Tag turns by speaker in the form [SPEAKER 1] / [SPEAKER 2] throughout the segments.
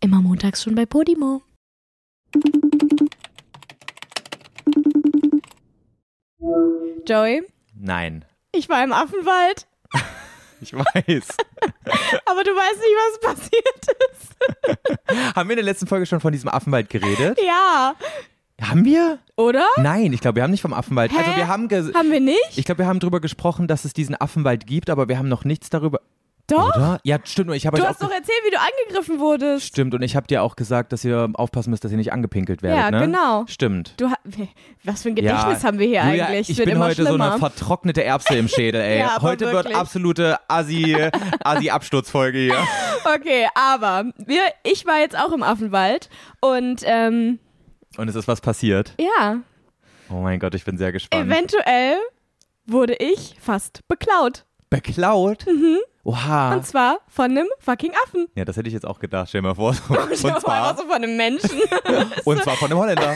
[SPEAKER 1] Immer montags schon bei Podimo. Joey,
[SPEAKER 2] Nein,
[SPEAKER 1] ich war im Affenwald,
[SPEAKER 2] ich weiß.
[SPEAKER 1] aber du weißt nicht, was passiert ist.
[SPEAKER 2] Haben wir in der letzten Folge schon von diesem Affenwald geredet?
[SPEAKER 1] Ja,
[SPEAKER 2] Haben wir?
[SPEAKER 1] oder?
[SPEAKER 2] Nein, ich glaube, wir haben nicht vom Affenwald.
[SPEAKER 1] Hä?
[SPEAKER 2] Also wir haben, ges-
[SPEAKER 1] Haben wir nicht?
[SPEAKER 2] ich glaube, wir haben drüber gesprochen, dass es diesen Affenwald gibt, aber wir haben noch nichts darüber.
[SPEAKER 1] Doch.
[SPEAKER 2] Oder? Ja, stimmt. Und ich habe
[SPEAKER 1] Du
[SPEAKER 2] euch
[SPEAKER 1] hast
[SPEAKER 2] auch
[SPEAKER 1] doch erzählt, wie du angegriffen wurdest.
[SPEAKER 2] stimmt. Und ich habe dir auch gesagt, dass ihr aufpassen müsst, dass ihr nicht angepinkelt werdet.
[SPEAKER 1] Ja,
[SPEAKER 2] ne?
[SPEAKER 1] genau.
[SPEAKER 2] Stimmt.
[SPEAKER 1] Du ha was für ein Gedächtnis
[SPEAKER 2] ja.
[SPEAKER 1] haben wir hier
[SPEAKER 2] Julia,
[SPEAKER 1] eigentlich?
[SPEAKER 2] Ich
[SPEAKER 1] wird
[SPEAKER 2] bin
[SPEAKER 1] immer
[SPEAKER 2] heute so
[SPEAKER 1] schlimmer.
[SPEAKER 2] eine vertrocknete Erbse im Schädel, ey.
[SPEAKER 1] Ja, aber
[SPEAKER 2] heute
[SPEAKER 1] wirklich.
[SPEAKER 2] wird absolute Assi- Assi-Absturzfolge hier.
[SPEAKER 1] Okay, aber wir, ich war jetzt auch im Affenwald und ähm,
[SPEAKER 2] Und es ist was passiert.
[SPEAKER 1] ja,
[SPEAKER 2] Oh mein Gott, ich bin sehr gespannt.
[SPEAKER 1] eventuell wurde ich fast beklaut.
[SPEAKER 2] Beklaut? Mhm. Oha.
[SPEAKER 1] Und zwar von einem fucking Affen.
[SPEAKER 2] Ja, das hätte ich jetzt auch gedacht, stell dir mal vor. So. Und,
[SPEAKER 1] Stell dir mal
[SPEAKER 2] zwar,
[SPEAKER 1] vor, so von einem Menschen,
[SPEAKER 2] und zwar von einem Holländer.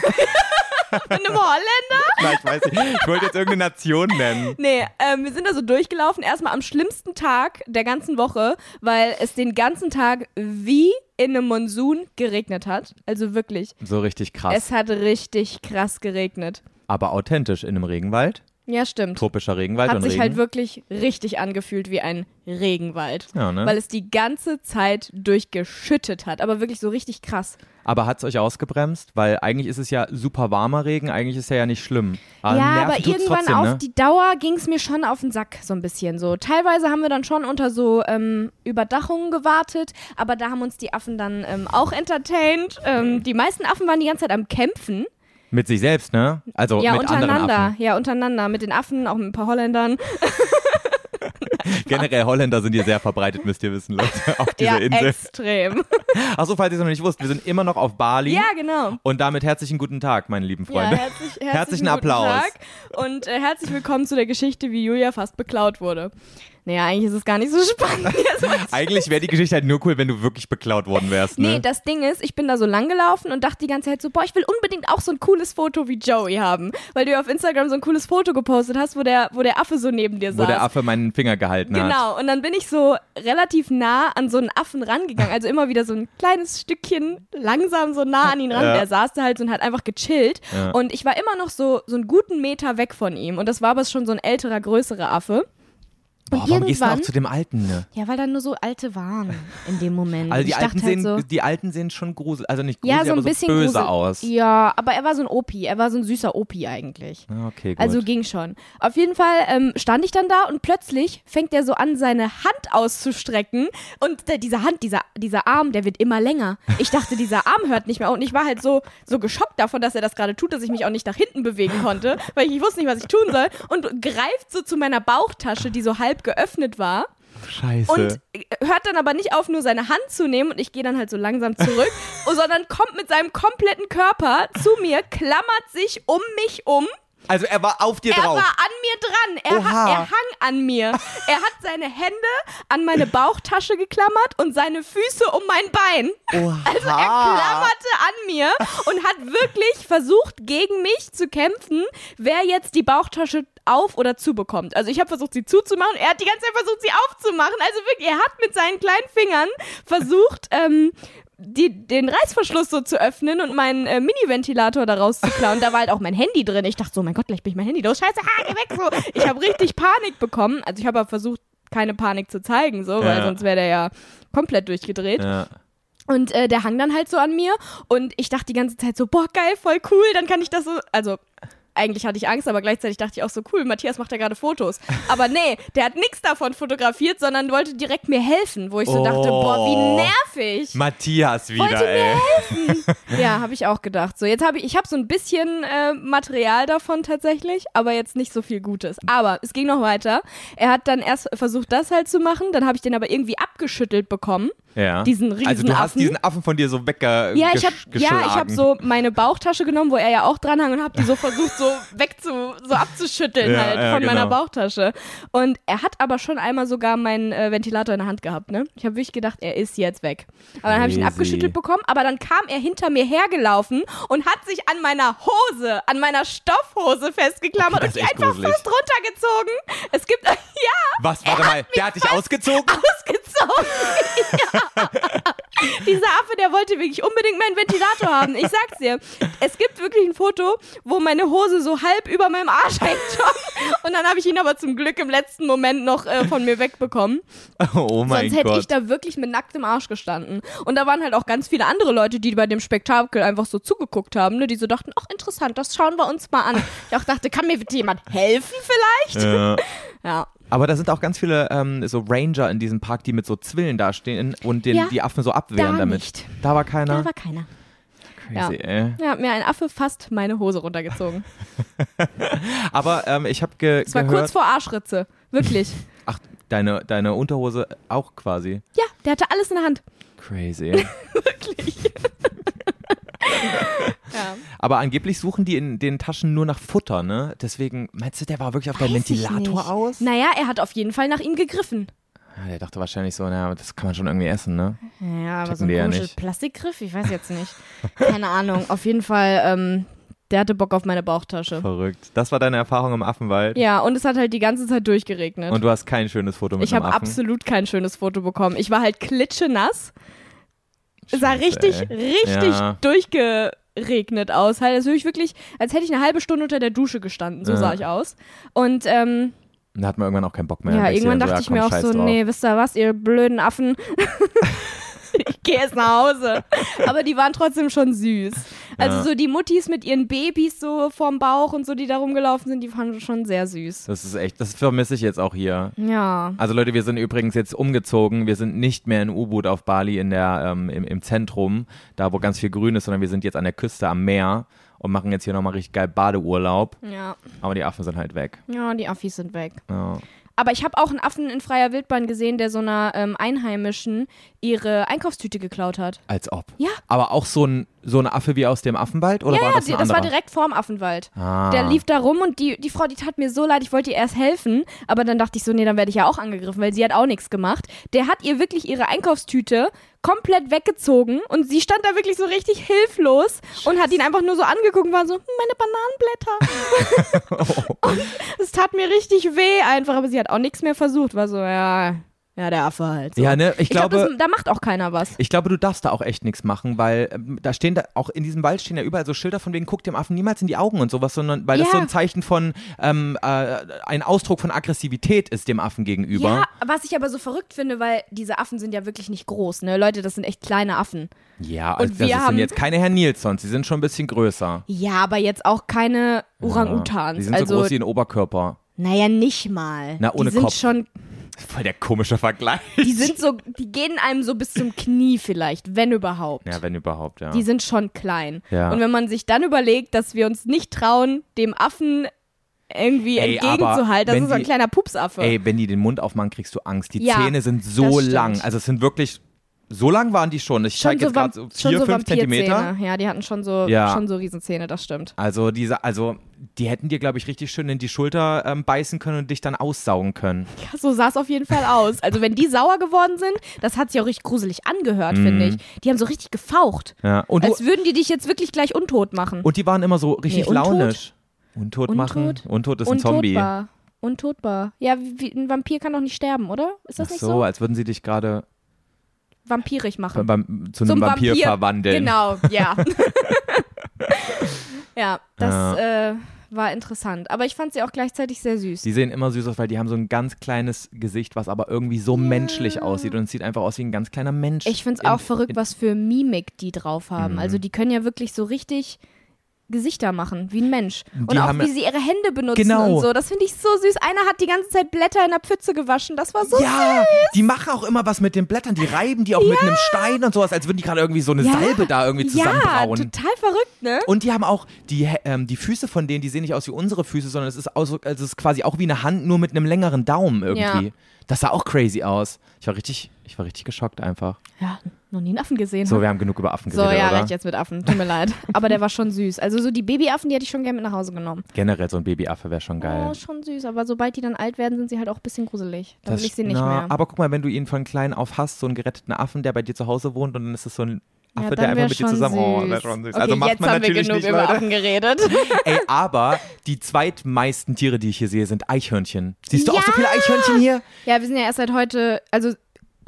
[SPEAKER 1] von einem Holländer.
[SPEAKER 2] Na, ich weiß nicht. Ich wollte jetzt irgendeine Nation nennen.
[SPEAKER 1] Nee, ähm, wir sind da so durchgelaufen, erstmal am schlimmsten Tag der ganzen Woche, weil es den ganzen Tag wie in einem Monsun geregnet hat. Also wirklich,
[SPEAKER 2] So richtig krass.
[SPEAKER 1] es hat richtig krass geregnet.
[SPEAKER 2] Aber authentisch in einem Regenwald.
[SPEAKER 1] Ja, stimmt.
[SPEAKER 2] Tropischer Regenwald
[SPEAKER 1] hat
[SPEAKER 2] und
[SPEAKER 1] sich
[SPEAKER 2] Regen.
[SPEAKER 1] halt wirklich richtig angefühlt wie ein Regenwald.
[SPEAKER 2] Ja, ne?
[SPEAKER 1] Weil es die ganze Zeit durchgeschüttet hat, aber wirklich so richtig krass.
[SPEAKER 2] aber hat's euch ausgebremst? Weil eigentlich ist es ja super warmer Regen, eigentlich ist er ja nicht schlimm. Aber
[SPEAKER 1] ja,
[SPEAKER 2] nerven
[SPEAKER 1] aber
[SPEAKER 2] Ah, tut's
[SPEAKER 1] irgendwann
[SPEAKER 2] trotzdem,
[SPEAKER 1] auf
[SPEAKER 2] ne?
[SPEAKER 1] die Dauer ging es mir schon auf den Sack so ein bisschen so. Teilweise haben wir dann schon unter so ähm, Überdachungen gewartet, aber da haben uns die Affen dann ähm, auch entertained. Ähm, die meisten Affen waren die ganze Zeit am Kämpfen.
[SPEAKER 2] Mit sich selbst, ne? Also
[SPEAKER 1] ja,
[SPEAKER 2] mit anderen
[SPEAKER 1] untereinander.
[SPEAKER 2] Affen.
[SPEAKER 1] Ja, untereinander. Mit den Affen, auch mit ein paar Holländern.
[SPEAKER 2] Generell Holländer sind hier sehr verbreitet, müsst ihr wissen, Leute, auf
[SPEAKER 1] ja,
[SPEAKER 2] dieser Insel.
[SPEAKER 1] extrem.
[SPEAKER 2] Achso, falls ihr es noch nicht wusst, wir sind immer noch auf Bali.
[SPEAKER 1] ja, genau.
[SPEAKER 2] Und damit herzlichen guten Tag, meine lieben
[SPEAKER 1] Ja,
[SPEAKER 2] Freunde.
[SPEAKER 1] herzlich, herzlichen,
[SPEAKER 2] Herzlichen
[SPEAKER 1] guten
[SPEAKER 2] Applaus.
[SPEAKER 1] Tag und äh, herzlich willkommen zu der Geschichte, wie Julia fast beklaut wurde. Naja, eigentlich ist es gar nicht so spannend. Also,
[SPEAKER 2] Eigentlich wäre die Geschichte halt nur cool, wenn du wirklich beklaut worden wärst. Ne?
[SPEAKER 1] Nee, das Ding ist, ich bin da so lang gelaufen und dachte die ganze Zeit so, boah, ich will unbedingt auch so ein cooles Foto wie Joey haben. Weil du ja auf Instagram so ein cooles Foto gepostet hast, wo der, wo der Affe so neben dir
[SPEAKER 2] wo
[SPEAKER 1] saß.
[SPEAKER 2] der Affe meinen Finger gehalten hat.
[SPEAKER 1] Genau, und dann bin ich so relativ nah an so einen Affen rangegangen. Also immer wieder so ein kleines Stückchen langsam so nah an ihn ran.
[SPEAKER 2] Ja.
[SPEAKER 1] Der saß da halt so und hat einfach gechillt.
[SPEAKER 2] Ja.
[SPEAKER 1] Und ich war immer noch so, so einen guten Meter weg von ihm. Und das war aber schon so ein älterer, größerer Affe.
[SPEAKER 2] Boah,
[SPEAKER 1] Und
[SPEAKER 2] warum gehst du denn
[SPEAKER 1] irgendwann-
[SPEAKER 2] auch zu dem Alten, ne?
[SPEAKER 1] Ja, weil da nur so alte waren in dem Moment.
[SPEAKER 2] Also die
[SPEAKER 1] ich
[SPEAKER 2] Alten,
[SPEAKER 1] dachte halt
[SPEAKER 2] sehen,
[SPEAKER 1] so.
[SPEAKER 2] die Alten sehen schon grusel, also nicht gruselig,
[SPEAKER 1] Ja, so ein
[SPEAKER 2] aber
[SPEAKER 1] bisschen
[SPEAKER 2] so böse
[SPEAKER 1] grusel-
[SPEAKER 2] aus.
[SPEAKER 1] Ja, aber er war so ein Opi, er war so ein süßer Opi eigentlich.
[SPEAKER 2] Ah, Okay, gut.
[SPEAKER 1] Also ging schon. Auf jeden Fall ähm, stand ich dann da und plötzlich fängt er so an, seine Hand auszustrecken. Und der, diese Hand, dieser, dieser Arm, der wird immer länger. Ich dachte, dieser Arm hört nicht mehr. auf. Und ich war halt so, so geschockt davon, dass er das gerade tut, dass ich mich auch nicht nach hinten bewegen konnte, weil ich nicht wusste nicht, was ich tun soll. Und greift so zu meiner Bauchtasche, die so halb geöffnet war.
[SPEAKER 2] Scheiße.
[SPEAKER 1] Und äh, hört dann aber nicht auf, nur seine Hand zu nehmen und ich gehe dann halt so langsam zurück, sondern kommt mit seinem kompletten Körper zu mir, klammert sich um mich um.
[SPEAKER 2] also er war auf dir
[SPEAKER 1] Er war
[SPEAKER 2] drauf.
[SPEAKER 1] an mir dran. Er,
[SPEAKER 2] Oha.
[SPEAKER 1] hat, er hang an mir. Er hat seine Hände an meine Bauchtasche geklammert und seine Füße um mein Bein.
[SPEAKER 2] Oha.
[SPEAKER 1] Also er
[SPEAKER 2] Ah.
[SPEAKER 1] klammerte an mir und hat wirklich versucht, gegen mich zu kämpfen, wer jetzt die Bauchtasche auf oder zubekommt. Also ich habe versucht, sie zuzumachen. Er hat die ganze Zeit versucht, sie aufzumachen. Also wirklich, er hat mit seinen kleinen Fingern versucht, ähm, die, den Reißverschluss so zu öffnen und meinen äh, Mini-Ventilator daraus zu klauen. Da war halt auch mein Handy drin. Ich dachte so, mein Gott, gleich bin ich mein Handy los. Scheiße, ah, geh weg so. Ich habe richtig Panik bekommen. Also ich habe aber versucht, keine Panik zu zeigen, so, weil
[SPEAKER 2] Ja.
[SPEAKER 1] sonst wäre der ja komplett durchgedreht.
[SPEAKER 2] Ja.
[SPEAKER 1] Und äh, der hang dann halt so an mir und ich dachte die ganze Zeit so, boah, geil, voll cool, dann kann ich das so. Also, eigentlich hatte ich Angst, aber gleichzeitig dachte ich auch so, cool, Matthias macht ja gerade Fotos. Aber nee, der hat nichts davon fotografiert, sondern wollte direkt mir helfen, wo ich so dachte,
[SPEAKER 2] Oh.
[SPEAKER 1] boah, wie nervig.
[SPEAKER 2] Matthias wieder,
[SPEAKER 1] Wollte mir
[SPEAKER 2] ey.
[SPEAKER 1] Ja, habe ich auch gedacht. So, jetzt habe ich, ich habe so ein bisschen äh, Material davon tatsächlich, aber jetzt nicht so viel Gutes. Aber es ging noch weiter. Er hat dann erst versucht, das halt zu machen, dann habe ich den aber irgendwie abgeschüttelt bekommen.
[SPEAKER 2] Ja.
[SPEAKER 1] Diesen
[SPEAKER 2] also du hast
[SPEAKER 1] Riesenaffen.
[SPEAKER 2] diesen Affen von dir so weggeschlagen.
[SPEAKER 1] Ja, ich habe ja, ich hab so meine Bauchtasche genommen, wo er ja auch dran hang und habe die so versucht, so wegzu, so abzuschütteln
[SPEAKER 2] Ja,
[SPEAKER 1] halt
[SPEAKER 2] ja,
[SPEAKER 1] von meiner
[SPEAKER 2] genau.
[SPEAKER 1] Bauchtasche. Und er hat aber schon einmal sogar meinen äh, Ventilator in der Hand gehabt, ne? Ich habe wirklich gedacht, er ist jetzt weg. Aber dann habe ich ihn
[SPEAKER 2] Crazy.
[SPEAKER 1] abgeschüttelt bekommen, aber dann kam er hinter mir hergelaufen und hat sich an meiner Hose, an meiner Stoffhose festgeklammert
[SPEAKER 2] Okay,
[SPEAKER 1] und
[SPEAKER 2] das
[SPEAKER 1] die
[SPEAKER 2] ist echt
[SPEAKER 1] einfach
[SPEAKER 2] gruselig.
[SPEAKER 1] fast runtergezogen. Es gibt, ja,
[SPEAKER 2] Was, warte mal, der hat dich ausgezogen?
[SPEAKER 1] ausgezogen. Dieser Affe, der wollte wirklich unbedingt meinen Ventilator haben. Ich sag's dir. Es gibt wirklich ein Foto, wo meine Hose so halb über meinem Arsch hängt schon. Und dann habe ich ihn aber zum Glück im letzten Moment noch äh, von mir wegbekommen.
[SPEAKER 2] Oh mein
[SPEAKER 1] Sonst hätte
[SPEAKER 2] Gott.
[SPEAKER 1] ich da wirklich mit nacktem Arsch gestanden. Und da waren halt auch ganz viele andere Leute, die bei dem Spektakel einfach so zugeguckt haben, ne? die so dachten, ach interessant, das schauen wir uns mal an. Ich auch dachte, kann mir bitte jemand helfen vielleicht?
[SPEAKER 2] ja.
[SPEAKER 1] Ja.
[SPEAKER 2] Aber da sind auch ganz viele ähm, so Ranger in diesem Park, die mit so Zwillen dastehen und den,
[SPEAKER 1] Ja,
[SPEAKER 2] die Affen so abwehren
[SPEAKER 1] da
[SPEAKER 2] damit.
[SPEAKER 1] nicht.
[SPEAKER 2] Da war keiner.
[SPEAKER 1] Da war keiner.
[SPEAKER 2] Crazy, ey.
[SPEAKER 1] Ja, hat mir ein Affe fast meine Hose runtergezogen.
[SPEAKER 2] Aber ähm, ich habe ge
[SPEAKER 1] Es war
[SPEAKER 2] gehört,
[SPEAKER 1] kurz vor Arschritze. Wirklich.
[SPEAKER 2] ach, deine, deine Unterhose auch quasi.
[SPEAKER 1] Ja, der hatte alles in der Hand.
[SPEAKER 2] Crazy.
[SPEAKER 1] Ja.
[SPEAKER 2] Aber angeblich suchen die in den Taschen nur nach Futter, ne? Deswegen, meinst du, der war wirklich auf deinen
[SPEAKER 1] Weiß ich nicht.
[SPEAKER 2] Ventilator aus?
[SPEAKER 1] Naja, er hat auf jeden Fall nach ihm gegriffen.
[SPEAKER 2] Ja, der dachte wahrscheinlich so, naja, das kann man schon irgendwie essen, ne?
[SPEAKER 1] Ja, aber
[SPEAKER 2] Checken
[SPEAKER 1] so ein
[SPEAKER 2] die ja
[SPEAKER 1] komischer
[SPEAKER 2] nicht.
[SPEAKER 1] Plastikgriff, ich weiß jetzt nicht. Keine Ahnung. Auf jeden Fall, ähm, der hatte Bock auf meine Bauchtasche.
[SPEAKER 2] Verrückt. Das war deine Erfahrung im Affenwald.
[SPEAKER 1] Ja, und es hat halt die ganze Zeit durchgeregnet.
[SPEAKER 2] Und du hast kein schönes Foto mit
[SPEAKER 1] ich
[SPEAKER 2] einem
[SPEAKER 1] habe
[SPEAKER 2] Affen.
[SPEAKER 1] absolut kein schönes Foto bekommen. Ich war halt klitschenass. Es sah
[SPEAKER 2] Scheiße,
[SPEAKER 1] richtig,
[SPEAKER 2] ey.
[SPEAKER 1] richtig
[SPEAKER 2] Ja.
[SPEAKER 1] durchgeregnet aus. Halt, als, würde ich wirklich, als hätte ich eine halbe Stunde unter der Dusche gestanden. So
[SPEAKER 2] Ja.
[SPEAKER 1] sah ich aus. Und ähm,
[SPEAKER 2] Und Da hat man irgendwann auch keinen Bock mehr.
[SPEAKER 1] Ja,
[SPEAKER 2] Dann denkst du
[SPEAKER 1] irgendwann
[SPEAKER 2] dir
[SPEAKER 1] dachte ich
[SPEAKER 2] dann so, ja,
[SPEAKER 1] mir auch
[SPEAKER 2] komm,
[SPEAKER 1] so,
[SPEAKER 2] scheiß drauf.
[SPEAKER 1] nee, wisst ihr was, ihr blöden Affen. ich gehe jetzt nach Hause. Aber die waren trotzdem schon süß. Also
[SPEAKER 2] Ja.
[SPEAKER 1] so die Muttis mit ihren Babys so vorm Bauch und so, die da rumgelaufen sind, die fanden schon sehr süß.
[SPEAKER 2] Das ist echt, das vermisse ich jetzt auch hier.
[SPEAKER 1] Ja.
[SPEAKER 2] Also Leute, wir sind übrigens jetzt umgezogen. Wir sind nicht mehr in U-Boot auf Bali in der, ähm, im, im Zentrum, da wo ganz viel grün ist, sondern wir sind jetzt an der Küste am Meer und machen jetzt hier nochmal richtig geil Badeurlaub.
[SPEAKER 1] Ja,
[SPEAKER 2] Aber die Affen sind halt weg.
[SPEAKER 1] ja, die Affis sind weg.
[SPEAKER 2] Ja.
[SPEAKER 1] Aber ich habe auch einen Affen in freier Wildbahn gesehen, der so einer ähm, Einheimischen ihre Einkaufstüte geklaut hat.
[SPEAKER 2] Als ob.
[SPEAKER 1] Ja.
[SPEAKER 2] Aber auch so ein, so ein Affe wie aus dem Affenwald? Oder
[SPEAKER 1] ja,
[SPEAKER 2] war
[SPEAKER 1] ja,
[SPEAKER 2] das
[SPEAKER 1] die,
[SPEAKER 2] ein
[SPEAKER 1] das war
[SPEAKER 2] anderer?
[SPEAKER 1] direkt vorm Affenwald.
[SPEAKER 2] Ah.
[SPEAKER 1] Der lief da rum und die, die Frau, die tat mir so leid, ich wollte ihr erst helfen, aber dann dachte ich so, nee, dann werde ich ja auch angegriffen, weil sie hat auch nichts gemacht. Der hat ihr wirklich ihre Einkaufstüte komplett weggezogen und sie stand da wirklich so richtig hilflos und hat ihn einfach nur so angeguckt und war so, "Hm, meine Bananenblätter. und es tat mir richtig weh einfach, aber sie hat auch nichts mehr versucht, war so, ja, ja, der Affe halt. So.
[SPEAKER 2] Ja, ne? Ich,
[SPEAKER 1] ich glaube,
[SPEAKER 2] glaube,
[SPEAKER 1] das- da macht auch keiner was.
[SPEAKER 2] ich glaube, du darfst da auch echt nichts machen, weil ähm, da stehen da, auch in diesem Wald stehen ja überall so Schilder von wegen, guck dem Affen niemals in die Augen und sowas, sondern weil das
[SPEAKER 1] Ja.
[SPEAKER 2] so ein Zeichen von, ähm, äh, ein Ausdruck von Aggressivität ist dem Affen gegenüber.
[SPEAKER 1] Ja, was ich aber so verrückt finde, weil diese Affen sind ja wirklich nicht groß, ne? Leute, das sind echt kleine Affen.
[SPEAKER 2] Ja,
[SPEAKER 1] Und
[SPEAKER 2] also das
[SPEAKER 1] wir haben-
[SPEAKER 2] sind jetzt keine Herr Nilsons, die sind schon ein bisschen größer.
[SPEAKER 1] Ja, aber jetzt auch keine
[SPEAKER 2] Ja. Die
[SPEAKER 1] Orang-Utans.
[SPEAKER 2] sind
[SPEAKER 1] also,
[SPEAKER 2] so groß wie ein Oberkörper.
[SPEAKER 1] naja, nicht mal.
[SPEAKER 2] Na, ohne
[SPEAKER 1] die sind
[SPEAKER 2] Kopf.
[SPEAKER 1] schon,
[SPEAKER 2] Voll der komische Vergleich.
[SPEAKER 1] die sind so, die gehen einem so bis zum Knie vielleicht, wenn überhaupt.
[SPEAKER 2] Ja, wenn überhaupt, ja.
[SPEAKER 1] Die sind schon klein.
[SPEAKER 2] Ja.
[SPEAKER 1] Und wenn man sich dann überlegt, dass wir uns nicht trauen, dem Affen irgendwie
[SPEAKER 2] Ey, aber
[SPEAKER 1] entgegenzuhalten, das
[SPEAKER 2] wenn
[SPEAKER 1] ist so ein
[SPEAKER 2] die-
[SPEAKER 1] kleiner Pupsaffe.
[SPEAKER 2] Ey, wenn die den Mund aufmachen, kriegst du Angst. Die
[SPEAKER 1] Ja,
[SPEAKER 2] Zähne sind
[SPEAKER 1] das
[SPEAKER 2] so
[SPEAKER 1] stimmt.
[SPEAKER 2] lang. Also es sind wirklich, so lang waren die schon. Ich
[SPEAKER 1] schon
[SPEAKER 2] zeige
[SPEAKER 1] so,
[SPEAKER 2] jetzt gerade
[SPEAKER 1] Vamp-
[SPEAKER 2] so
[SPEAKER 1] schon
[SPEAKER 2] 4,
[SPEAKER 1] so
[SPEAKER 2] 5
[SPEAKER 1] Vampirzähne.
[SPEAKER 2] Zentimeter.
[SPEAKER 1] Ja, die hatten schon so,
[SPEAKER 2] Ja.
[SPEAKER 1] schon so Riesenzähne, das stimmt.
[SPEAKER 2] Also diese, also die hätten dir, glaube ich, richtig schön in die Schulter ähm, beißen können und dich dann aussaugen können.
[SPEAKER 1] Ja, so sah es auf jeden Fall aus. Also wenn die sauer geworden sind, das hat sich auch richtig gruselig
[SPEAKER 2] Mhm.
[SPEAKER 1] angehört, finde ich. Die haben so richtig gefaucht.
[SPEAKER 2] Ja. Und, du,
[SPEAKER 1] Als würden die dich jetzt wirklich gleich untot machen.
[SPEAKER 2] und die waren immer so richtig
[SPEAKER 1] Also Nee, untot?
[SPEAKER 2] launisch. Untot, machen.
[SPEAKER 1] Untot?
[SPEAKER 2] Untot ist ein Zombie.
[SPEAKER 1] Untotbar. Untotbar. Ja, wie, wie, ein Vampir kann doch nicht sterben, oder? Ist das
[SPEAKER 2] Ach
[SPEAKER 1] nicht
[SPEAKER 2] so,
[SPEAKER 1] so?
[SPEAKER 2] als würden sie dich gerade
[SPEAKER 1] Vampirig machen.
[SPEAKER 2] beim- beim- zu einem Vampir, verwandeln.
[SPEAKER 1] Genau, ja. ja, das Äh, war interessant. Aber ich fand sie auch gleichzeitig sehr süß.
[SPEAKER 2] Die sehen immer süß aus, weil die haben so ein ganz kleines Gesicht, was aber irgendwie so menschlich aussieht und es sieht einfach aus wie ein ganz kleiner Mensch.
[SPEAKER 1] Ich finde es
[SPEAKER 2] In- Mhm.
[SPEAKER 1] auch verrückt, was für Mimik die drauf haben. Also die können ja wirklich so richtig Gesichter machen, wie ein Mensch. Und
[SPEAKER 2] Die
[SPEAKER 1] auch
[SPEAKER 2] haben-
[SPEAKER 1] wie sie ihre Hände benutzen
[SPEAKER 2] Genau.
[SPEAKER 1] und so. Das finde ich so süß. Einer hat die ganze Zeit Blätter in der Pfütze gewaschen. Das war so
[SPEAKER 2] Ja, die machen auch immer was mit den Blättern, die reiben die auch mit einem Stein und sowas, als würden die gerade irgendwie so eine
[SPEAKER 1] Ja.
[SPEAKER 2] Salbe da irgendwie
[SPEAKER 1] Ja,
[SPEAKER 2] zusammenbrauen. Oh.
[SPEAKER 1] total verrückt, ne?
[SPEAKER 2] und die haben auch die, Hä- ähm, die Füße von denen, die sehen nicht aus wie unsere Füße, sondern es ist, aus, also es ist quasi auch wie eine Hand, nur mit einem längeren Daumen irgendwie.
[SPEAKER 1] Ja.
[SPEAKER 2] Das sah auch crazy aus. Ich war richtig, ich war richtig geschockt einfach.
[SPEAKER 1] Ja, noch nie einen Affen gesehen.
[SPEAKER 2] So, wir haben genug über Affen
[SPEAKER 1] so
[SPEAKER 2] geredet,
[SPEAKER 1] ja,
[SPEAKER 2] oder?
[SPEAKER 1] reicht jetzt mit Affen. Tut mir leid. Aber der war schon süß. Also so die Babyaffen, die hätte ich schon gerne mit nach Hause genommen.
[SPEAKER 2] Generell so ein Babyaffe wäre schon geil.
[SPEAKER 1] Oh, schon süß. Aber sobald die dann alt werden, sind sie halt auch ein bisschen gruselig. Dann
[SPEAKER 2] Das-
[SPEAKER 1] will ich sie nicht
[SPEAKER 2] na,
[SPEAKER 1] mehr.
[SPEAKER 2] Aber guck mal, wenn du ihn von klein auf hast, so einen geretteten Affen, der bei dir zu Hause wohnt, und dann ist es so ein
[SPEAKER 1] Ja,
[SPEAKER 2] Affe,
[SPEAKER 1] dann
[SPEAKER 2] der einfach
[SPEAKER 1] wär
[SPEAKER 2] mit dir
[SPEAKER 1] schon
[SPEAKER 2] zusammen.
[SPEAKER 1] süß.
[SPEAKER 2] Oh, wär schon süß.
[SPEAKER 1] Okay,
[SPEAKER 2] also macht
[SPEAKER 1] jetzt
[SPEAKER 2] man
[SPEAKER 1] haben wir
[SPEAKER 2] natürlich
[SPEAKER 1] genug
[SPEAKER 2] nicht,
[SPEAKER 1] über
[SPEAKER 2] Leute.
[SPEAKER 1] Affen geredet.
[SPEAKER 2] Ey, aber die zweitmeisten Tiere, die ich hier sehe, sind Eichhörnchen. Siehst du
[SPEAKER 1] Ja!
[SPEAKER 2] auch so viele Eichhörnchen hier?
[SPEAKER 1] Ja, wir sind ja erst seit heute, also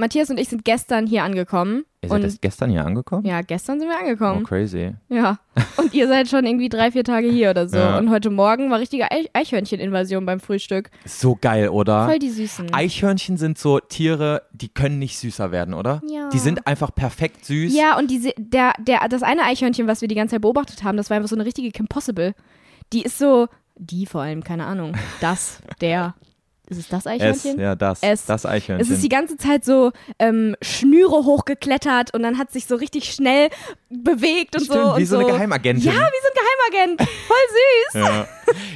[SPEAKER 1] Matthias und ich sind gestern hier angekommen
[SPEAKER 2] Ihr
[SPEAKER 1] Und-
[SPEAKER 2] seid erst gestern hier angekommen?
[SPEAKER 1] Ja, gestern sind wir
[SPEAKER 2] Oh,
[SPEAKER 1] angekommen.
[SPEAKER 2] crazy.
[SPEAKER 1] Ja. Und ihr seid schon irgendwie drei, vier Tage hier oder so.
[SPEAKER 2] Ja.
[SPEAKER 1] Und heute Morgen war richtige Eich Eichhörnchen-Invasion beim Frühstück.
[SPEAKER 2] So geil, oder?
[SPEAKER 1] Voll die Süßen.
[SPEAKER 2] Eichhörnchen sind so Tiere, die können nicht süßer werden, oder?
[SPEAKER 1] Ja.
[SPEAKER 2] Die sind einfach perfekt süß.
[SPEAKER 1] Ja, und diese, der, der, das eine Eichhörnchen, was wir die ganze Zeit beobachtet haben, das war einfach so eine richtige Kim Possible. Die ist so, die vor allem, keine Ahnung, das, der, ist es das
[SPEAKER 2] Es,
[SPEAKER 1] Eichhörnchen?
[SPEAKER 2] ja, das.
[SPEAKER 1] Es.
[SPEAKER 2] Das Eichhörnchen.
[SPEAKER 1] Es ist die ganze Zeit so ähm, Schnüre hochgeklettert und dann hat sich so richtig schnell bewegt und so.
[SPEAKER 2] Stimmt, wie
[SPEAKER 1] und
[SPEAKER 2] so eine Geheimagentin.
[SPEAKER 1] Ja, wie so ein Geheimagent. Voll süß.
[SPEAKER 2] Ja.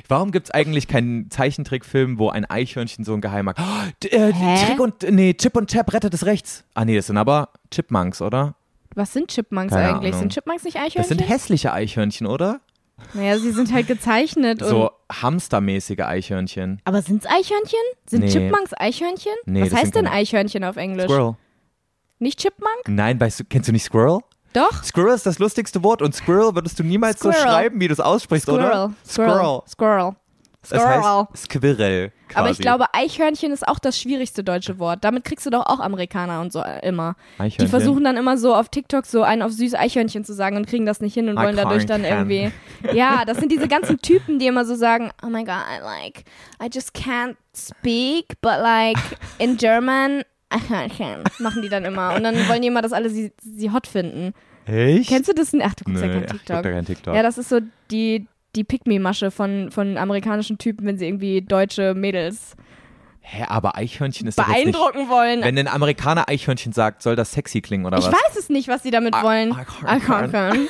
[SPEAKER 2] Warum gibt es eigentlich keinen Zeichentrickfilm, wo ein Eichhörnchen so ein geheimer. Oh, d- äh,
[SPEAKER 1] Hä?
[SPEAKER 2] Trick und. Nee, Chip und Chap rettet des Rechts. Ah, nee, das sind aber Chipmunks, oder?
[SPEAKER 1] Was sind Chipmunks
[SPEAKER 2] Keine
[SPEAKER 1] eigentlich?
[SPEAKER 2] Ahnung.
[SPEAKER 1] Sind Chipmunks nicht Eichhörnchen?
[SPEAKER 2] Das sind hässliche Eichhörnchen, oder?
[SPEAKER 1] naja, sie sind halt gezeichnet. und,
[SPEAKER 2] So hamstermäßige Eichhörnchen.
[SPEAKER 1] aber sind's Eichhörnchen? Sind
[SPEAKER 2] Nee.
[SPEAKER 1] Chipmunks Eichhörnchen?
[SPEAKER 2] Nee,
[SPEAKER 1] Was
[SPEAKER 2] das
[SPEAKER 1] heißt
[SPEAKER 2] sind
[SPEAKER 1] denn
[SPEAKER 2] keine-
[SPEAKER 1] Eichhörnchen auf Englisch?
[SPEAKER 2] Squirrel.
[SPEAKER 1] Nicht Chipmunk?
[SPEAKER 2] Nein, weißt du, kennst du nicht Squirrel?
[SPEAKER 1] Doch.
[SPEAKER 2] Squirrel ist das lustigste Wort und Squirrel würdest du niemals so
[SPEAKER 1] Squirrel.
[SPEAKER 2] schreiben, wie du es aussprichst,
[SPEAKER 1] Squirrel.
[SPEAKER 2] oder? Squirrel.
[SPEAKER 1] Squirrel. Squirrel.
[SPEAKER 2] Das
[SPEAKER 1] Squirrel.
[SPEAKER 2] heißt Squirrel. Quasi.
[SPEAKER 1] Aber ich glaube, Eichhörnchen ist auch das schwierigste deutsche Wort. Damit kriegst du doch auch Amerikaner und so äh, immer.
[SPEAKER 2] Eichhörnchen.
[SPEAKER 1] Die versuchen dann immer so auf TikTok so einen auf süß Eichhörnchen zu sagen und kriegen das nicht hin und
[SPEAKER 2] I
[SPEAKER 1] wollen dadurch dann
[SPEAKER 2] can't can.
[SPEAKER 1] irgendwie. Ja, das sind diese ganzen Typen, die immer so sagen, oh my god, I like, I just can't speak, but like in German, Eichhörnchen, machen die dann immer. Und dann wollen die immer, dass alle sie, sie hot finden.
[SPEAKER 2] Echt?
[SPEAKER 1] Kennst du das? Ach, du guckst ja
[SPEAKER 2] nee,
[SPEAKER 1] kein
[SPEAKER 2] ach, ich guck
[SPEAKER 1] TikTok.
[SPEAKER 2] da kein TikTok.
[SPEAKER 1] Ja, das ist so die, die Pick-Me-Masche von, von amerikanischen Typen, wenn sie irgendwie deutsche Mädels
[SPEAKER 2] Hä, aber Eichhörnchen ist doch jetzt nicht...
[SPEAKER 1] beeindrucken wollen.
[SPEAKER 2] Wenn ein Amerikaner Eichhörnchen sagt, soll das sexy klingen oder
[SPEAKER 1] ich
[SPEAKER 2] was?
[SPEAKER 1] weiß es nicht, was sie damit
[SPEAKER 2] Ah,
[SPEAKER 1] wollen.
[SPEAKER 2] Eichhörnchen.
[SPEAKER 1] Eichhörnchen.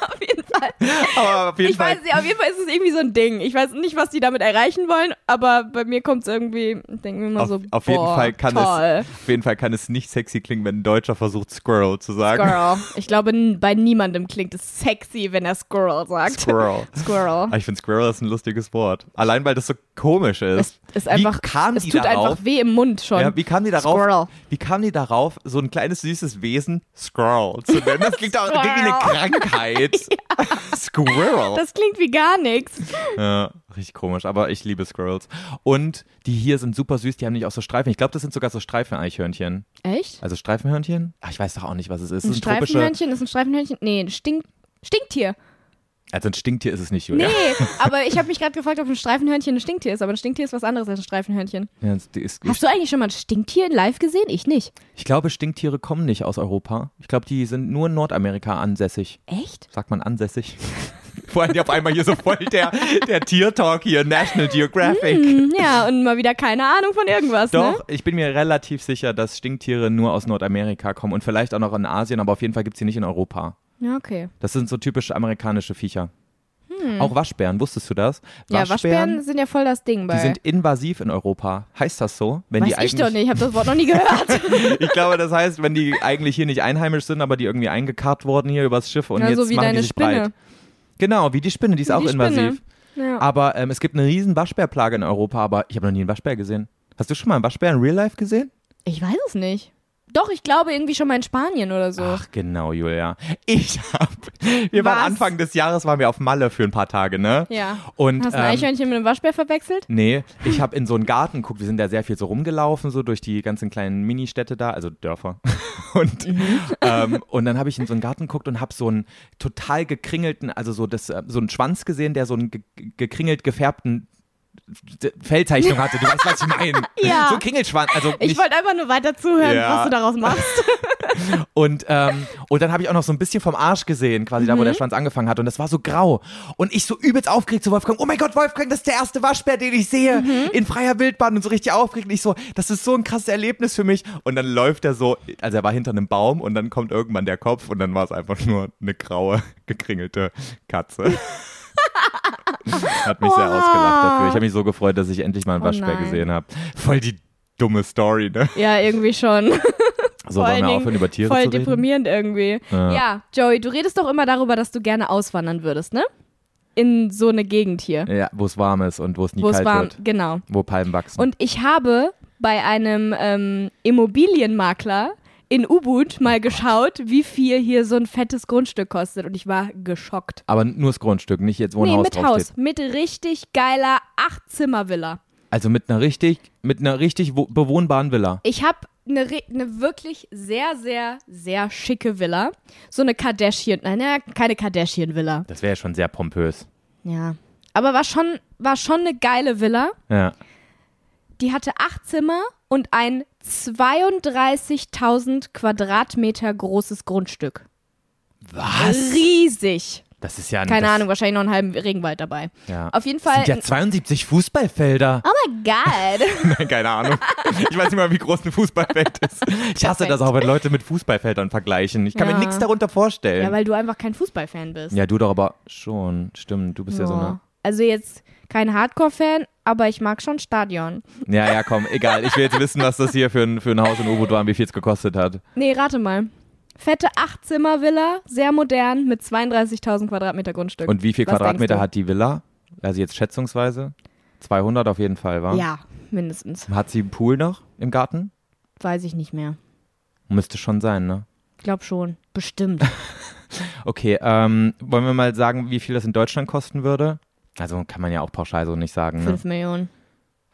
[SPEAKER 1] Auf jeden Fall.
[SPEAKER 2] Aber auf jeden
[SPEAKER 1] Ich
[SPEAKER 2] Fall.
[SPEAKER 1] weiß nicht, auf jeden Fall ist es irgendwie so ein Ding. Ich weiß nicht, was die damit erreichen wollen, aber bei mir kommt es irgendwie, denken wir mal
[SPEAKER 2] auf,
[SPEAKER 1] so,
[SPEAKER 2] auf jeden
[SPEAKER 1] boah,
[SPEAKER 2] Fall kann
[SPEAKER 1] toll.
[SPEAKER 2] es auf jeden Fall kann es nicht sexy klingen, wenn ein Deutscher versucht Squirrel zu sagen.
[SPEAKER 1] Squirrel. Ich glaube, n- bei niemandem klingt es sexy, wenn er Squirrel sagt.
[SPEAKER 2] Squirrel.
[SPEAKER 1] Squirrel.
[SPEAKER 2] Aber ich finde Squirrel ist ein lustiges Wort. Allein weil das so komisch ist.
[SPEAKER 1] Es ist einfach,
[SPEAKER 2] wie kam
[SPEAKER 1] es
[SPEAKER 2] die
[SPEAKER 1] tut
[SPEAKER 2] darauf?
[SPEAKER 1] einfach weh im Mund schon.
[SPEAKER 2] Ja, wie kam die darauf?
[SPEAKER 1] Squirrel.
[SPEAKER 2] Wie kam die darauf, so ein kleines süßes Wesen Squirrel zu nennen? Das klingt auch klingt wie eine
[SPEAKER 1] Squirrel.
[SPEAKER 2] Krankheit. Squirrel.
[SPEAKER 1] das klingt wie gar nichts.
[SPEAKER 2] ja, richtig komisch, aber ich liebe Squirrels. Und die hier sind super süß, die haben nicht auch so Streifen. Ich glaube, das sind sogar so Streifeneichhörnchen.
[SPEAKER 1] Echt?
[SPEAKER 2] Also Streifenhörnchen? Ach, ich weiß doch auch nicht, was es ist.
[SPEAKER 1] Ein
[SPEAKER 2] es ist ein tropische.
[SPEAKER 1] Streifenhörnchen ist ein Streifenhörnchen. Nee, ein Stink Stinktier.
[SPEAKER 2] Also ein Stinktier ist es nicht,
[SPEAKER 1] Nee,
[SPEAKER 2] Julia.
[SPEAKER 1] aber ich habe mich gerade gefragt, ob ein Streifenhörnchen ein Stinktier ist, aber ein Stinktier ist was anderes als ein Streifenhörnchen.
[SPEAKER 2] Ja, es- die ist,
[SPEAKER 1] Hast du eigentlich schon mal ein Stinktier live gesehen? Ich nicht.
[SPEAKER 2] ich glaube, Stinktiere kommen nicht aus Europa. Ich glaube, die sind nur in Nordamerika ansässig.
[SPEAKER 1] Echt?
[SPEAKER 2] Sagt man ansässig? Vor allem auf einmal hier so voll der, der Tier-Talk hier, National Geographic.
[SPEAKER 1] Hm, ja, und mal wieder keine Ahnung von irgendwas, ne?
[SPEAKER 2] Doch, ich bin mir relativ sicher, dass Stinktiere nur aus Nordamerika kommen und vielleicht auch noch in Asien, aber auf jeden Fall gibt es sie nicht in Europa.
[SPEAKER 1] Ja, okay.
[SPEAKER 2] Das sind so typisch amerikanische Viecher. Auch Waschbären, wusstest du das?
[SPEAKER 1] Hm. Ja, Waschbären sind ja voll das Ding bei.
[SPEAKER 2] die sind invasiv in Europa. Heißt das so? Wenn
[SPEAKER 1] Weiß
[SPEAKER 2] die eigentlich,
[SPEAKER 1] ich doch nicht, ich habe das Wort noch nie gehört.
[SPEAKER 2] Ich glaube, das heißt, wenn die eigentlich hier nicht einheimisch sind, aber die irgendwie eingekarrt wurden hier übers Schiff und
[SPEAKER 1] Ja,
[SPEAKER 2] jetzt
[SPEAKER 1] ne, so wie
[SPEAKER 2] machen
[SPEAKER 1] deine
[SPEAKER 2] die sich breit.
[SPEAKER 1] Spinne.
[SPEAKER 2] Genau, wie die Spinne, die ist
[SPEAKER 1] Wie
[SPEAKER 2] auch
[SPEAKER 1] die Spinne.
[SPEAKER 2] invasiv.
[SPEAKER 1] Ja.
[SPEAKER 2] Aber ähm, es gibt eine riesen Waschbärplage in Europa, aber ich habe noch nie einen Waschbär gesehen. Hast du schon mal einen Waschbär in Real Life gesehen?
[SPEAKER 1] Ich weiß es nicht. Doch, ich glaube irgendwie schon mal in Spanien oder so.
[SPEAKER 2] Ach genau, Julia. Ich hab, wir waren
[SPEAKER 1] Was?
[SPEAKER 2] Anfang des Jahres waren wir auf Malle für ein paar Tage, ne?
[SPEAKER 1] Ja.
[SPEAKER 2] Und
[SPEAKER 1] Hast du ein
[SPEAKER 2] ähm,
[SPEAKER 1] Eichhörnchen mit einem Waschbär verwechselt?
[SPEAKER 2] Nee, ich habe in so einen Garten geguckt. Wir sind da sehr viel so rumgelaufen, so durch die ganzen kleinen Ministädte da, also Dörfer. Und,
[SPEAKER 1] Mhm.
[SPEAKER 2] ähm, und dann habe ich in so einen Garten geguckt und habe so einen total gekringelten, also so, das, äh, so einen Schwanz gesehen, der so einen ge ge- gekringelt gefärbten D- Fellzeichnung hatte. Du weißt, was ich meine.
[SPEAKER 1] Ja.
[SPEAKER 2] So Kringelschwanz. Also
[SPEAKER 1] Ich
[SPEAKER 2] nicht,
[SPEAKER 1] wollte einfach nur weiter zuhören,
[SPEAKER 2] Ja.
[SPEAKER 1] was du daraus machst.
[SPEAKER 2] Und, ähm, und dann habe ich auch noch so ein bisschen vom Arsch gesehen, quasi da, wo der
[SPEAKER 1] Mhm.
[SPEAKER 2] Schwanz angefangen hat. Und das war so grau. Und ich so übelst aufgeregt zu Wolfgang. Oh mein Gott, Wolfgang, das ist der erste Waschbär, den ich sehe.
[SPEAKER 1] Mhm.
[SPEAKER 2] In freier Wildbahn und so richtig aufgeregt. Und ich so, das ist so ein krasses Erlebnis für mich. Und dann läuft er so, also er war hinter einem Baum und dann kommt irgendwann der Kopf und dann war es einfach nur eine graue, gekringelte Katze. hat mich sehr
[SPEAKER 1] Wow.
[SPEAKER 2] ausgelacht dafür. Ich habe mich so gefreut, dass ich endlich mal einen
[SPEAKER 1] Oh
[SPEAKER 2] Waschbär
[SPEAKER 1] nein.
[SPEAKER 2] gesehen habe. Voll die dumme Story, ne?
[SPEAKER 1] Ja, irgendwie schon.
[SPEAKER 2] So
[SPEAKER 1] Vor
[SPEAKER 2] wollen
[SPEAKER 1] allen
[SPEAKER 2] wir
[SPEAKER 1] Dingen
[SPEAKER 2] aufhören, über Tiere
[SPEAKER 1] voll
[SPEAKER 2] zu reden.
[SPEAKER 1] deprimierend irgendwie.
[SPEAKER 2] Ja.
[SPEAKER 1] Ja. Joey, du redest doch immer darüber, dass du gerne auswandern würdest, ne? In so eine Gegend hier,
[SPEAKER 2] Ja, wo es warm ist und wo es nie
[SPEAKER 1] wo es
[SPEAKER 2] kalt
[SPEAKER 1] warm,
[SPEAKER 2] wird.
[SPEAKER 1] genau.
[SPEAKER 2] Wo Palmen wachsen.
[SPEAKER 1] Und ich habe bei einem ähm, Immobilienmakler in Ubud mal geschaut, wie viel hier so ein fettes Grundstück kostet und ich war geschockt.
[SPEAKER 2] aber nur das Grundstück, nicht jetzt, wo ein
[SPEAKER 1] Nee,
[SPEAKER 2] Haus
[SPEAKER 1] mit Haus,
[SPEAKER 2] draufsteht.
[SPEAKER 1] mit richtig geiler Acht-Zimmer-Villa.
[SPEAKER 2] Also mit einer richtig, mit einer richtig wo- bewohnbaren Villa.
[SPEAKER 1] Ich habe eine, ri- eine wirklich sehr, sehr, sehr schicke Villa. So eine Kardashian, nein, naja, keine Kardashian-Villa.
[SPEAKER 2] Das wäre ja schon sehr pompös.
[SPEAKER 1] Ja. Aber war schon, war schon eine geile Villa.
[SPEAKER 2] Ja.
[SPEAKER 1] Die hatte acht Zimmer und ein 32.000 Quadratmeter großes Grundstück.
[SPEAKER 2] Was?
[SPEAKER 1] Riesig.
[SPEAKER 2] Das ist ja ein,
[SPEAKER 1] Keine
[SPEAKER 2] das,
[SPEAKER 1] Ahnung, wahrscheinlich noch einen halben Regenwald dabei.
[SPEAKER 2] Ja.
[SPEAKER 1] Auf jeden
[SPEAKER 2] Das
[SPEAKER 1] Fall.
[SPEAKER 2] sind ja 72 Fußballfelder.
[SPEAKER 1] oh my God.
[SPEAKER 2] Keine Ahnung. Ich weiß nicht mal, wie groß ein Fußballfeld ist. Ich hasse das auch, wenn Leute mit Fußballfeldern vergleichen. Ich kann
[SPEAKER 1] Ja.
[SPEAKER 2] mir nichts darunter vorstellen.
[SPEAKER 1] ja, weil du einfach kein Fußballfan bist.
[SPEAKER 2] Ja, du doch aber schon. Stimmt, du bist ja so ne? eine.
[SPEAKER 1] Also jetzt kein Hardcore-Fan, aber ich mag schon Stadion.
[SPEAKER 2] Ja, ja, komm, egal. Ich will jetzt wissen, was das hier für ein, für ein Haus in U-Boot war und wie viel es gekostet hat.
[SPEAKER 1] Nee, rate mal. Fette Achtzimmer-Villa, sehr modern, mit 32.000 Quadratmeter Grundstück.
[SPEAKER 2] Und wie viel
[SPEAKER 1] Äh, Was
[SPEAKER 2] Quadratmeter
[SPEAKER 1] denkst
[SPEAKER 2] hat die Villa? Also jetzt schätzungsweise? 200 auf jeden Fall, war.
[SPEAKER 1] du? Ja, mindestens.
[SPEAKER 2] Hat sie einen Pool noch im Garten?
[SPEAKER 1] Weiß ich nicht mehr.
[SPEAKER 2] Müsste schon sein, ne?
[SPEAKER 1] Glaub schon. Bestimmt.
[SPEAKER 2] Okay, ähm, wollen wir mal sagen, wie viel das in Deutschland kosten würde? Also kann man ja auch pauschal so nicht sagen, ne?
[SPEAKER 1] 5 Millionen.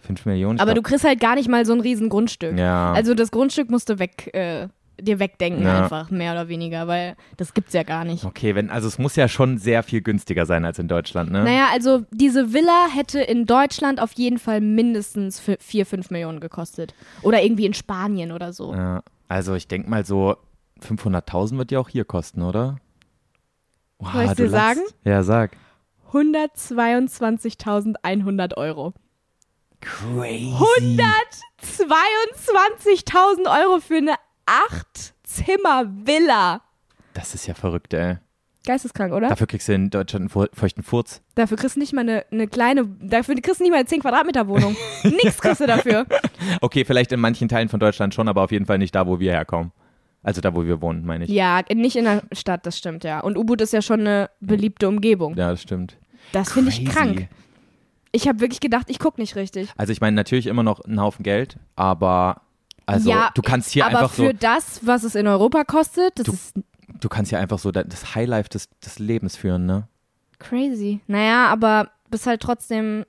[SPEAKER 2] 5 Millionen? Ich
[SPEAKER 1] Aber du
[SPEAKER 2] glaub,
[SPEAKER 1] kriegst halt gar nicht mal so ein riesen Grundstück.
[SPEAKER 2] Ja.
[SPEAKER 1] Also das Grundstück musst du weg, äh, dir wegdenken
[SPEAKER 2] Ja.
[SPEAKER 1] einfach, mehr oder weniger, weil das gibt's ja gar nicht.
[SPEAKER 2] Okay, wenn, also es muss ja schon sehr viel günstiger sein als in Deutschland, ne?
[SPEAKER 1] Naja, also diese Villa hätte in Deutschland auf jeden Fall mindestens fü- 4, 5 Millionen gekostet. Oder irgendwie in Spanien oder so.
[SPEAKER 2] Ja, also ich denke mal so 500.000 wird ja auch hier kosten, oder? Wow,
[SPEAKER 1] Soll ich's
[SPEAKER 2] du
[SPEAKER 1] dir
[SPEAKER 2] lachst.
[SPEAKER 1] sagen?
[SPEAKER 2] Ja, sag.
[SPEAKER 1] 122.100 Euro.
[SPEAKER 2] Crazy.
[SPEAKER 1] 122.000 Euro für eine 8-Zimmer-Villa.
[SPEAKER 2] Das ist ja verrückt, ey.
[SPEAKER 1] Geisteskrank, oder?
[SPEAKER 2] Dafür kriegst du in Deutschland einen fu- feuchten Furz.
[SPEAKER 1] Dafür kriegst du nicht mal eine, eine kleine, dafür kriegst du nicht mal eine 10 Quadratmeter Wohnung. Nix kriegst du dafür.
[SPEAKER 2] Okay, vielleicht in manchen Teilen von Deutschland schon, aber auf jeden Fall nicht da, wo wir herkommen. Also da, wo wir wohnen, meine ich.
[SPEAKER 1] Ja, nicht in der Stadt, das stimmt, ja. Und U-Boot ist ja schon eine beliebte Umgebung.
[SPEAKER 2] Ja, das stimmt.
[SPEAKER 1] Das finde ich
[SPEAKER 2] Crazy.
[SPEAKER 1] krank. Ich habe wirklich gedacht, ich gucke nicht richtig.
[SPEAKER 2] Also ich meine natürlich immer noch einen Haufen Geld, aber also
[SPEAKER 1] ja,
[SPEAKER 2] du kannst hier
[SPEAKER 1] aber
[SPEAKER 2] einfach so,
[SPEAKER 1] für das, was es in Europa kostet, das
[SPEAKER 2] Du-
[SPEAKER 1] ist
[SPEAKER 2] du kannst hier einfach so de- das Highlife des, des Lebens führen, ne?
[SPEAKER 1] crazy. Naja, aber bist halt trotzdem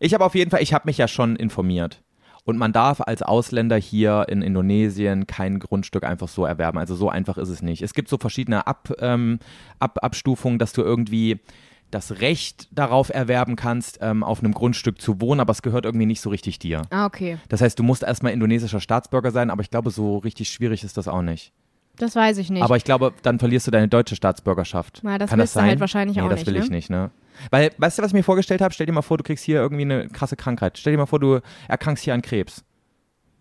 [SPEAKER 2] Ich habe auf jeden Fall, ich habe mich ja schon informiert. Und man darf als Ausländer hier in Indonesien kein Grundstück einfach so erwerben. Also so einfach ist es nicht. Es gibt so verschiedene Ab, ähm, Ab, Abstufungen, dass du irgendwie das Recht darauf erwerben kannst, ähm, auf einem Grundstück zu wohnen, aber es gehört irgendwie nicht so richtig dir.
[SPEAKER 1] Ah, okay.
[SPEAKER 2] Das heißt, du musst erstmal indonesischer Staatsbürger sein, aber ich glaube, so richtig schwierig ist das auch nicht.
[SPEAKER 1] Das weiß ich nicht.
[SPEAKER 2] Aber ich glaube, dann verlierst du deine deutsche Staatsbürgerschaft.
[SPEAKER 1] Na, das
[SPEAKER 2] Kann das
[SPEAKER 1] willst du
[SPEAKER 2] sein?
[SPEAKER 1] halt wahrscheinlich
[SPEAKER 2] nee,
[SPEAKER 1] auch
[SPEAKER 2] das
[SPEAKER 1] nicht,
[SPEAKER 2] will
[SPEAKER 1] ne?
[SPEAKER 2] ich nicht, ne? Weil, weißt du, was ich mir vorgestellt habe? Stell dir mal vor, du kriegst hier irgendwie eine krasse Krankheit. Stell dir mal vor, du erkrankst hier an Krebs.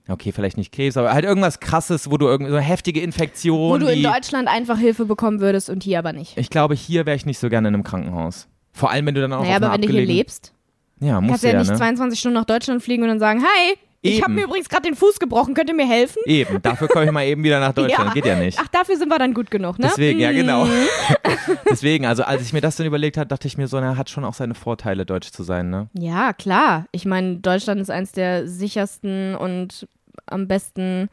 [SPEAKER 2] Okay, vielleicht nicht Krebs, aber halt irgendwas krasses, wo du irgendwie so eine heftige Infektion.
[SPEAKER 1] Wo du in
[SPEAKER 2] wie,
[SPEAKER 1] Deutschland einfach Hilfe bekommen würdest und hier aber nicht.
[SPEAKER 2] ich glaube, hier wäre ich nicht so gerne in einem Krankenhaus. Vor allem, wenn du dann auch
[SPEAKER 1] Naja,
[SPEAKER 2] auf
[SPEAKER 1] aber
[SPEAKER 2] einer
[SPEAKER 1] wenn du hier
[SPEAKER 2] abgelegenen-
[SPEAKER 1] lebst,
[SPEAKER 2] Ja,
[SPEAKER 1] kannst
[SPEAKER 2] musst du
[SPEAKER 1] du ja
[SPEAKER 2] ja,
[SPEAKER 1] nicht
[SPEAKER 2] ne?
[SPEAKER 1] 22 Stunden nach Deutschland fliegen und dann sagen, hi, ich habe
[SPEAKER 2] Eben.
[SPEAKER 1] mir übrigens gerade den Fuß gebrochen, könnt ihr mir helfen?
[SPEAKER 2] Eben, dafür komme ich mal eben wieder nach Deutschland.
[SPEAKER 1] Ja.
[SPEAKER 2] Geht ja nicht.
[SPEAKER 1] Ach, dafür sind wir dann gut genug, ne?
[SPEAKER 2] Deswegen, ja,
[SPEAKER 1] Mm.
[SPEAKER 2] genau. Deswegen, also als ich mir das dann überlegt habe, dachte ich mir so, na, hat schon auch seine Vorteile, deutsch zu sein, ne?
[SPEAKER 1] Ja, klar. Ich meine, Deutschland ist eins der sichersten und am besten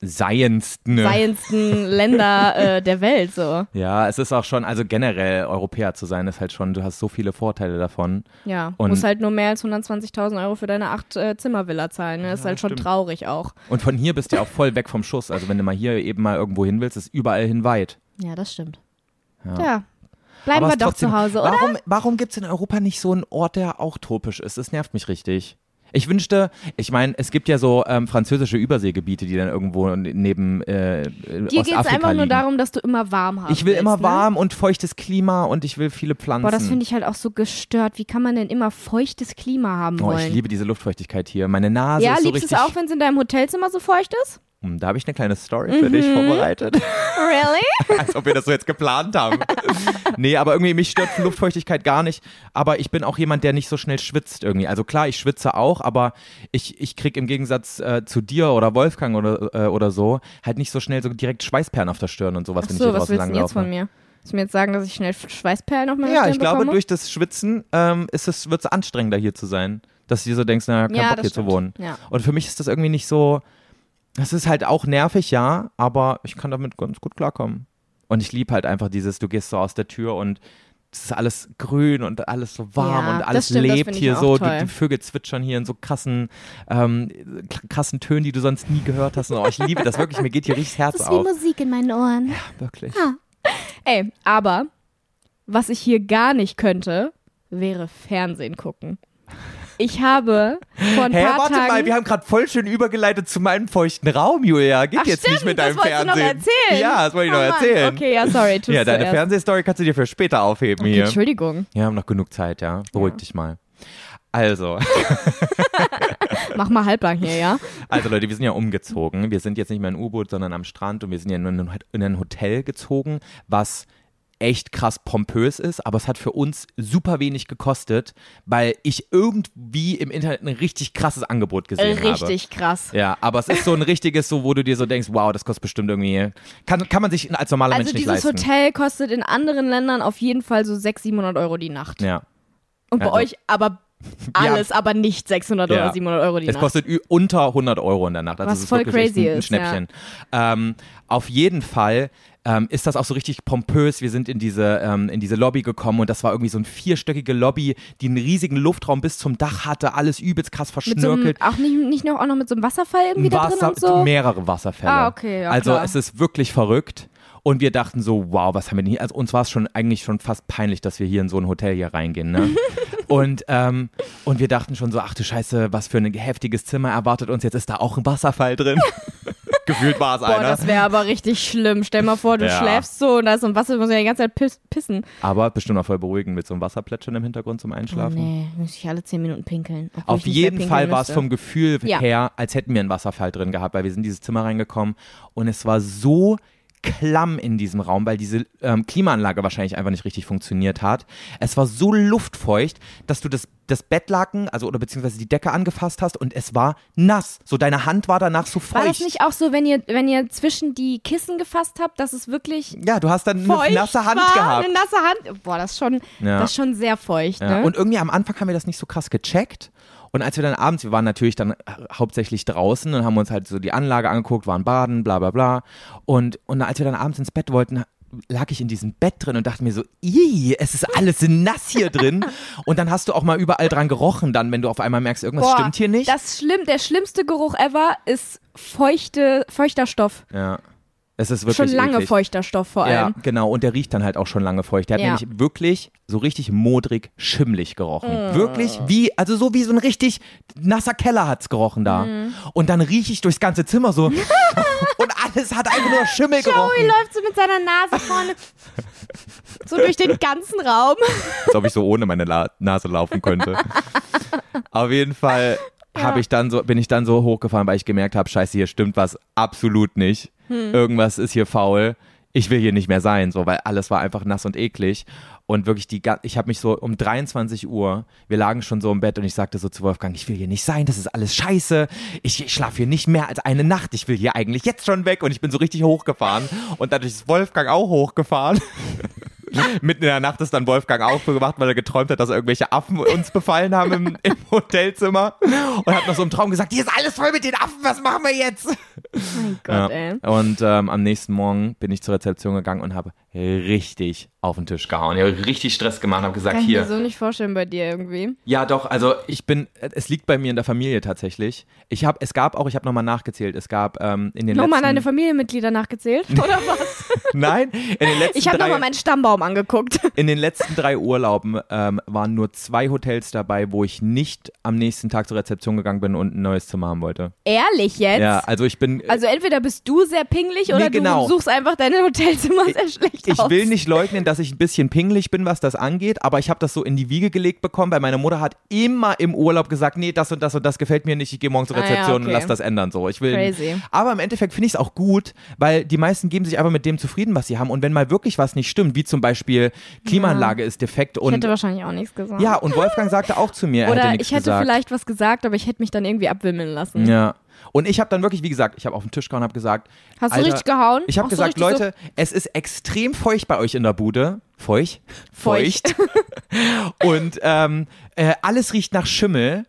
[SPEAKER 2] Seienst, ne?
[SPEAKER 1] seiendsten Länder äh, der Welt, so.
[SPEAKER 2] Ja, es ist auch schon, also generell Europäer zu sein, ist halt schon, du hast so viele Vorteile davon.
[SPEAKER 1] Ja,
[SPEAKER 2] Und-
[SPEAKER 1] musst halt nur mehr als 120.000 Euro für deine 8-Zimmer-Villa zahlen. Ne? Ist halt schon
[SPEAKER 2] stimmt.
[SPEAKER 1] traurig auch.
[SPEAKER 2] Und von hier bist du ja auch voll weg vom Schuss. Also wenn du mal hier eben mal irgendwo hin willst, ist überall hin weit.
[SPEAKER 1] Ja, das stimmt.
[SPEAKER 2] Ja.
[SPEAKER 1] Ja. Bleiben
[SPEAKER 2] Aber
[SPEAKER 1] wir
[SPEAKER 2] es
[SPEAKER 1] doch
[SPEAKER 2] trotzdem,
[SPEAKER 1] zu Hause, oder?
[SPEAKER 2] Warum, warum gibt es in Europa nicht so einen Ort, der auch tropisch ist? Das nervt mich richtig. Ich wünschte, ich meine, es gibt ja so ähm, französische Überseegebiete, die dann irgendwo neben äh,
[SPEAKER 1] Dir geht es
[SPEAKER 2] Ostafrika
[SPEAKER 1] einfach nur
[SPEAKER 2] liegen.
[SPEAKER 1] darum, dass du immer warm hast.
[SPEAKER 2] Ich will immer
[SPEAKER 1] ne?
[SPEAKER 2] warm und feuchtes Klima und ich will viele Pflanzen.
[SPEAKER 1] Boah, das finde ich halt auch so gestört. Wie kann man denn immer feuchtes Klima haben
[SPEAKER 2] Oh,
[SPEAKER 1] wollen?
[SPEAKER 2] ich liebe diese Luftfeuchtigkeit hier. Meine Nase
[SPEAKER 1] ja,
[SPEAKER 2] ist so
[SPEAKER 1] liebst
[SPEAKER 2] richtig.
[SPEAKER 1] du es auch, wenn es in deinem Hotelzimmer so feucht ist?
[SPEAKER 2] Hm, Da habe ich eine kleine Story für
[SPEAKER 1] Mhm.
[SPEAKER 2] dich vorbereitet.
[SPEAKER 1] Really?
[SPEAKER 2] Als ob wir das so jetzt geplant haben. nee, aber irgendwie mich stört Luftfeuchtigkeit gar nicht. Aber ich bin auch jemand, der nicht so schnell schwitzt irgendwie. Also klar, ich schwitze auch, aber ich, ich krieg im Gegensatz äh, zu dir oder Wolfgang oder, äh, oder so halt nicht so schnell so direkt Schweißperlen auf der Stirn und sowas, wenn ich
[SPEAKER 1] so,
[SPEAKER 2] hier
[SPEAKER 1] was
[SPEAKER 2] draußen
[SPEAKER 1] willst du denn
[SPEAKER 2] langlaufe.
[SPEAKER 1] jetzt von mir? Willst du mir jetzt sagen, dass ich schnell Schweißperlen auf meiner
[SPEAKER 2] Ja,
[SPEAKER 1] Stirn
[SPEAKER 2] ich glaube,
[SPEAKER 1] bekomme?
[SPEAKER 2] durch das Schwitzen ähm, wird es wird's anstrengender, hier zu sein. Dass du dir so denkst, naja, kein
[SPEAKER 1] Ja,
[SPEAKER 2] Bock
[SPEAKER 1] das
[SPEAKER 2] hier
[SPEAKER 1] stimmt.
[SPEAKER 2] zu wohnen.
[SPEAKER 1] Ja.
[SPEAKER 2] Und für mich ist das irgendwie nicht so. Das ist halt auch nervig, ja, aber ich kann damit ganz gut klarkommen. Und ich liebe halt einfach dieses, du gehst so aus der Tür und es ist alles grün und alles so warm
[SPEAKER 1] Ja,
[SPEAKER 2] und
[SPEAKER 1] das
[SPEAKER 2] alles
[SPEAKER 1] stimmt, das
[SPEAKER 2] lebt
[SPEAKER 1] find ich
[SPEAKER 2] hier
[SPEAKER 1] auch
[SPEAKER 2] so.
[SPEAKER 1] toll.
[SPEAKER 2] Die, die Vögel zwitschern hier in so krassen, ähm, k- krassen Tönen, die du sonst nie gehört hast. Und, oh, ich liebe das wirklich, mir geht hier richtig das Herz
[SPEAKER 3] Das ist wie
[SPEAKER 2] auf.
[SPEAKER 3] Musik in meinen Ohren.
[SPEAKER 2] Wirklich.
[SPEAKER 1] Ah, Ey, aber was ich hier gar nicht könnte, wäre Fernsehen gucken. Ich habe vor ein
[SPEAKER 2] Hä,
[SPEAKER 1] paar
[SPEAKER 2] warte
[SPEAKER 1] Tagen
[SPEAKER 2] mal, wir haben gerade voll schön übergeleitet zu meinem feuchten Raum, Julia. Geht
[SPEAKER 1] Ach,
[SPEAKER 2] jetzt
[SPEAKER 1] stimmt,
[SPEAKER 2] nicht mit
[SPEAKER 1] das
[SPEAKER 2] deinem
[SPEAKER 1] wolltest du noch
[SPEAKER 2] Fernsehen.
[SPEAKER 1] erzählen.
[SPEAKER 2] Ja, das wollte ich
[SPEAKER 1] Oh
[SPEAKER 2] noch
[SPEAKER 1] Mann,
[SPEAKER 2] erzählen.
[SPEAKER 1] Okay, ja, sorry. Tust
[SPEAKER 2] Ja, deine
[SPEAKER 1] zuerst.
[SPEAKER 2] Fernsehstory kannst du dir für später aufheben
[SPEAKER 1] Okay,
[SPEAKER 2] hier.
[SPEAKER 1] Entschuldigung,
[SPEAKER 2] Wir haben noch genug Zeit, ja. Beruhig dich mal. Also,
[SPEAKER 1] mach mal halblang hier, ja?
[SPEAKER 2] also Leute, wir sind ja umgezogen. Wir sind jetzt nicht mehr in ein U-Boot, sondern am Strand und wir sind ja in ein, in ein Hotel gezogen, was echt krass pompös ist, aber es hat für uns super wenig gekostet, weil ich irgendwie im Internet ein richtig krasses Angebot gesehen habe.
[SPEAKER 1] Richtig krass.
[SPEAKER 2] Ja, aber es ist so ein richtiges, so wo du dir so denkst, wow, das kostet bestimmt irgendwie. Kann, kann man sich als normaler
[SPEAKER 1] Also
[SPEAKER 2] Mensch nicht
[SPEAKER 1] dieses
[SPEAKER 2] leisten.
[SPEAKER 1] Hotel kostet in anderen Ländern auf jeden Fall so 600, 700 Euro die Nacht.
[SPEAKER 2] ja.
[SPEAKER 1] Und bei
[SPEAKER 2] Also-
[SPEAKER 1] euch aber alles, aber nicht 600
[SPEAKER 2] Ja.
[SPEAKER 1] oder 700 Euro die
[SPEAKER 2] es
[SPEAKER 1] Nacht.
[SPEAKER 2] kostet ü- unter 100 Euro in der Nacht. Also
[SPEAKER 1] Was
[SPEAKER 2] es ist
[SPEAKER 1] voll
[SPEAKER 2] wirklich echt
[SPEAKER 1] crazy
[SPEAKER 2] ein, ein
[SPEAKER 1] ist,
[SPEAKER 2] Schnäppchen. Ähm, auf jeden Fall ähm, ist das auch so richtig pompös. Wir sind in diese, ähm, in diese Lobby gekommen und das war irgendwie so ein vierstöckige Lobby, die einen riesigen Luftraum bis zum Dach hatte, alles übelst krass
[SPEAKER 1] mit so einem,
[SPEAKER 2] verschnörkelt.
[SPEAKER 1] auch nicht, nicht noch, auch noch mit so einem Wasserfall irgendwie da drin
[SPEAKER 2] Wasser,
[SPEAKER 1] und so.
[SPEAKER 2] mehrere Wasserfälle.
[SPEAKER 1] Ah, okay, ja,
[SPEAKER 2] also
[SPEAKER 1] klar.
[SPEAKER 2] es ist wirklich verrückt. Und wir dachten so, wow, was haben wir denn hier? Also uns war es schon eigentlich schon fast peinlich, dass wir hier in so ein Hotel hier reingehen. Ne? und, ähm, und wir dachten schon so, ach du Scheiße, was für ein heftiges Zimmer erwartet uns. Jetzt ist da auch ein Wasserfall drin. Gefühlt war es
[SPEAKER 1] Boah,
[SPEAKER 2] einer.
[SPEAKER 1] das wäre aber richtig schlimm. Stell mal vor, du
[SPEAKER 2] ne? Ja.
[SPEAKER 1] schläfst so und da ist so ein Wasser, du musst ja die ganze Zeit piss, pissen.
[SPEAKER 2] Aber bestimmt auch voll beruhigend mit so einem Wasserplätschern im Hintergrund zum Einschlafen.
[SPEAKER 1] Oh, Nee, muss ich alle 10 Minuten pinkeln. obwohl
[SPEAKER 2] Auf
[SPEAKER 1] ich nicht mehr
[SPEAKER 2] jeden
[SPEAKER 1] pinkeln
[SPEAKER 2] Fall war es
[SPEAKER 1] müsste.
[SPEAKER 2] vom Gefühl
[SPEAKER 1] Ja.
[SPEAKER 2] her, als hätten wir einen Wasserfall drin gehabt, weil wir sind in dieses Zimmer reingekommen und es war so klamm in diesem Raum, weil diese ähm, Klimaanlage wahrscheinlich einfach nicht richtig funktioniert hat. Es war so luftfeucht, dass du das, das Bettlaken, also oder beziehungsweise die Decke angefasst hast und es war nass. So deine Hand war danach so
[SPEAKER 1] War
[SPEAKER 2] feucht.
[SPEAKER 1] das nicht auch so, wenn ihr, wenn ihr zwischen die Kissen gefasst habt, dass es wirklich
[SPEAKER 2] ja, du hast dann
[SPEAKER 1] feucht
[SPEAKER 2] eine nasse Hand
[SPEAKER 1] war?
[SPEAKER 2] gehabt.
[SPEAKER 1] Eine nasse Hand. Boah, das ist schon,
[SPEAKER 2] Ja.
[SPEAKER 1] das ist schon sehr feucht,
[SPEAKER 2] Ja.
[SPEAKER 1] ne?
[SPEAKER 2] Und irgendwie am Anfang haben wir das nicht so krass gecheckt. Und als wir dann abends, wir waren natürlich dann hauptsächlich draußen und haben uns halt so die Anlage angeguckt, waren baden, bla bla bla. Und, und als wir dann abends ins Bett wollten, lag ich in diesem Bett drin und dachte mir so, "Ih, es ist alles nass hier drin. Und dann hast du auch mal überall dran gerochen, dann, wenn du auf einmal merkst, irgendwas
[SPEAKER 1] Boah,
[SPEAKER 2] stimmt hier nicht.
[SPEAKER 1] Das schlimm, der schlimmste Geruch ever ist feuchte, feuchter Stoff.
[SPEAKER 2] ja. Es ist wirklich
[SPEAKER 1] schon lange
[SPEAKER 2] eklig.
[SPEAKER 1] feuchter Stoff vor
[SPEAKER 2] Ja,
[SPEAKER 1] allem.
[SPEAKER 2] genau. Und der riecht dann halt auch schon lange feucht. Der hat
[SPEAKER 1] Ja.
[SPEAKER 2] nämlich wirklich so richtig modrig, schimmlig gerochen.
[SPEAKER 1] Mm.
[SPEAKER 2] Wirklich wie, also so wie so ein richtig nasser Keller hat's gerochen da.
[SPEAKER 1] Mm.
[SPEAKER 2] Und dann riech ich durchs ganze Zimmer so. und alles hat einfach nur Schimmel
[SPEAKER 1] Joey
[SPEAKER 2] gerochen.
[SPEAKER 1] läuft so mit seiner Nase vorne so durch den ganzen Raum.
[SPEAKER 2] Als ob ich so ohne meine La Nase laufen könnte. Auf jeden Fall habe ich dann so, bin ich dann so hochgefahren, weil ich gemerkt habe, scheiße, hier stimmt was absolut nicht. Irgendwas ist hier faul. Ich will hier nicht mehr sein, so, weil alles war einfach nass und eklig. Und wirklich die, ga- ich habe mich so um 23 Uhr, wir lagen schon so im Bett und ich sagte so zu Wolfgang, ich will hier nicht sein, das ist alles scheiße. Ich, ich schlafe hier nicht mehr als eine Nacht. Ich will hier eigentlich jetzt schon weg und ich bin so richtig hochgefahren. Und dadurch ist Wolfgang auch hochgefahren. Mitten in der Nacht ist dann Wolfgang aufgewacht, weil er geträumt hat, dass irgendwelche Affen uns befallen haben im, im Hotelzimmer. Und hat noch so im Traum gesagt, hier ist alles voll mit den Affen, was machen wir jetzt?
[SPEAKER 1] Mein Gott,
[SPEAKER 2] Ja.
[SPEAKER 1] ey.
[SPEAKER 2] Und ähm, am nächsten Morgen bin ich zur Rezeption gegangen und habe richtig auf den Tisch gehauen. Ich habe richtig Stress gemacht und habe gesagt,
[SPEAKER 1] Kann ich mir
[SPEAKER 2] hier.
[SPEAKER 1] so nicht vorstellen bei dir irgendwie.
[SPEAKER 2] Ja, doch, also ich bin, es liegt bei mir in der Familie tatsächlich. Ich habe, es gab auch, ich habe nochmal nachgezählt, es gab ähm, in den
[SPEAKER 1] Nochmal
[SPEAKER 2] letzten...
[SPEAKER 1] deine Familienmitglieder nachgezählt? Oder was?
[SPEAKER 2] Nein, in den letzten
[SPEAKER 1] Ich habe
[SPEAKER 2] drei,
[SPEAKER 1] nochmal meinen Stammbaum angeguckt.
[SPEAKER 2] In den letzten drei Urlauben ähm, waren nur zwei Hotels dabei, wo ich nicht am nächsten Tag zur Rezeption gegangen bin und ein neues Zimmer haben wollte.
[SPEAKER 1] Ehrlich jetzt?
[SPEAKER 2] Ja, also ich bin.
[SPEAKER 1] Also entweder bist du sehr pingelig oder
[SPEAKER 2] Nee, genau.
[SPEAKER 1] du suchst einfach deine Hotelzimmer sehr schlecht
[SPEAKER 2] ich
[SPEAKER 1] aus.
[SPEAKER 2] will nicht leugnen, dass ich ein bisschen pingelig bin, was das angeht, aber ich habe das so in die Wiege gelegt bekommen, weil meine Mutter hat immer im Urlaub gesagt, nee, das und das und das gefällt mir nicht, ich gehe morgen zur
[SPEAKER 1] Ah ja,
[SPEAKER 2] Rezeption und
[SPEAKER 1] okay.
[SPEAKER 2] lass das ändern. So, ich will.
[SPEAKER 1] Crazy.
[SPEAKER 2] Aber im Endeffekt finde ich es auch gut, weil die meisten geben sich einfach mit dem zufrieden, was sie haben. Und wenn mal wirklich was nicht stimmt, wie zum Beispiel Klimaanlage ist defekt
[SPEAKER 1] Ich
[SPEAKER 2] und
[SPEAKER 1] hätte wahrscheinlich auch nichts gesagt.
[SPEAKER 2] ja, und Wolfgang sagte auch zu mir, er hätte
[SPEAKER 1] Oder
[SPEAKER 2] nichts
[SPEAKER 1] ich hätte
[SPEAKER 2] gesagt.
[SPEAKER 1] vielleicht was gesagt, aber ich hätte mich dann irgendwie abwimmeln lassen.
[SPEAKER 2] Ja. Mhm. Und ich habe dann wirklich, wie gesagt, ich habe auf den Tisch gehauen und habe gesagt,
[SPEAKER 1] Hast du
[SPEAKER 2] Alter,
[SPEAKER 1] richtig gehauen?
[SPEAKER 2] Ich habe
[SPEAKER 1] Auch so
[SPEAKER 2] gesagt,
[SPEAKER 1] richtig so-
[SPEAKER 2] Leute, es ist extrem feucht bei euch in der Bude. Feucht.
[SPEAKER 1] Feucht.
[SPEAKER 2] und ähm, äh, alles riecht nach Schimmel.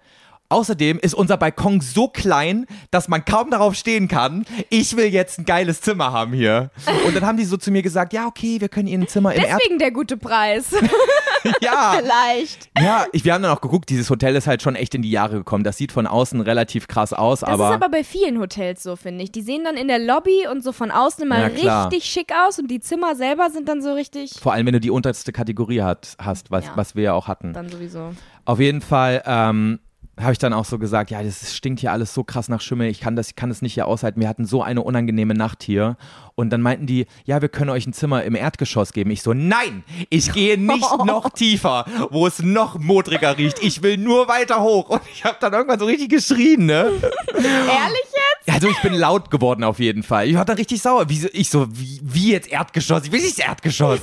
[SPEAKER 2] Außerdem ist unser Balkon so klein, dass man kaum darauf stehen kann. Ich will jetzt ein geiles Zimmer haben hier. Und dann haben die so zu mir gesagt, ja, okay, wir können Ihnen ein Zimmer im Erd...
[SPEAKER 1] Deswegen der gute Preis.
[SPEAKER 2] Ja,
[SPEAKER 1] Vielleicht.
[SPEAKER 2] ja, ich, wir haben dann auch geguckt, dieses Hotel ist halt schon echt in die Jahre gekommen. Das sieht von außen relativ krass aus,
[SPEAKER 1] Das
[SPEAKER 2] aber,
[SPEAKER 1] ist aber bei vielen Hotels so, finde ich. Die sehen dann in der Lobby und so von außen immer
[SPEAKER 2] Ja, klar.
[SPEAKER 1] richtig schick aus und die Zimmer selber sind dann so richtig.
[SPEAKER 2] vor allem, wenn du die unterste Kategorie hat, hast, was,
[SPEAKER 1] Ja.
[SPEAKER 2] was wir ja auch hatten.
[SPEAKER 1] Dann sowieso.
[SPEAKER 2] Auf jeden Fall ähm, habe ich dann auch so gesagt, ja, das stinkt hier alles so krass nach Schimmel, ich kann das, ich kann das nicht hier aushalten. Wir hatten so eine unangenehme Nacht hier. Und dann meinten die, ja, wir können euch ein Zimmer im Erdgeschoss geben. Ich so, nein, ich gehe nicht noch tiefer, wo es noch modriger riecht. Ich will nur weiter hoch. Und ich habe dann irgendwann so richtig geschrien, ne?
[SPEAKER 1] Ehrlich jetzt?
[SPEAKER 2] Also ich bin laut geworden auf jeden Fall. Ich war dann richtig sauer. Wie, so- ich so, wie, wie jetzt Erdgeschoss? Ich will nicht ins Erdgeschoss.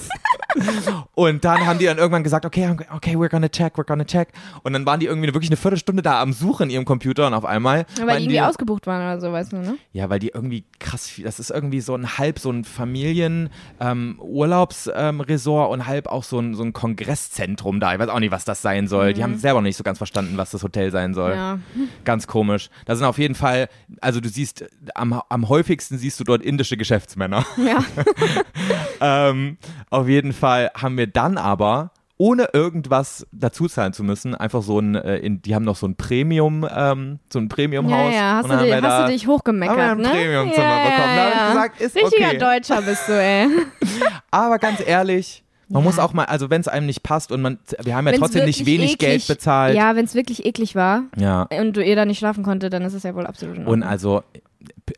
[SPEAKER 2] und dann haben die dann irgendwann gesagt, okay, I'm- okay, we're gonna check, we're gonna check. Und dann waren die irgendwie wirklich eine Viertelstunde da am Suchen in ihrem Computer und auf einmal.
[SPEAKER 1] Weil
[SPEAKER 2] meinten
[SPEAKER 1] die irgendwie ausgebucht waren oder so, weißt du, ne?
[SPEAKER 2] ja, weil die irgendwie krass viel, das ist irgendwie so ein halb so ein Familien-Urlaubsresort ähm, Resort und halb auch so ein, so ein Kongresszentrum da. Ich weiß auch nicht, was das sein soll. Die haben selber noch nicht so ganz verstanden, was das Hotel sein soll.
[SPEAKER 1] Mhm. Ja.
[SPEAKER 2] Ganz komisch. Da sind auf jeden Fall, also du siehst, am, am häufigsten siehst du dort indische Geschäftsmänner.
[SPEAKER 1] Ja.
[SPEAKER 2] ähm, auf jeden Fall haben wir dann aber ohne irgendwas dazu zahlen zu müssen, einfach so ein, äh, in, die haben noch so ein Premium, ähm, so ein
[SPEAKER 1] Ja,
[SPEAKER 2] Premiumhaus.
[SPEAKER 1] ja, hast,
[SPEAKER 2] Und
[SPEAKER 1] du,
[SPEAKER 2] dann haben
[SPEAKER 1] dich,
[SPEAKER 2] wir da-
[SPEAKER 1] hast du dich hochgemeckert,
[SPEAKER 2] haben wir
[SPEAKER 1] ne?
[SPEAKER 2] ein Premiumzimmer bekommen. Da hab ich gesagt, ist
[SPEAKER 1] Richtiger
[SPEAKER 2] okay.
[SPEAKER 1] Deutscher bist du, ey.
[SPEAKER 2] Aber ganz ehrlich, man muss auch mal, also wenn es einem nicht passt und man, wir haben ja
[SPEAKER 1] Wenn's
[SPEAKER 2] trotzdem nicht
[SPEAKER 1] wirklich
[SPEAKER 2] wenig
[SPEAKER 1] eklig-
[SPEAKER 2] Geld bezahlt.
[SPEAKER 1] Ja, wenn es wirklich eklig war
[SPEAKER 2] Ja.
[SPEAKER 1] und du ihr dann nicht schlafen konnte, dann ist es ja wohl absolut in
[SPEAKER 2] Und
[SPEAKER 1] Ordnung.
[SPEAKER 2] also,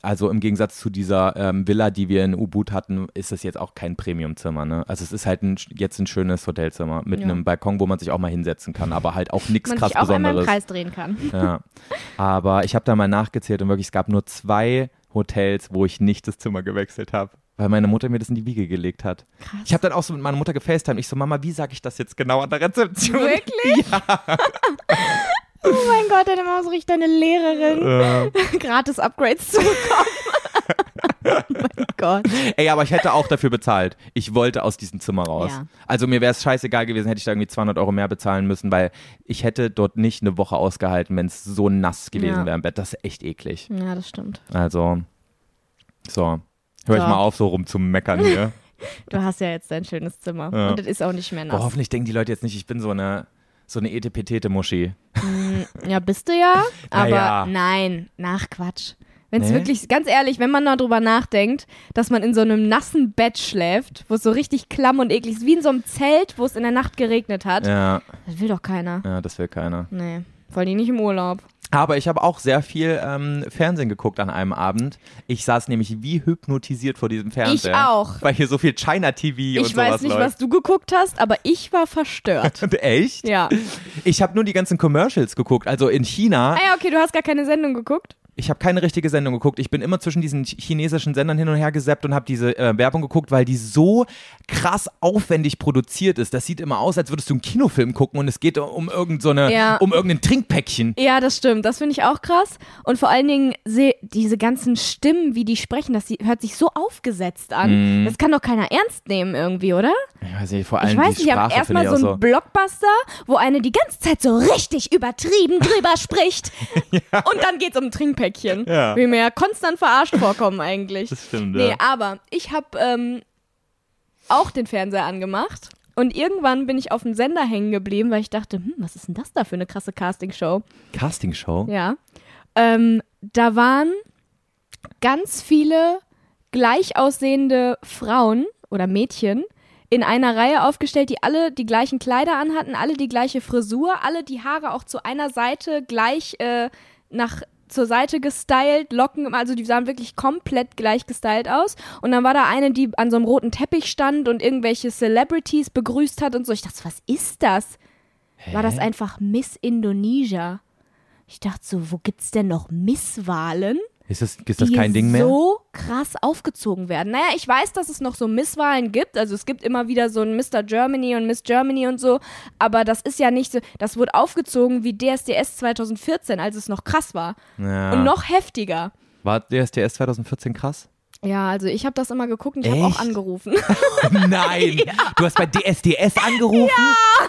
[SPEAKER 2] also im Gegensatz zu dieser ähm, Villa, die wir in Ubud hatten, ist das jetzt auch kein Premiumzimmer. Ne? Also es ist halt ein, jetzt ein schönes Hotelzimmer mit
[SPEAKER 1] Ja.
[SPEAKER 2] einem Balkon, wo man sich auch mal hinsetzen kann, aber halt auch nichts
[SPEAKER 1] Man
[SPEAKER 2] krass
[SPEAKER 1] sich auch einmal im
[SPEAKER 2] Besonderes.
[SPEAKER 1] Kreis drehen kann.
[SPEAKER 2] Ja. Aber ich habe da mal nachgezählt und wirklich, es gab nur zwei Hotels, wo ich nicht das Zimmer gewechselt habe. Weil meine Mutter mir das in die Wiege gelegt hat.
[SPEAKER 1] Krass.
[SPEAKER 2] Ich habe dann auch so mit meiner Mutter gefacetimed. Ich so, Mama, wie sage ich das jetzt genau an der Rezeption?
[SPEAKER 1] Wirklich? oh mein Gott, deine Maus riecht deine Lehrerin.
[SPEAKER 2] Äh,
[SPEAKER 1] Gratis Upgrades zu bekommen. oh mein Gott.
[SPEAKER 2] ey, aber ich hätte auch dafür bezahlt. Ich wollte aus diesem Zimmer raus.
[SPEAKER 1] Ja.
[SPEAKER 2] Also mir wäre es scheißegal gewesen, hätte ich da irgendwie 200 Euro mehr bezahlen müssen, weil ich hätte dort nicht eine Woche ausgehalten, wenn es so nass gewesen
[SPEAKER 1] Ja.
[SPEAKER 2] wäre im Bett. Das ist echt eklig.
[SPEAKER 1] Ja, das stimmt.
[SPEAKER 2] Also, so. Hör ich
[SPEAKER 1] So.
[SPEAKER 2] mal auf, so rumzumeckern hier.
[SPEAKER 1] Du hast ja jetzt dein schönes Zimmer.
[SPEAKER 2] Ja.
[SPEAKER 1] Und das ist auch nicht mehr
[SPEAKER 2] Boah,
[SPEAKER 1] nass.
[SPEAKER 2] hoffentlich denken die Leute jetzt nicht, ich bin so eine, so eine Etepetete-Muschi.
[SPEAKER 1] Hm, Ja, bist du ja. Aber
[SPEAKER 2] Naja.
[SPEAKER 1] nein, nach Quatsch. Wenn es
[SPEAKER 2] Nee?
[SPEAKER 1] wirklich, ganz ehrlich, wenn man mal drüber nachdenkt, dass man in so einem nassen Bett schläft, wo es so richtig klamm und eklig ist, wie in so einem Zelt, wo es in der Nacht geregnet hat,
[SPEAKER 2] Ja,
[SPEAKER 1] das will doch keiner.
[SPEAKER 2] ja, das will keiner.
[SPEAKER 1] Nee, vor allem nicht im Urlaub.
[SPEAKER 2] Aber ich habe auch sehr viel ähm, Fernsehen geguckt an einem Abend. Ich saß nämlich wie hypnotisiert vor diesem Fernseher.
[SPEAKER 1] auch.
[SPEAKER 2] Weil hier so viel China-TV und
[SPEAKER 1] ich
[SPEAKER 2] sowas
[SPEAKER 1] weiß nicht, was
[SPEAKER 2] läuft.
[SPEAKER 1] du geguckt hast, aber ich war verstört.
[SPEAKER 2] Echt?
[SPEAKER 1] ja.
[SPEAKER 2] Ich habe nur die ganzen Commercials geguckt. Also in China,
[SPEAKER 1] Ah ja, okay, du hast gar keine Sendung geguckt.
[SPEAKER 2] ich habe keine richtige Sendung geguckt. Ich bin immer zwischen diesen ch- chinesischen Sendern hin und her gesappt und habe diese äh, Werbung geguckt, weil die so krass aufwendig produziert ist. Das sieht immer aus, als würdest du einen Kinofilm gucken und es geht um irgend so eine,
[SPEAKER 1] Ja.
[SPEAKER 2] um irgendein Trinkpäckchen.
[SPEAKER 1] Ja, das stimmt. Das finde ich auch krass. Und vor allen Dingen seh- diese ganzen Stimmen, wie die sprechen, das sie- hört sich so aufgesetzt
[SPEAKER 2] Mhm.
[SPEAKER 1] an. Das kann doch keiner ernst nehmen irgendwie, oder?
[SPEAKER 2] Ich weiß nicht, vor
[SPEAKER 1] Ich
[SPEAKER 2] allem
[SPEAKER 1] weiß
[SPEAKER 2] die
[SPEAKER 1] nicht,
[SPEAKER 2] Sprache finde
[SPEAKER 1] erstmal
[SPEAKER 2] ich
[SPEAKER 1] so
[SPEAKER 2] auch
[SPEAKER 1] einen
[SPEAKER 2] so.
[SPEAKER 1] Blockbuster, wo eine die ganze Zeit so richtig übertrieben drüber spricht. Und dann geht's um ein Trinkpäckchen.
[SPEAKER 2] Ja.
[SPEAKER 1] Wie mir ja konstant verarscht vorkommen eigentlich.
[SPEAKER 2] Das stimmt,
[SPEAKER 1] Nee,
[SPEAKER 2] ja.
[SPEAKER 1] aber ich habe ähm, auch den Fernseher angemacht. Und irgendwann bin ich auf dem Sender hängen geblieben, weil ich dachte, hm, was ist denn das da für eine krasse Castingshow?
[SPEAKER 2] Castingshow?
[SPEAKER 1] Ja. Ähm, da waren ganz viele gleich aussehende Frauen oder Mädchen in einer Reihe aufgestellt, die alle die gleichen Kleider anhatten, alle die gleiche Frisur, alle die Haare auch zu einer Seite gleich äh, nach zur Seite gestylt, Locken, also die sahen wirklich komplett gleich gestylt aus. Und dann war da eine, die an so einem roten Teppich stand und irgendwelche Celebrities begrüßt hat und so. Ich dachte, was ist das? War das einfach Miss Indonesia? Ich dachte so, wo gibt's denn noch Misswahlen?
[SPEAKER 2] Ist das, ist das
[SPEAKER 1] die
[SPEAKER 2] kein Ding mehr?
[SPEAKER 1] so krass aufgezogen werden. Naja, ich weiß, dass es noch so Misswahlen gibt. Also es gibt immer wieder so ein Mr. Germany und Miss Germany und so. Aber das ist ja nicht so, das wurde aufgezogen wie DSDS 2014, als es noch krass war.
[SPEAKER 2] Ja.
[SPEAKER 1] Und noch heftiger.
[SPEAKER 2] War DSDS 2014 krass?
[SPEAKER 1] Ja, also ich habe das immer geguckt und ich habe auch
[SPEAKER 2] Echt?
[SPEAKER 1] angerufen.
[SPEAKER 2] Nein! Du hast bei DSDS angerufen? Ja!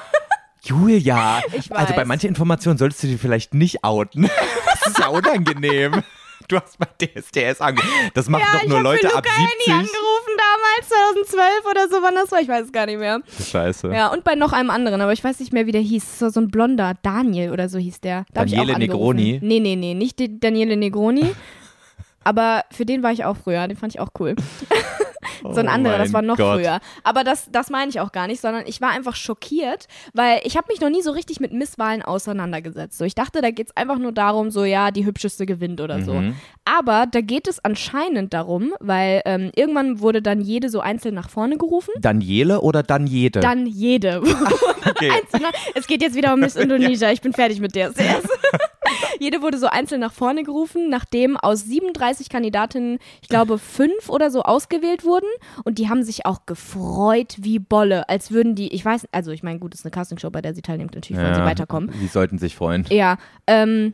[SPEAKER 2] Julia,
[SPEAKER 1] Ich
[SPEAKER 2] also bei
[SPEAKER 1] weiß.
[SPEAKER 2] manchen Informationen solltest du dir vielleicht nicht outen. Das ist ja unangenehm. Du hast bei DSDS angerufen. Das machen
[SPEAKER 1] Ja,
[SPEAKER 2] doch
[SPEAKER 1] ich
[SPEAKER 2] nur
[SPEAKER 1] habe für
[SPEAKER 2] Leute
[SPEAKER 1] Luca
[SPEAKER 2] ab
[SPEAKER 1] Henny
[SPEAKER 2] 70.
[SPEAKER 1] angerufen damals, 2012 oder so, wann das war, ich weiß es gar nicht mehr.
[SPEAKER 2] Scheiße.
[SPEAKER 1] Ja, und bei noch einem anderen, aber ich weiß nicht mehr, wie der hieß. Das war so ein blonder, Daniel oder so hieß der. Da hab ich auch
[SPEAKER 2] Daniele
[SPEAKER 1] angerufen.
[SPEAKER 2] Negroni?
[SPEAKER 1] Nee, nee, nee, nicht die Daniele Negroni. aber für den war ich auch früher, den fand ich auch cool. so ein
[SPEAKER 2] Oh
[SPEAKER 1] anderer, das
[SPEAKER 2] mein
[SPEAKER 1] war noch
[SPEAKER 2] Gott.
[SPEAKER 1] früher. Aber das, das meine ich auch gar nicht, sondern ich war einfach schockiert, weil ich habe mich noch nie so richtig mit Misswahlen auseinandergesetzt. So, ich dachte, da geht's einfach nur darum, so ja, die hübscheste gewinnt oder so.
[SPEAKER 2] Mhm.
[SPEAKER 1] Aber da geht es anscheinend darum, weil ähm, irgendwann wurde dann jede so einzeln nach vorne gerufen.
[SPEAKER 2] Daniele oder Daniete?
[SPEAKER 1] Dann jede.
[SPEAKER 2] okay.
[SPEAKER 1] Einzelner. Es geht jetzt wieder um Miss Indonesia. Ich bin fertig mit der. Jede wurde so einzeln nach vorne gerufen, nachdem aus 37 Kandidatinnen, ich glaube, fünf oder so ausgewählt wurden. Und die haben sich auch gefreut wie Bolle, als würden die, ich weiß, also ich meine, gut, es ist eine Castingshow, bei der sie teilnimmt, natürlich wollen sie weiterkommen.
[SPEAKER 2] Die sollten sich freuen.
[SPEAKER 1] Ja, ähm,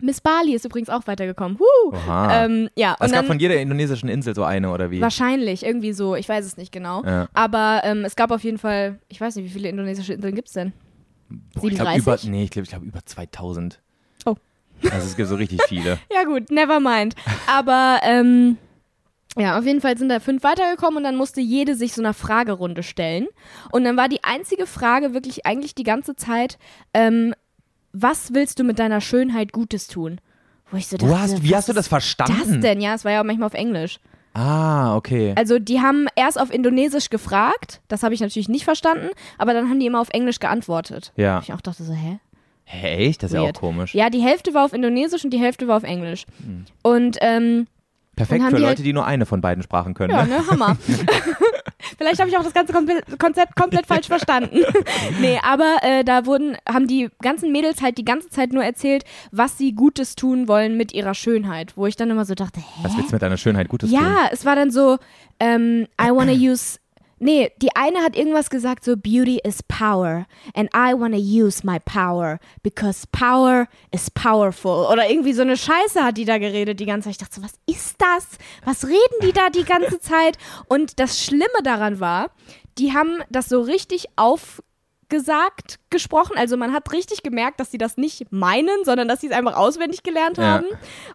[SPEAKER 1] Miss Bali ist übrigens auch weitergekommen. Huh.
[SPEAKER 2] Oha.
[SPEAKER 1] Ähm, ja, und
[SPEAKER 2] es gab
[SPEAKER 1] dann,
[SPEAKER 2] von jeder indonesischen Insel so eine, oder wie?
[SPEAKER 1] Wahrscheinlich, irgendwie so. Ich weiß es nicht genau.
[SPEAKER 2] Ja.
[SPEAKER 1] Aber ähm, es gab auf jeden Fall, ich weiß nicht, wie viele indonesische Inseln gibt es denn?
[SPEAKER 2] Boah, ich glaub, über,
[SPEAKER 1] 37?
[SPEAKER 2] nee, ich glaube, ich hab über 2000.
[SPEAKER 1] Oh.
[SPEAKER 2] Also es gibt so richtig viele.
[SPEAKER 1] Ja gut, never mind. Aber ähm, ja, auf jeden Fall sind da fünf weitergekommen und dann musste jede sich so einer Fragerunde stellen. Und dann war die einzige Frage wirklich eigentlich die ganze Zeit, ähm, was willst du mit deiner Schönheit Gutes tun? Wo ich so dachte,
[SPEAKER 2] Du hast, wie
[SPEAKER 1] was
[SPEAKER 2] hast du das
[SPEAKER 1] ist
[SPEAKER 2] verstanden?
[SPEAKER 1] Das denn? Ja, es war ja auch manchmal auf Englisch.
[SPEAKER 2] Ah, okay.
[SPEAKER 1] Also die haben erst auf Indonesisch gefragt, das habe ich natürlich nicht verstanden, aber dann haben die immer auf Englisch geantwortet.
[SPEAKER 2] Ja.
[SPEAKER 1] Ich auch dachte so, hä?
[SPEAKER 2] Hey, echt? Das Ah. ist ja
[SPEAKER 1] Weird.
[SPEAKER 2] auch komisch. Hm.
[SPEAKER 1] Ja, die Hälfte war auf Indonesisch und die Hälfte war auf Englisch. Und ähm,
[SPEAKER 2] Perfekt
[SPEAKER 1] Dann haben
[SPEAKER 2] für
[SPEAKER 1] die
[SPEAKER 2] Leute,
[SPEAKER 1] halt-
[SPEAKER 2] die nur eine von beiden Sprachen können.
[SPEAKER 1] ja,
[SPEAKER 2] ne?
[SPEAKER 1] ne, Hammer. Vielleicht habe ich auch das ganze Komple- Konzept komplett falsch verstanden. nee, aber äh, da wurden, haben die ganzen Mädels halt die ganze Zeit nur erzählt, was sie Gutes tun wollen mit ihrer Schönheit, wo ich dann immer so dachte, hä?
[SPEAKER 2] Was willst du mit deiner Schönheit Gutes tun?
[SPEAKER 1] Ja, es war dann so, ähm, I wanna use. Nee, die eine hat irgendwas gesagt, so Beauty is power and I wanna use my power because power is powerful. Oder irgendwie so eine Scheiße hat die da geredet die ganze Zeit. Ich dachte so, was ist das? Was reden die da die ganze Zeit? Und das Schlimme daran war, die haben das so richtig aufgesagt gesprochen. Also man hat richtig gemerkt, dass sie das nicht meinen, sondern dass sie es einfach auswendig gelernt
[SPEAKER 2] Ja.
[SPEAKER 1] haben.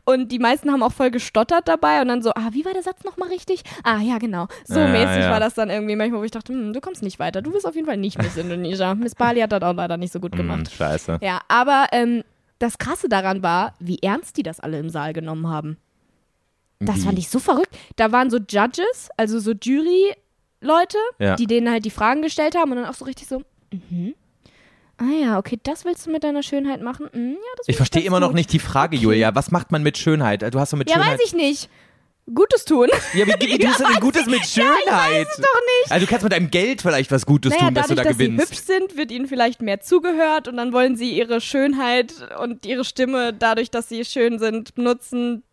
[SPEAKER 1] Und die meisten haben auch voll gestottert dabei und dann so, ah, wie war der Satz nochmal richtig? Ah, ja, genau. So
[SPEAKER 2] Ja,
[SPEAKER 1] mäßig
[SPEAKER 2] ja.
[SPEAKER 1] war das dann irgendwie manchmal, wo ich dachte, hm, du kommst nicht weiter. Du bist auf jeden Fall nicht Miss Indonesia. Miss Bali hat das auch leider nicht so gut
[SPEAKER 2] Hm,
[SPEAKER 1] gemacht.
[SPEAKER 2] scheiße.
[SPEAKER 1] Ja, aber ähm, das Krasse daran war, wie ernst die das alle im Saal genommen haben. Das
[SPEAKER 2] Wie?
[SPEAKER 1] fand ich so verrückt. Da waren so Judges, also so Jury-Leute,
[SPEAKER 2] Ja.
[SPEAKER 1] die denen halt die Fragen gestellt haben und dann auch so richtig so, mhm. Ah ja, okay, das willst du mit deiner Schönheit machen? Mhm, ja, das
[SPEAKER 2] Ich
[SPEAKER 1] find
[SPEAKER 2] verstehe
[SPEAKER 1] ganz
[SPEAKER 2] immer noch
[SPEAKER 1] gut.
[SPEAKER 2] nicht die Frage, Julia. Was macht man mit Schönheit? Du hast so mit
[SPEAKER 1] Ja,
[SPEAKER 2] Schönheit.
[SPEAKER 1] weiß ich nicht. Gutes tun.
[SPEAKER 2] Ja, wie, wie tust du denn Gutes mit Schönheit?
[SPEAKER 1] Doch nicht.
[SPEAKER 2] Also du kannst mit deinem Geld vielleicht was Gutes
[SPEAKER 1] Naja,
[SPEAKER 2] tun, dass
[SPEAKER 1] dadurch,
[SPEAKER 2] du da
[SPEAKER 1] dass sie
[SPEAKER 2] gewinnst.
[SPEAKER 1] hübsch sind, wird ihnen vielleicht mehr zugehört und dann wollen sie ihre Schönheit und ihre Stimme dadurch, dass sie schön sind, nutzen,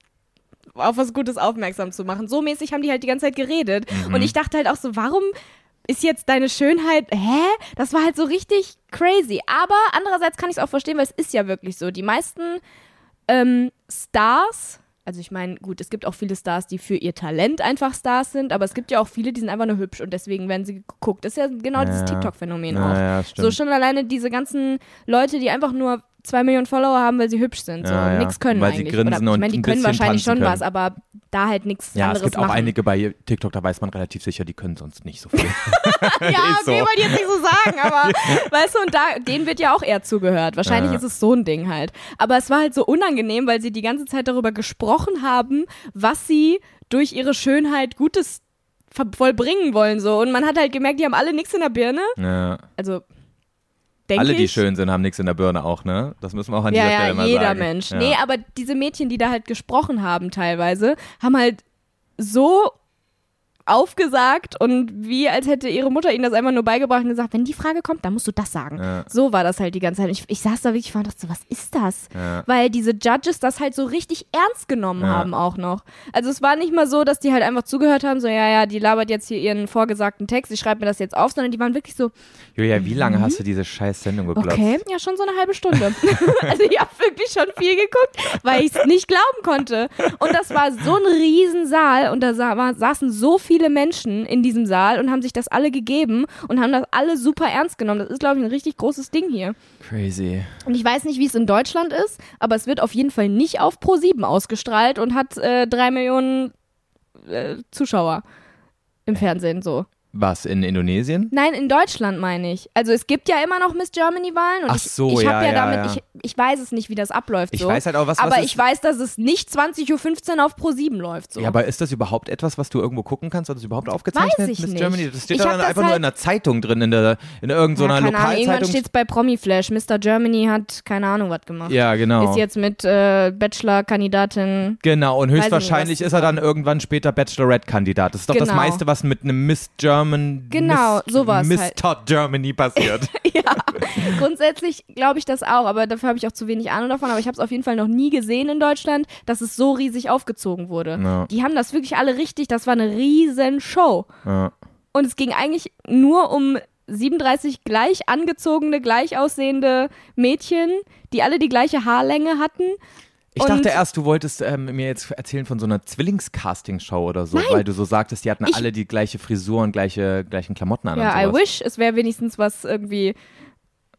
[SPEAKER 1] auf was Gutes aufmerksam zu machen. So mäßig haben die halt die ganze Zeit geredet.
[SPEAKER 2] Mhm.
[SPEAKER 1] Und ich dachte halt auch so, warum ist jetzt deine Schönheit, hä? Das war halt so richtig crazy. Aber andererseits kann ich es auch verstehen, weil es ist ja wirklich so. Die meisten ähm, Stars, also ich meine, gut, es gibt auch viele Stars, die für ihr Talent einfach Stars sind, aber es gibt ja auch viele, die sind einfach nur hübsch und deswegen werden sie geguckt. Das ist ja genau dieses
[SPEAKER 2] Ja.
[SPEAKER 1] TikTok-Phänomen
[SPEAKER 2] Ja,
[SPEAKER 1] auch.
[SPEAKER 2] ja, stimmt.
[SPEAKER 1] so schon alleine diese ganzen Leute, die einfach nur zwei Millionen Follower haben, weil sie hübsch sind, so
[SPEAKER 2] Ja, ja.
[SPEAKER 1] nichts können
[SPEAKER 2] Weil sie
[SPEAKER 1] eigentlich.
[SPEAKER 2] grinsen
[SPEAKER 1] Oder,
[SPEAKER 2] und
[SPEAKER 1] ich meine, die
[SPEAKER 2] ein
[SPEAKER 1] können
[SPEAKER 2] bisschen
[SPEAKER 1] wahrscheinlich schon
[SPEAKER 2] tanzen können.
[SPEAKER 1] was, aber da halt nichts
[SPEAKER 2] ja,
[SPEAKER 1] anderes
[SPEAKER 2] es gibt auch
[SPEAKER 1] machen.
[SPEAKER 2] einige bei TikTok, da weiß man relativ sicher, die können sonst nicht so viel.
[SPEAKER 1] Ja, okay,
[SPEAKER 2] Ist so.
[SPEAKER 1] wollte ich jetzt nicht so sagen, aber weißt du, und da, denen wird ja auch eher zugehört. Wahrscheinlich
[SPEAKER 2] Ja.
[SPEAKER 1] ist es so ein Ding halt. Aber es war halt so unangenehm, weil sie die ganze Zeit darüber gesprochen haben, was sie durch ihre Schönheit Gutes ver- vollbringen wollen so. Und man hat halt gemerkt, die haben alle nichts in der Birne.
[SPEAKER 2] ja.
[SPEAKER 1] Also, denke
[SPEAKER 2] ne? Alle,
[SPEAKER 1] ich.
[SPEAKER 2] die schön sind, haben nichts in der Birne auch, ne? Das müssen wir auch an
[SPEAKER 1] Ja,
[SPEAKER 2] dieser
[SPEAKER 1] ja,
[SPEAKER 2] Stelle mal
[SPEAKER 1] jeder
[SPEAKER 2] sagen.
[SPEAKER 1] Mensch.
[SPEAKER 2] Ja.
[SPEAKER 1] Nee, aber diese Mädchen, die da halt gesprochen haben teilweise, haben halt so aufgesagt und wie als hätte ihre Mutter ihnen das einfach nur beigebracht und gesagt, wenn die Frage kommt, dann musst du das sagen.
[SPEAKER 2] Ja.
[SPEAKER 1] So war das halt die ganze Zeit. Ich, ich saß da wirklich vor und dachte so, was ist das?
[SPEAKER 2] Ja.
[SPEAKER 1] Weil diese Judges das halt so richtig ernst genommen
[SPEAKER 2] Ja.
[SPEAKER 1] haben auch noch. Also es war nicht mal so, dass die halt einfach zugehört haben, so ja, ja, die labert jetzt hier ihren vorgesagten Text, ich schreibe mir das jetzt auf, sondern die waren wirklich so,
[SPEAKER 2] Julia, wie lange hast du diese scheiß Sendung geglaubt?
[SPEAKER 1] Mhm. Okay, ja, schon so eine halbe Stunde. also ich habe wirklich schon viel geguckt, weil ich es nicht glauben konnte. Und das war so ein Riesensaal und da sa war, saßen so viele viele Menschen in diesem Saal und haben sich das alle gegeben und haben das alle super ernst genommen. Das ist, glaube ich, ein richtig großes Ding hier.
[SPEAKER 2] Crazy.
[SPEAKER 1] Und ich weiß nicht, wie es in Deutschland ist, aber es wird auf jeden Fall nicht auf Pro7 ausgestrahlt und hat äh, drei Millionen äh, Zuschauer im Fernsehen so.
[SPEAKER 2] Was, in Indonesien?
[SPEAKER 1] Nein, in Deutschland meine ich. Also es gibt ja immer noch Miss Germany-Wahlen und
[SPEAKER 2] Ach
[SPEAKER 1] ich,
[SPEAKER 2] so,
[SPEAKER 1] ich
[SPEAKER 2] ja,
[SPEAKER 1] habe ja,
[SPEAKER 2] ja,
[SPEAKER 1] damit,
[SPEAKER 2] ja.
[SPEAKER 1] Ich, ich weiß es nicht, wie das abläuft
[SPEAKER 2] Ich
[SPEAKER 1] so.
[SPEAKER 2] weiß halt auch, was- was
[SPEAKER 1] aber
[SPEAKER 2] ist-
[SPEAKER 1] ich weiß, dass es nicht 20.15 Uhr auf Pro7 läuft so.
[SPEAKER 2] Ja, aber ist das überhaupt etwas, was du irgendwo gucken kannst? Hat das überhaupt aufgezeichnet?
[SPEAKER 1] Weiß ich
[SPEAKER 2] Miss
[SPEAKER 1] nicht.
[SPEAKER 2] Germany? Das steht
[SPEAKER 1] Ich
[SPEAKER 2] da
[SPEAKER 1] hab
[SPEAKER 2] dann
[SPEAKER 1] das
[SPEAKER 2] einfach nur
[SPEAKER 1] halt-
[SPEAKER 2] in einer Zeitung drin, in, der, in irgendeiner
[SPEAKER 1] ja, keine Ahnung, irgendwann
[SPEAKER 2] Lokalzeitung.
[SPEAKER 1] steht es bei Promi-Flash. Mr. Germany hat keine Ahnung was gemacht.
[SPEAKER 2] ja, genau.
[SPEAKER 1] Ist jetzt mit äh, Bachelor-Kandidatin
[SPEAKER 2] Genau, und
[SPEAKER 1] nicht,
[SPEAKER 2] höchstwahrscheinlich
[SPEAKER 1] was-
[SPEAKER 2] ist er dann irgendwann später Bachelorette-Kandidat. Das ist doch das
[SPEAKER 1] Genau.
[SPEAKER 2] meiste, was mit einem Miss German,
[SPEAKER 1] Genau,
[SPEAKER 2] Miss,
[SPEAKER 1] sowas
[SPEAKER 2] Miss
[SPEAKER 1] halt.
[SPEAKER 2] Todd Germany passiert.
[SPEAKER 1] Grundsätzlich glaube ich das auch, aber dafür habe ich auch zu wenig Ahnung davon. Aber ich habe es auf jeden Fall noch nie gesehen in Deutschland, dass es so riesig aufgezogen wurde.
[SPEAKER 2] Ja.
[SPEAKER 1] Die haben das wirklich alle richtig. Das war eine riesen Show.
[SPEAKER 2] ja.
[SPEAKER 1] Und es ging eigentlich nur um 37 gleich angezogene, gleich aussehende Mädchen, die alle die gleiche Haarlänge hatten.
[SPEAKER 2] Ich
[SPEAKER 1] Und-
[SPEAKER 2] dachte erst, du wolltest ähm, mir jetzt erzählen von so einer Zwillingscasting-Show oder so, weil du so sagtest, die hatten
[SPEAKER 1] Ich-
[SPEAKER 2] alle die gleiche Frisur und gleiche, gleichen Klamotten an
[SPEAKER 1] Ja, I
[SPEAKER 2] und sowas.
[SPEAKER 1] wish, es wäre wenigstens was irgendwie.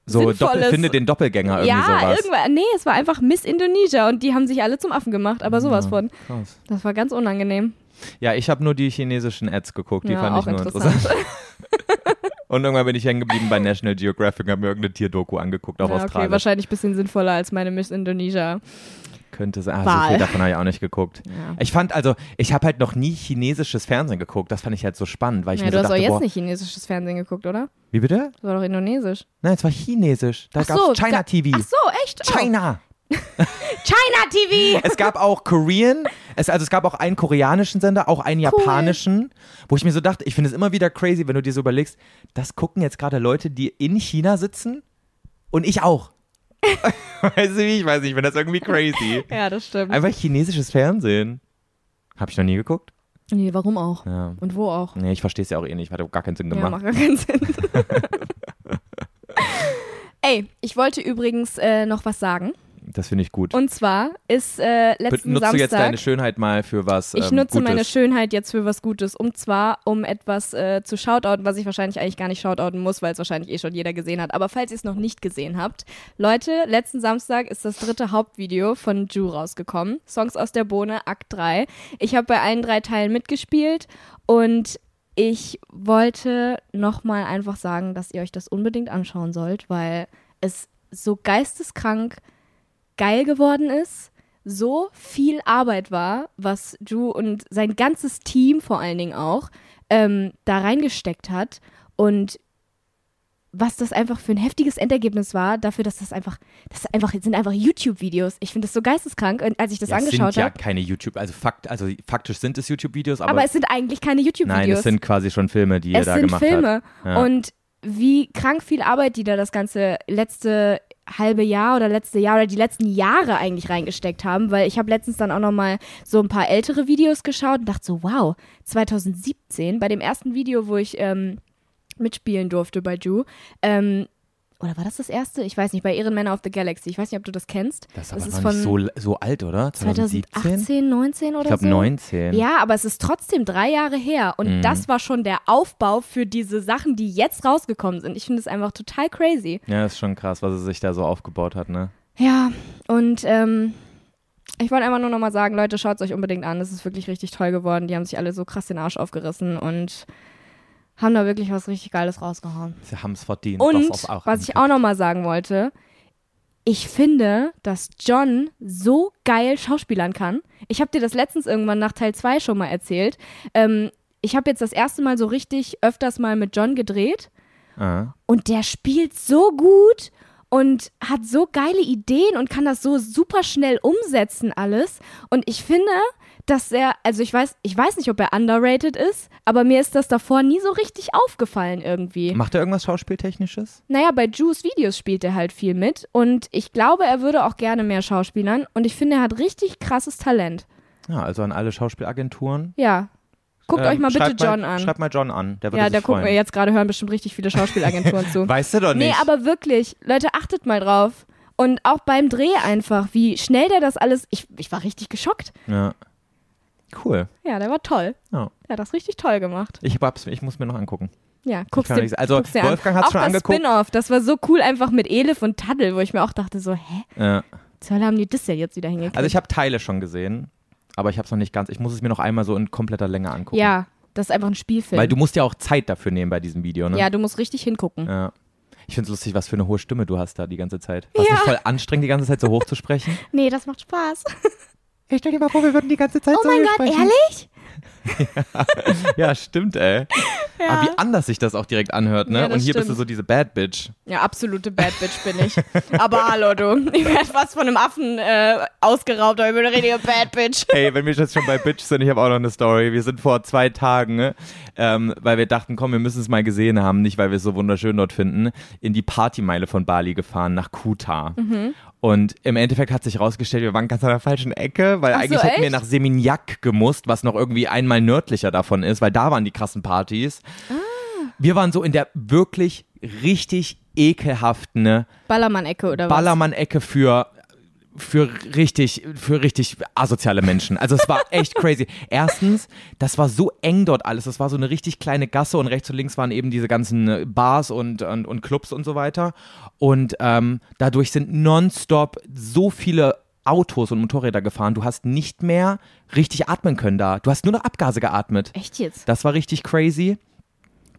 [SPEAKER 2] So Doppel,
[SPEAKER 1] Sinnvolles.
[SPEAKER 2] finde den Doppelgänger, Ah, irgendwie
[SPEAKER 1] ja,
[SPEAKER 2] sowas.
[SPEAKER 1] irgendwann. Nee, es war einfach Miss Indonesia und die haben sich alle zum Affen gemacht, aber sowas von.
[SPEAKER 2] Krass.
[SPEAKER 1] Das war ganz unangenehm.
[SPEAKER 2] Ja, ich habe nur die chinesischen Ads geguckt, die
[SPEAKER 1] ja,
[SPEAKER 2] fand
[SPEAKER 1] auch
[SPEAKER 2] ich nur
[SPEAKER 1] interessant.
[SPEAKER 2] interessant. Und irgendwann bin ich hängen geblieben bei National Geographic und habe mir irgendeine Tierdoku angeguckt, auch
[SPEAKER 1] Ja, okay,
[SPEAKER 2] Australien.
[SPEAKER 1] wahrscheinlich ein bisschen sinnvoller als meine Miss Indonesia.
[SPEAKER 2] Könnte sein. Ah, so
[SPEAKER 1] Wahl.
[SPEAKER 2] viel davon habe ich auch nicht geguckt. Ich fand, also, ich habe halt noch nie chinesisches Fernsehen geguckt. Das fand ich halt so spannend, weil ich
[SPEAKER 1] Ja,
[SPEAKER 2] mir
[SPEAKER 1] du
[SPEAKER 2] so
[SPEAKER 1] hast auch
[SPEAKER 2] dachte,
[SPEAKER 1] jetzt
[SPEAKER 2] boah,
[SPEAKER 1] nicht chinesisches Fernsehen geguckt, oder?
[SPEAKER 2] wie bitte?
[SPEAKER 1] Das war doch indonesisch.
[SPEAKER 2] Nein, es war chinesisch. Da
[SPEAKER 1] Ach
[SPEAKER 2] gab
[SPEAKER 1] so,
[SPEAKER 2] es China
[SPEAKER 1] ga-
[SPEAKER 2] TV.
[SPEAKER 1] Ach so, echt? Oh.
[SPEAKER 2] China.
[SPEAKER 1] China TV!
[SPEAKER 2] Es gab auch Korean, es, also es gab auch einen koreanischen Sender, auch einen japanischen, wo ich mir so dachte, ich finde es immer wieder crazy, wenn du dir so überlegst, das gucken jetzt gerade Leute, die in China sitzen und ich auch. weißt du wie? Ich weiß nicht, ich finde das irgendwie crazy.
[SPEAKER 1] Ja, das stimmt.
[SPEAKER 2] Einfach chinesisches Fernsehen. Habe ich noch nie geguckt.
[SPEAKER 1] Nee, warum auch?
[SPEAKER 2] Ja.
[SPEAKER 1] Und wo auch?
[SPEAKER 2] Nee, ich verstehe es ja auch eh nicht, hat gar keinen Sinn
[SPEAKER 1] Ja, macht
[SPEAKER 2] gemacht.
[SPEAKER 1] gar keinen Sinn. Ey, ich wollte übrigens äh, noch was sagen.
[SPEAKER 2] das finde ich gut.
[SPEAKER 1] Und zwar ist äh, letzten
[SPEAKER 2] Nutzt
[SPEAKER 1] Samstag.
[SPEAKER 2] du jetzt deine Schönheit mal für was?
[SPEAKER 1] Ich
[SPEAKER 2] ähm,
[SPEAKER 1] nutze
[SPEAKER 2] Gutes?
[SPEAKER 1] meine Schönheit jetzt für was Gutes. Und zwar, um etwas äh, zu shoutouten, was ich wahrscheinlich eigentlich gar nicht shoutouten muss, weil es wahrscheinlich eh schon jeder gesehen hat. Aber falls ihr es noch nicht gesehen habt, Leute, letzten Samstag ist das dritte Hauptvideo von Ju rausgekommen. Songs aus der Bohne, Akt 3. Ich habe bei allen drei Teilen mitgespielt und ich wollte nochmal einfach sagen, dass ihr euch das unbedingt anschauen sollt, weil es so geisteskrank geil geworden ist, so viel Arbeit war, was Ju und sein ganzes Team vor allen Dingen auch ähm, da reingesteckt hat und was das einfach für ein heftiges Endergebnis war, dafür, dass das einfach, das ist einfach sind einfach YouTube-Videos. Ich finde das so geisteskrank, und als ich das
[SPEAKER 2] Ja, es
[SPEAKER 1] angeschaut
[SPEAKER 2] sind ja
[SPEAKER 1] habe.
[SPEAKER 2] keine YouTube, also, fakt, also faktisch sind es YouTube-Videos,
[SPEAKER 1] Aber es sind eigentlich keine YouTube-Videos.
[SPEAKER 2] Nein, es sind quasi schon Filme, die ihr
[SPEAKER 1] es
[SPEAKER 2] da
[SPEAKER 1] sind
[SPEAKER 2] gemacht
[SPEAKER 1] Filme.
[SPEAKER 2] habt. Ja.
[SPEAKER 1] Und wie krank viel Arbeit die da das ganze letzte halbe Jahr oder letzte Jahr oder die letzten Jahre eigentlich reingesteckt haben, weil ich habe letztens dann auch noch mal so ein paar ältere Videos geschaut und dachte so, wow, 2017 bei dem ersten Video, wo ich ähm, mitspielen durfte bei Ju, ähm, oder war das das erste? Ich weiß nicht, bei Ehrenmänner of the Galaxy. Ich weiß nicht, ob du das kennst.
[SPEAKER 2] Das ist aber
[SPEAKER 1] ist
[SPEAKER 2] noch
[SPEAKER 1] von
[SPEAKER 2] nicht so, so alt, oder? 2017?
[SPEAKER 1] 2018, 19 oder
[SPEAKER 2] Ich glaube
[SPEAKER 1] so.
[SPEAKER 2] 19.
[SPEAKER 1] Ja, aber es ist trotzdem drei Jahre her und das war schon der Aufbau für diese Sachen, die jetzt rausgekommen sind. Ich finde es einfach total crazy.
[SPEAKER 2] Ja, ist schon krass, was er sich da so aufgebaut hat, ne?
[SPEAKER 1] Ja, und ähm, ich wollte einfach nur nochmal sagen, Leute, schaut es euch unbedingt an. Es ist wirklich richtig toll geworden. Die haben sich alle so krass den Arsch aufgerissen und haben da wirklich was richtig Geiles rausgehauen.
[SPEAKER 2] Sie haben es verdient.
[SPEAKER 1] Und
[SPEAKER 2] dass es auch
[SPEAKER 1] was ich auch nochmal sagen wollte, ich finde, dass John so geil schauspielern kann. Ich habe dir das letztens irgendwann nach Teil 2 schon mal erzählt. Ähm, ich habe jetzt das erste Mal so richtig öfters mal mit John gedreht
[SPEAKER 2] Ah.
[SPEAKER 1] und der spielt so gut und hat so geile Ideen und kann das so super schnell umsetzen alles und ich finde dass er also ich weiß ich weiß nicht ob er underrated ist aber mir ist das davor nie so richtig aufgefallen irgendwie
[SPEAKER 2] Macht er irgendwas Schauspieltechnisches?
[SPEAKER 1] naja, bei Juice Videos spielt er halt viel mit und ich glaube, er würde auch gerne mehr Schauspielern und ich finde, er hat richtig krasses Talent.
[SPEAKER 2] Ja, also an alle Schauspielagenturen.
[SPEAKER 1] Ja. Guckt
[SPEAKER 2] Ähm,
[SPEAKER 1] euch mal bitte
[SPEAKER 2] schreibt
[SPEAKER 1] John
[SPEAKER 2] mal,
[SPEAKER 1] an.
[SPEAKER 2] Schreibt mal John an, der wird
[SPEAKER 1] Ja,
[SPEAKER 2] sich
[SPEAKER 1] da gucken
[SPEAKER 2] freuen.
[SPEAKER 1] wir jetzt gerade, hören bestimmt richtig viele Schauspielagenturen zu.
[SPEAKER 2] Weißt du doch
[SPEAKER 1] Nee,
[SPEAKER 2] nicht.
[SPEAKER 1] aber wirklich, Leute, achtet mal drauf. Und auch beim Dreh einfach, wie schnell der das alles. Ich, ich war richtig geschockt.
[SPEAKER 2] ja. Cool.
[SPEAKER 1] Ja, der war toll.
[SPEAKER 2] Ja.
[SPEAKER 1] Der hat das richtig toll gemacht.
[SPEAKER 2] Ich, hab's, ich muss mir noch angucken.
[SPEAKER 1] Ja, guckst
[SPEAKER 2] kann
[SPEAKER 1] dir,
[SPEAKER 2] nichts- also,
[SPEAKER 1] guck's dir an.
[SPEAKER 2] Wolfgang hat's
[SPEAKER 1] auch
[SPEAKER 2] schon
[SPEAKER 1] das
[SPEAKER 2] angeguckt.
[SPEAKER 1] Spin-off, das war so cool, einfach mit Elif und Taddel, wo ich mir auch dachte so, hä,
[SPEAKER 2] Ja.
[SPEAKER 1] zur Hölle haben die das ja jetzt wieder hingekriegt?
[SPEAKER 2] Also ich habe Teile schon gesehen, aber ich habe es noch nicht ganz. Ich muss es mir noch einmal so in kompletter Länge angucken.
[SPEAKER 1] ja, das ist einfach ein Spielfilm.
[SPEAKER 2] Weil du musst ja auch Zeit dafür nehmen bei diesem Video, ne?
[SPEAKER 1] ja, du musst richtig hingucken.
[SPEAKER 2] Ja. Ich finde es lustig, was für eine hohe Stimme du hast da die ganze Zeit. War es
[SPEAKER 1] Ja.
[SPEAKER 2] nicht voll anstrengend, die ganze Zeit so hoch zu sprechen?
[SPEAKER 1] Nee, das macht Spaß.
[SPEAKER 2] Ich stell dir mal vor, wir würden die ganze Zeit
[SPEAKER 1] Oh mein Gott, ehrlich?
[SPEAKER 2] Ja, stimmt, ey. Aber wie anders sich das auch direkt anhört, ne?
[SPEAKER 1] Ja, das
[SPEAKER 2] Und hier bist du
[SPEAKER 1] stimmt.
[SPEAKER 2] so diese Bad Bitch.
[SPEAKER 1] Ja, absolute Bad Bitch bin ich. Aber hallo, du. Ich werde fast von einem Affen äh, ausgeraubt, aber ich bin eine richtige Bad Bitch.
[SPEAKER 2] Hey, wenn wir jetzt schon bei Bitch sind, ich habe auch noch eine Story. Wir sind vor zwei Tagen, ne, ähm, weil wir dachten, komm, wir müssen es mal gesehen haben, nicht weil wir es so wunderschön dort finden, in die Partymeile von Bali gefahren, nach Kuta.
[SPEAKER 1] Mhm.
[SPEAKER 2] Und im Endeffekt hat sich rausgestellt, wir waren ganz an der falschen Ecke, weil
[SPEAKER 1] Ach so,
[SPEAKER 2] eigentlich hätten wir
[SPEAKER 1] echt?
[SPEAKER 2] nach Seminyak gemusst, was noch irgendwie einmal nördlicher davon ist, weil da waren die krassen Partys.
[SPEAKER 1] Ah.
[SPEAKER 2] Wir waren so in der wirklich richtig ekelhaften ne,
[SPEAKER 1] Ballermann-Ecke oder was?
[SPEAKER 2] Ballermann-Ecke für für richtig, für richtig asoziale Menschen. Also es war echt crazy. Erstens, das war so eng dort alles. Das war so eine richtig kleine Gasse und rechts und links waren eben diese ganzen äh, Bars und, und, und Clubs und so weiter. Und ähm, dadurch sind nonstop so viele Autos und Motorräder gefahren. Du hast nicht mehr richtig atmen können da. Du hast nur noch Abgase geatmet.
[SPEAKER 1] Echt jetzt?
[SPEAKER 2] Das war richtig crazy.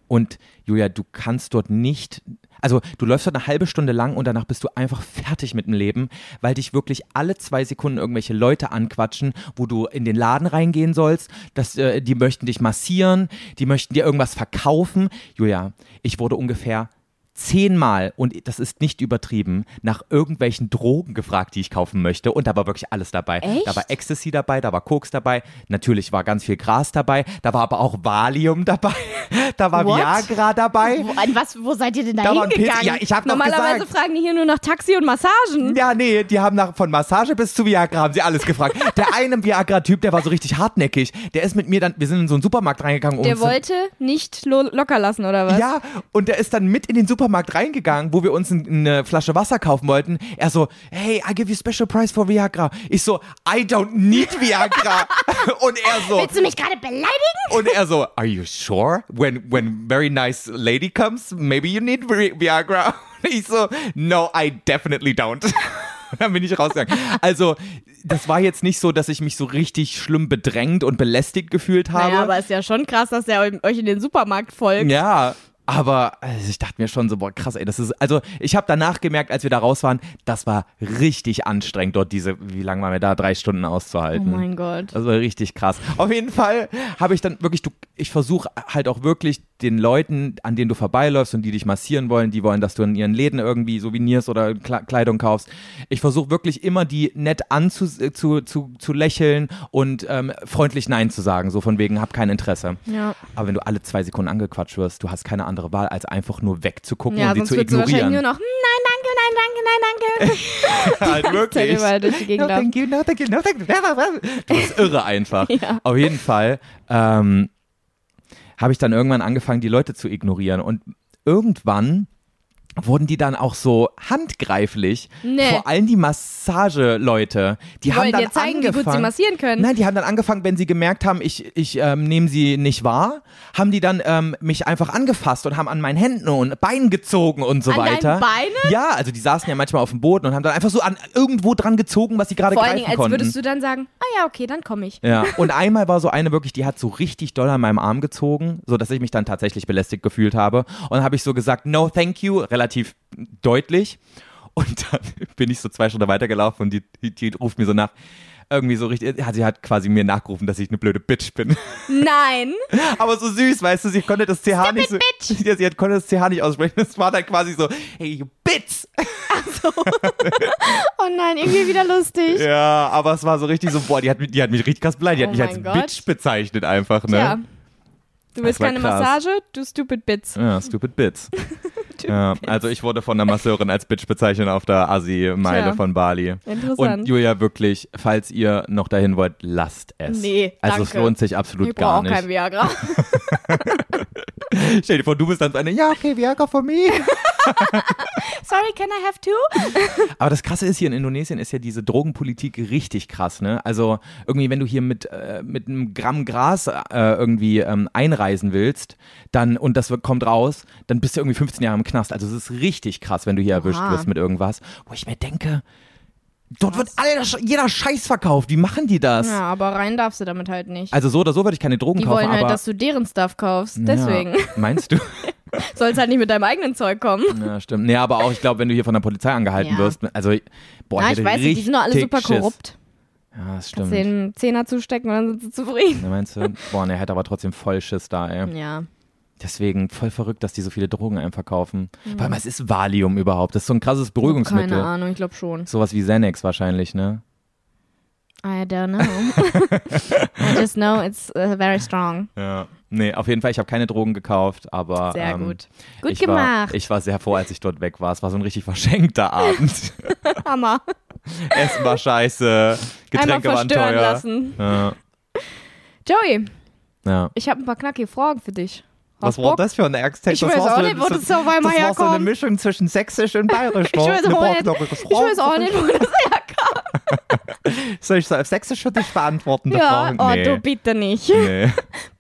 [SPEAKER 2] Und Julia, du kannst dort nicht. Also du läufst dort eine halbe Stunde lang und danach bist du einfach fertig mit dem Leben, weil dich wirklich alle zwei Sekunden irgendwelche Leute anquatschen, wo du in den Laden reingehen sollst. Das, äh, die möchten dich massieren, die möchten dir irgendwas verkaufen. Julia, ich wurde ungefähr zehnmal, und das ist nicht übertrieben, nach irgendwelchen Drogen gefragt, die ich kaufen möchte. Und da war wirklich alles dabei.
[SPEAKER 1] Echt?
[SPEAKER 2] Da war Ecstasy dabei, da war Koks dabei, natürlich war ganz viel Gras dabei, da war aber auch Valium dabei, da war
[SPEAKER 1] What?
[SPEAKER 2] Viagra dabei.
[SPEAKER 1] Wo, an was, wo seid ihr denn da,
[SPEAKER 2] Da war ein
[SPEAKER 1] hingegangen?
[SPEAKER 2] Pilz- Ja, ich hab doch
[SPEAKER 1] Normalerweise
[SPEAKER 2] gesagt.
[SPEAKER 1] fragen die hier nur nach Taxi und Massagen.
[SPEAKER 2] Ja, nee, die haben nach, von Massage bis zu Viagra haben sie alles gefragt. Der eine Viagra-Typ, der war so richtig hartnäckig, der ist mit mir dann, wir sind in so einen Supermarkt reingegangen. um
[SPEAKER 1] Der
[SPEAKER 2] zu-
[SPEAKER 1] wollte nicht lo locker lassen, oder was?
[SPEAKER 2] Ja, und der ist dann mit in den Supermarkt reingegangen, wo wir uns ein, eine Flasche Wasser kaufen wollten. Er so, hey, I give you special price for Viagra. Ich so, I don't need Viagra. und er so,
[SPEAKER 1] Willst du mich gerade beleidigen?
[SPEAKER 2] und er so, are you sure? When, when very nice lady comes, maybe you need Vi Viagra. Und ich so, no, I definitely don't. Und Dann bin ich rausgegangen. Also, das war jetzt nicht so, dass ich mich so richtig schlimm bedrängt und belästigt gefühlt habe.
[SPEAKER 1] Naja, aber ist ja schon krass, dass der euch in den Supermarkt folgt.
[SPEAKER 2] Ja, aber also ich dachte mir schon so, boah, krass, ey, das ist, also ich habe danach gemerkt, als wir da raus waren, das war richtig anstrengend, dort diese, wie lange waren wir da, drei Stunden
[SPEAKER 1] Oh
[SPEAKER 2] auszuhalten.
[SPEAKER 1] mein Gott.
[SPEAKER 2] Das war richtig krass. Auf jeden Fall habe ich dann wirklich, du, ich versuche halt auch wirklich den Leuten, an denen du vorbeiläufst und die dich massieren wollen, die wollen, dass du in ihren Läden irgendwie Souvenirs oder Kle- Kleidung kaufst. Ich versuche wirklich immer die nett anzu äh, zu, zu, zu lächeln und ähm, freundlich Nein zu sagen, so von wegen, hab kein Interesse.
[SPEAKER 1] Ja.
[SPEAKER 2] Aber wenn du alle zwei Sekunden angequatscht wirst, du hast keine andere Wahl, als einfach nur wegzugucken
[SPEAKER 1] Ja,
[SPEAKER 2] und sie
[SPEAKER 1] sonst
[SPEAKER 2] Um zu
[SPEAKER 1] würdest du wahrscheinlich nur noch,
[SPEAKER 2] ignorieren.
[SPEAKER 1] "Hm, nein, danke, nein, danke, nein, danke.
[SPEAKER 2] halt
[SPEAKER 1] Zeit überall durch die Gegend
[SPEAKER 2] No, thank you, no, thank you, no, thank you. Du bist irre einfach.
[SPEAKER 1] Ja.
[SPEAKER 2] Auf jeden Fall ähm, habe ich dann irgendwann angefangen, die Leute zu ignorieren. Und irgendwann wurden die dann auch so handgreiflich.
[SPEAKER 1] Nee.
[SPEAKER 2] Vor allem die Massageleute. Die,
[SPEAKER 1] Die
[SPEAKER 2] haben
[SPEAKER 1] wollen
[SPEAKER 2] dann
[SPEAKER 1] dir zeigen, wie
[SPEAKER 2] angefangen,
[SPEAKER 1] gut sie massieren können.
[SPEAKER 2] Nein, die haben dann angefangen, wenn sie gemerkt haben, ich, ich ähm, nehme sie nicht wahr, haben die dann ähm, mich einfach angefasst und haben an meinen Händen und Beinen gezogen und so
[SPEAKER 1] An deinen
[SPEAKER 2] weiter.
[SPEAKER 1] Beinen?
[SPEAKER 2] Ja, also die saßen ja manchmal auf dem Boden und haben dann einfach so an irgendwo dran gezogen, was sie gerade
[SPEAKER 1] Vor
[SPEAKER 2] greifen
[SPEAKER 1] allen Dingen, als
[SPEAKER 2] konnten.
[SPEAKER 1] würdest du dann sagen, ah ja, okay, dann komme ich.
[SPEAKER 2] ja, und einmal war so eine wirklich, die hat so richtig doll an meinem Arm gezogen, so dass ich mich dann tatsächlich belästigt gefühlt habe. Und dann habe ich so gesagt, no thank you, relativ deutlich. Und dann bin ich so zwei Schritte weitergelaufen und die, die, die ruft mir so nach, irgendwie so richtig, hat sie hat quasi mir nachgerufen, dass ich eine blöde Bitch bin.
[SPEAKER 1] Nein.
[SPEAKER 2] Aber so süß, weißt du, sie konnte das CH nicht so,
[SPEAKER 1] Bitch.
[SPEAKER 2] Ja, sie hat- konnte das CH nicht aussprechen. Das war dann quasi so, hey, you bitch.
[SPEAKER 1] Oh nein, irgendwie wieder lustig.
[SPEAKER 2] Ja, aber es war so richtig so, boah, die hat, mich- die hat mich richtig krass beleidigt. Die
[SPEAKER 1] Oh
[SPEAKER 2] hat mich als
[SPEAKER 1] mein Gott.
[SPEAKER 2] Bitch bezeichnet einfach, ne?
[SPEAKER 1] Tja. Du willst
[SPEAKER 2] war
[SPEAKER 1] keine
[SPEAKER 2] krass.
[SPEAKER 1] Massage, du stupid Bits.
[SPEAKER 2] Ja, stupid Bits. ja, also ich wurde von der Masseurin als Bitch bezeichnet auf der Asi-Meile
[SPEAKER 1] Tja.
[SPEAKER 2] von Bali.
[SPEAKER 1] Interessant.
[SPEAKER 2] Und Julia, wirklich, falls ihr noch dahin wollt, lasst es.
[SPEAKER 1] Nee,
[SPEAKER 2] Also es
[SPEAKER 1] danke.
[SPEAKER 2] lohnt sich absolut
[SPEAKER 1] Ich brauche
[SPEAKER 2] gar
[SPEAKER 1] auch
[SPEAKER 2] nicht.
[SPEAKER 1] kein Viagra.
[SPEAKER 2] Stell dir vor, du bist dann so eine, ja, okay, Viagra for me.
[SPEAKER 1] sorry, can I have two?
[SPEAKER 2] Aber das Krasse ist hier in Indonesien ist ja diese Drogenpolitik richtig krass, ne? Also irgendwie, wenn du hier mit, äh, mit einem Gramm Gras äh, irgendwie ähm, einreisen willst, dann und das wird- kommt raus, dann bist du irgendwie 15 Jahre im Knast. Also es ist richtig krass, wenn du hier erwischt
[SPEAKER 1] Oha.
[SPEAKER 2] wirst mit irgendwas, wo ich mir denke, dort wird alle, jeder Scheiß verkauft. Wie machen die das?
[SPEAKER 1] Ja, aber rein darfst du damit halt nicht.
[SPEAKER 2] Also so oder so würde ich keine Drogen
[SPEAKER 1] die
[SPEAKER 2] kaufen,
[SPEAKER 1] wollen halt,
[SPEAKER 2] aber
[SPEAKER 1] dass du deren Stuff kaufst. Deswegen
[SPEAKER 2] Ja, meinst du?
[SPEAKER 1] sollst halt nicht mit deinem eigenen Zeug kommen.
[SPEAKER 2] Ja, stimmt. Nee, aber auch, ich glaube, wenn du hier von der Polizei angehalten
[SPEAKER 1] Ja.
[SPEAKER 2] wirst, also, boah,
[SPEAKER 1] Na,
[SPEAKER 2] ich,
[SPEAKER 1] ich
[SPEAKER 2] hätte
[SPEAKER 1] weiß nicht, die sind doch alle
[SPEAKER 2] richtig
[SPEAKER 1] super
[SPEAKER 2] Schiss.
[SPEAKER 1] korrupt.
[SPEAKER 2] Ja, das
[SPEAKER 1] Kannst
[SPEAKER 2] stimmt.
[SPEAKER 1] du den Zehner zustecken und dann sind sie zufrieden.
[SPEAKER 2] Ne, meinst du? Boah, ne, er hat aber trotzdem voll Schiss da, ey.
[SPEAKER 1] Ja.
[SPEAKER 2] Deswegen voll verrückt, dass die so viele Drogen einem verkaufen. Vor allem, was ist Valium überhaupt? Das ist so ein krasses Beruhigungsmittel.
[SPEAKER 1] Mhm. Oh, Keine Ahnung, ich glaube schon.
[SPEAKER 2] Sowas wie Xanax wahrscheinlich, ne?
[SPEAKER 1] I don't know. I just know it's uh, very strong.
[SPEAKER 2] Ja. Nee, auf jeden Fall, ich habe keine Drogen gekauft, aber.
[SPEAKER 1] Sehr
[SPEAKER 2] ähm,
[SPEAKER 1] gut. Gut
[SPEAKER 2] ich
[SPEAKER 1] gemacht.
[SPEAKER 2] War, ich war sehr froh, als ich dort weg war. Es war so ein richtig verschenkter Abend.
[SPEAKER 1] Hammer.
[SPEAKER 2] Essen war scheiße,
[SPEAKER 1] Einmal
[SPEAKER 2] Getränke waren
[SPEAKER 1] verstören
[SPEAKER 2] teuer.
[SPEAKER 1] lassen.
[SPEAKER 2] Ja.
[SPEAKER 1] Joey,
[SPEAKER 2] ja.
[SPEAKER 1] ich habe ein paar knackige Fragen für dich.
[SPEAKER 2] Was
[SPEAKER 1] Hast
[SPEAKER 2] war
[SPEAKER 1] Bock?
[SPEAKER 2] das für ein Akzent?
[SPEAKER 1] Ich
[SPEAKER 2] Das
[SPEAKER 1] weiß
[SPEAKER 2] war
[SPEAKER 1] auch
[SPEAKER 2] so-
[SPEAKER 1] nicht, wo das auf einmal
[SPEAKER 2] Das war so eine
[SPEAKER 1] herkommt.
[SPEAKER 2] Mischung zwischen sächsisch und bayerisch.
[SPEAKER 1] Ich weiß auch nicht, ich weiß auch nicht, wo das
[SPEAKER 2] Soll ich so auf sächsisch für dich beantworten?
[SPEAKER 1] Ja, oh, du bitte nicht.
[SPEAKER 2] Nee.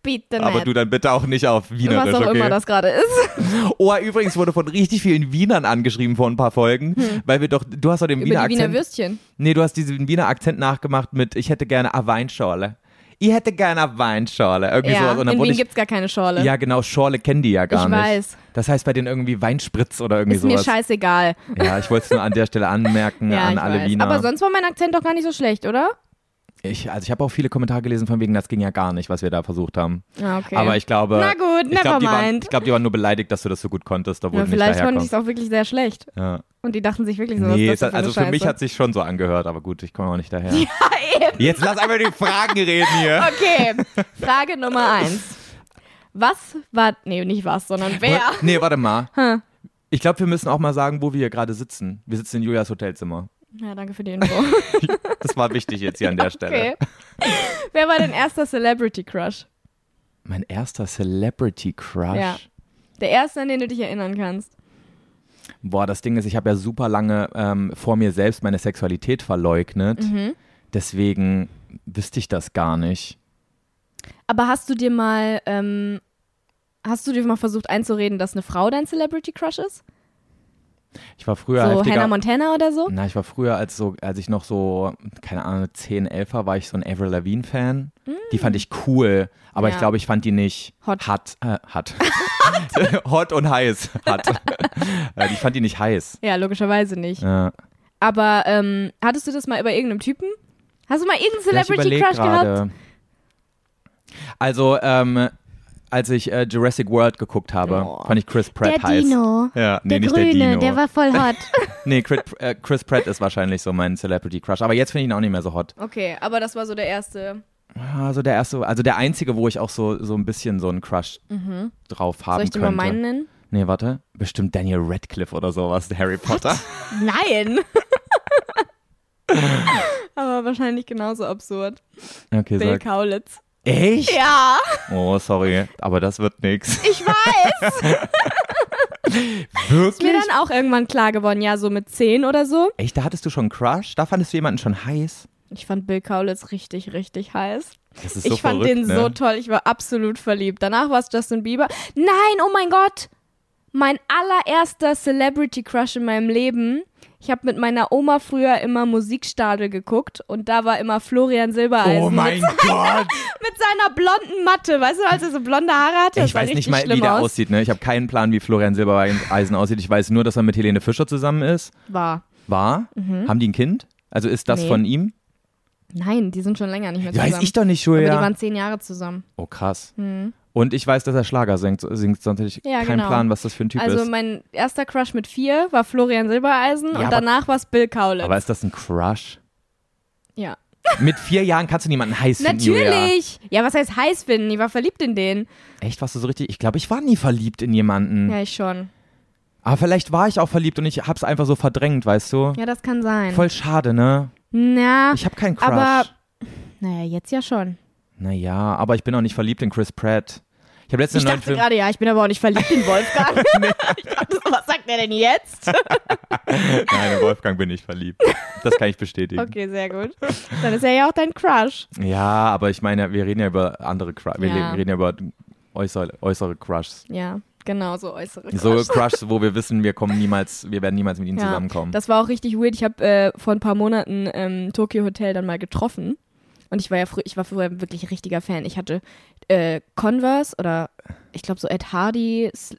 [SPEAKER 1] Bitte
[SPEAKER 2] Aber
[SPEAKER 1] nicht.
[SPEAKER 2] du dann bitte auch nicht auf Wienerisch,
[SPEAKER 1] Was auch
[SPEAKER 2] okay?
[SPEAKER 1] immer das gerade ist.
[SPEAKER 2] Oh, übrigens wurde von richtig vielen Wienern angeschrieben vor ein paar Folgen, weil wir doch, du hast doch den Wiener
[SPEAKER 1] Hm. Über die Wiener
[SPEAKER 2] Akzent.
[SPEAKER 1] Würstchen.
[SPEAKER 2] Nee, du hast diesen Wiener Akzent nachgemacht mit, ich hätte gerne eine Weinschorle. Ich hätte gerne eine Weinschorle. Irgendwie
[SPEAKER 1] Ja,
[SPEAKER 2] sowas. Und dann
[SPEAKER 1] in
[SPEAKER 2] wurde
[SPEAKER 1] Wien
[SPEAKER 2] ich,
[SPEAKER 1] gibt's gar keine Schorle.
[SPEAKER 2] ja, genau, Schorle kennen die ja gar
[SPEAKER 1] Ich
[SPEAKER 2] nicht.
[SPEAKER 1] weiß.
[SPEAKER 2] Das heißt bei denen irgendwie Weinspritz oder irgendwie
[SPEAKER 1] ist mir
[SPEAKER 2] sowas.
[SPEAKER 1] scheißegal.
[SPEAKER 2] Ja, ich wollte es nur an der Stelle anmerken
[SPEAKER 1] Ja,
[SPEAKER 2] an
[SPEAKER 1] ich
[SPEAKER 2] alle
[SPEAKER 1] weiß.
[SPEAKER 2] Wiener.
[SPEAKER 1] Aber sonst war mein Akzent doch gar nicht so schlecht, oder?
[SPEAKER 2] ich, also ich habe auch viele Kommentare gelesen von wegen, das ging ja gar nicht, was wir da versucht haben.
[SPEAKER 1] Ja, Ah, okay.
[SPEAKER 2] Aber ich glaube,
[SPEAKER 1] Na gut,
[SPEAKER 2] ich glaube, die, waren-
[SPEAKER 1] nevermind.
[SPEAKER 2] ich glaube, die waren nur beleidigt, dass du das so gut konntest, obwohl
[SPEAKER 1] ja,
[SPEAKER 2] du nicht
[SPEAKER 1] vielleicht fand ich
[SPEAKER 2] daherkommst.
[SPEAKER 1] es auch wirklich sehr schlecht.
[SPEAKER 2] Ja.
[SPEAKER 1] Und die dachten sich wirklich so, was
[SPEAKER 2] Nee,
[SPEAKER 1] ist
[SPEAKER 2] es
[SPEAKER 1] das
[SPEAKER 2] hat,
[SPEAKER 1] denn
[SPEAKER 2] also
[SPEAKER 1] für eine
[SPEAKER 2] für mich
[SPEAKER 1] Scheiße?
[SPEAKER 2] hat sich schon so angehört, aber gut, ich komme auch nicht daher. Jetzt lass einfach die Fragen reden hier.
[SPEAKER 1] Okay, Frage Nummer eins. Was war, nee, nicht was, sondern wer?
[SPEAKER 2] Wa- Nee, warte mal. Ich glaube, wir müssen auch mal sagen, wo wir hier gerade sitzen. Wir sitzen in Julias Hotelzimmer.
[SPEAKER 1] Ja, danke für die Info.
[SPEAKER 2] Das war wichtig jetzt hier an der
[SPEAKER 1] Okay.
[SPEAKER 2] Stelle.
[SPEAKER 1] Wer war dein erster Celebrity Crush?
[SPEAKER 2] Mein erster Celebrity Crush.
[SPEAKER 1] Ja. Der erste, an den du dich erinnern kannst.
[SPEAKER 2] Boah, das Ding ist, ich habe ja super lange ähm, vor mir selbst meine Sexualität verleugnet.
[SPEAKER 1] Mhm.
[SPEAKER 2] Deswegen wüsste ich das gar nicht.
[SPEAKER 1] Aber hast du dir mal, ähm, hast du dir mal versucht einzureden, dass eine Frau dein Celebrity Crush ist?
[SPEAKER 2] Ich war früher
[SPEAKER 1] so
[SPEAKER 2] heftiger. Mhm.
[SPEAKER 1] Hannah Montana oder so?
[SPEAKER 2] na, ich war früher als so, als ich noch so, keine Ahnung, 10, 11 war, war ich so ein Avril Lavigne Fan. Die fand ich cool, aber ich
[SPEAKER 1] Ja.
[SPEAKER 2] glaube, ich fand die nicht
[SPEAKER 1] Hot.
[SPEAKER 2] hot, äh, hot. hot und heiß, hot. Äh, ich fand die nicht heiß.
[SPEAKER 1] Ja, logischerweise nicht.
[SPEAKER 2] Äh,
[SPEAKER 1] Aber ähm, hattest du das mal über irgendeinem Typen? Hast du mal irgendeinen
[SPEAKER 2] Ja, ich
[SPEAKER 1] Celebrity
[SPEAKER 2] überleg
[SPEAKER 1] Crush gehabt?
[SPEAKER 2] gerade. Also, ähm, als ich äh, Jurassic World geguckt habe,
[SPEAKER 1] Oh.
[SPEAKER 2] fand ich Chris Pratt
[SPEAKER 1] der
[SPEAKER 2] heiß.
[SPEAKER 1] Dino.
[SPEAKER 2] Ja, nee,
[SPEAKER 1] der
[SPEAKER 2] nicht
[SPEAKER 1] Grüne,
[SPEAKER 2] der Dino.
[SPEAKER 1] war voll hot.
[SPEAKER 2] nee, Chris, äh, Chris Pratt ist wahrscheinlich so mein Celebrity Crush. Aber jetzt finde ich ihn auch nicht mehr so hot.
[SPEAKER 1] Okay, aber das war so der erste.
[SPEAKER 2] Also der erste, also der einzige, wo ich auch so, so ein bisschen so einen Crush drauf haben
[SPEAKER 1] Mhm. Soll ich dir mal
[SPEAKER 2] könnte.
[SPEAKER 1] meinen nennen?
[SPEAKER 2] Nee, warte. Bestimmt Daniel Radcliffe oder sowas, der Harry Potter.
[SPEAKER 1] Nein! aber wahrscheinlich genauso absurd.
[SPEAKER 2] Okay,
[SPEAKER 1] Bill
[SPEAKER 2] sag.
[SPEAKER 1] Kaulitz.
[SPEAKER 2] Echt?
[SPEAKER 1] Ja,
[SPEAKER 2] Oh, sorry. Aber das wird nix.
[SPEAKER 1] ich weiß. Ist mir
[SPEAKER 2] Wirklich?
[SPEAKER 1] dann auch irgendwann klar geworden, ja, so mit 10 oder so.
[SPEAKER 2] Echt, da hattest du schon einen Crush? Da fandest du jemanden schon heiß?
[SPEAKER 1] Ich fand Bill Kaulitz richtig, richtig heiß.
[SPEAKER 2] Das ist so
[SPEAKER 1] Ich fand
[SPEAKER 2] verrückt,
[SPEAKER 1] den
[SPEAKER 2] ne?
[SPEAKER 1] so toll. Ich war absolut verliebt. Danach war es Justin Bieber. Nein, oh mein Gott! Mein allererster Celebrity Crush in meinem Leben. Ich habe mit meiner Oma früher immer Musikstadel geguckt und da war immer Florian Silbereisen
[SPEAKER 2] Oh mein Gott!
[SPEAKER 1] mit seiner blonden Matte. Weißt du, als er so blonde Haare hatte? Das
[SPEAKER 2] ich
[SPEAKER 1] sah
[SPEAKER 2] weiß nicht
[SPEAKER 1] richtig
[SPEAKER 2] mal,
[SPEAKER 1] schlimm
[SPEAKER 2] wie der
[SPEAKER 1] aus.
[SPEAKER 2] aussieht. Ne? Ich habe keinen Plan, wie Florian Silbereisen aussieht. Ich weiß nur, dass er mit Helene Fischer zusammen ist.
[SPEAKER 1] War.
[SPEAKER 2] War? Haben die ein Kind? Also ist das
[SPEAKER 1] Mhm. Nee.
[SPEAKER 2] von ihm?
[SPEAKER 1] Nein, die sind schon länger nicht mehr
[SPEAKER 2] Ja,
[SPEAKER 1] zusammen.
[SPEAKER 2] weiß ich doch nicht,
[SPEAKER 1] Aber
[SPEAKER 2] Julia.
[SPEAKER 1] die waren zehn Jahre zusammen.
[SPEAKER 2] oh, krass. Und ich weiß, dass er Schlager singt, singt sonst hätte ich
[SPEAKER 1] Hm. Ja,
[SPEAKER 2] keinen
[SPEAKER 1] genau.
[SPEAKER 2] Plan, was das für ein Typ
[SPEAKER 1] Also
[SPEAKER 2] ist.
[SPEAKER 1] mein erster Crush mit vier war Florian Silbereisen
[SPEAKER 2] Ja,
[SPEAKER 1] und
[SPEAKER 2] aber-
[SPEAKER 1] danach war es Bill Kaulitz.
[SPEAKER 2] Aber ist das ein Crush?
[SPEAKER 1] ja.
[SPEAKER 2] Mit vier Jahren kannst du niemanden heiß finden, Julia.
[SPEAKER 1] Natürlich! Ja, was heißt heiß finden? Die war verliebt in den.
[SPEAKER 2] Echt, warst du so richtig? Ich glaube, ich war nie verliebt in jemanden.
[SPEAKER 1] Ja, ich schon.
[SPEAKER 2] Aber vielleicht war ich auch verliebt und ich hab's einfach so verdrängt, weißt du?
[SPEAKER 1] Ja, das kann sein.
[SPEAKER 2] Voll schade, ne?
[SPEAKER 1] Na,
[SPEAKER 2] Ich habe keinen Crush.
[SPEAKER 1] Aber- naja, jetzt ja schon.
[SPEAKER 2] Naja, aber ich bin auch nicht verliebt in Chris Pratt. Ich habe letztens
[SPEAKER 1] Ich
[SPEAKER 2] einen neuen
[SPEAKER 1] dachte
[SPEAKER 2] Film.
[SPEAKER 1] gerade, ja, ich bin aber auch nicht verliebt in Wolfgang. ich dachte, so, was sagt er denn jetzt?
[SPEAKER 2] Nein, in Wolfgang bin ich verliebt. Das kann ich bestätigen.
[SPEAKER 1] Okay, sehr gut. Dann ist er ja auch dein Crush.
[SPEAKER 2] Ja, aber ich meine, wir reden ja über andere Crush. Wir
[SPEAKER 1] Ja.
[SPEAKER 2] le- reden ja über äußere, äußere Crushs.
[SPEAKER 1] Ja, genau, so äußere Crush.
[SPEAKER 2] So Crushs, wo wir wissen, wir kommen niemals, wir werden niemals mit ihnen
[SPEAKER 1] ja,
[SPEAKER 2] zusammenkommen.
[SPEAKER 1] Das war auch richtig weird. Ich habe äh, vor ein paar Monaten ähm, Tokyo Hotel dann mal getroffen. Und ich war ja früher, ich war früher wirklich ein richtiger Fan. Ich hatte äh, Converse oder ich glaube so Ed Hardy, s-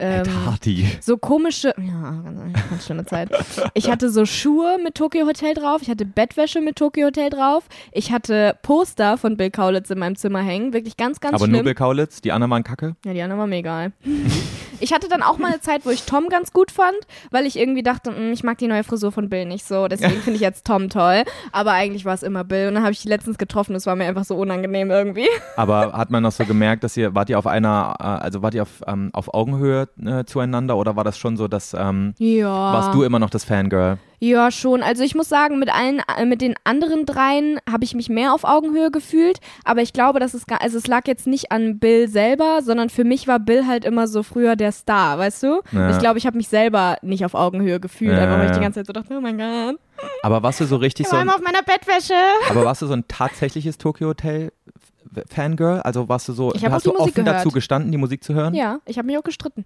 [SPEAKER 1] ähm,
[SPEAKER 2] Ed Hardy.
[SPEAKER 1] so komische, ja, ganz, ganz schlimme Zeit. Ich hatte so Schuhe mit Tokyo Hotel drauf, ich hatte Bettwäsche mit Tokyo Hotel drauf, ich hatte Poster von Bill Kaulitz in meinem Zimmer hängen, wirklich ganz, ganz
[SPEAKER 2] Aber
[SPEAKER 1] schlimm.
[SPEAKER 2] nur Bill Kaulitz, die anderen waren kacke.
[SPEAKER 1] Ja, die anderen waren mir egal. Ich hatte dann auch mal eine Zeit, wo ich Tom ganz gut fand, weil ich irgendwie dachte, "Mm, ich mag die neue Frisur von Bill nicht so, deswegen finde ich jetzt Tom toll. Aber eigentlich war es immer Bill und dann habe ich die letztens getroffen, das war mir einfach so unangenehm irgendwie.
[SPEAKER 2] Aber hat man noch so gemerkt, dass ihr, wart ihr auf einer, äh, also wart ihr auf, ähm, auf Augenhöhe äh, zueinander oder war das schon so, dass, ähm,
[SPEAKER 1] Ja.
[SPEAKER 2] warst du immer noch das Fangirl?
[SPEAKER 1] Ja, schon. Also ich muss sagen, mit allen, äh, mit den anderen dreien habe ich mich mehr auf Augenhöhe gefühlt. Aber ich glaube, dass es, gar- also es lag jetzt nicht an Bill selber, sondern für mich war Bill halt immer so früher der Star, weißt du?
[SPEAKER 2] Ja.
[SPEAKER 1] Ich glaube, ich habe mich selber nicht auf Augenhöhe gefühlt,
[SPEAKER 2] Ja,
[SPEAKER 1] einfach weil ich die
[SPEAKER 2] ja.
[SPEAKER 1] ganze Zeit so dachte, oh mein Gott,
[SPEAKER 2] Aber warst du so richtig so,
[SPEAKER 1] vor allem
[SPEAKER 2] ein,
[SPEAKER 1] auf meiner Bettwäsche.
[SPEAKER 2] aber warst du so ein tatsächliches Tokyo Hotel F- Fangirl? Also warst du so,
[SPEAKER 1] Ich hab auch
[SPEAKER 2] hast
[SPEAKER 1] die
[SPEAKER 2] du
[SPEAKER 1] Musik
[SPEAKER 2] offen
[SPEAKER 1] gehört.
[SPEAKER 2] dazu gestanden, die Musik zu hören?
[SPEAKER 1] Ja, ich habe mich auch gestritten.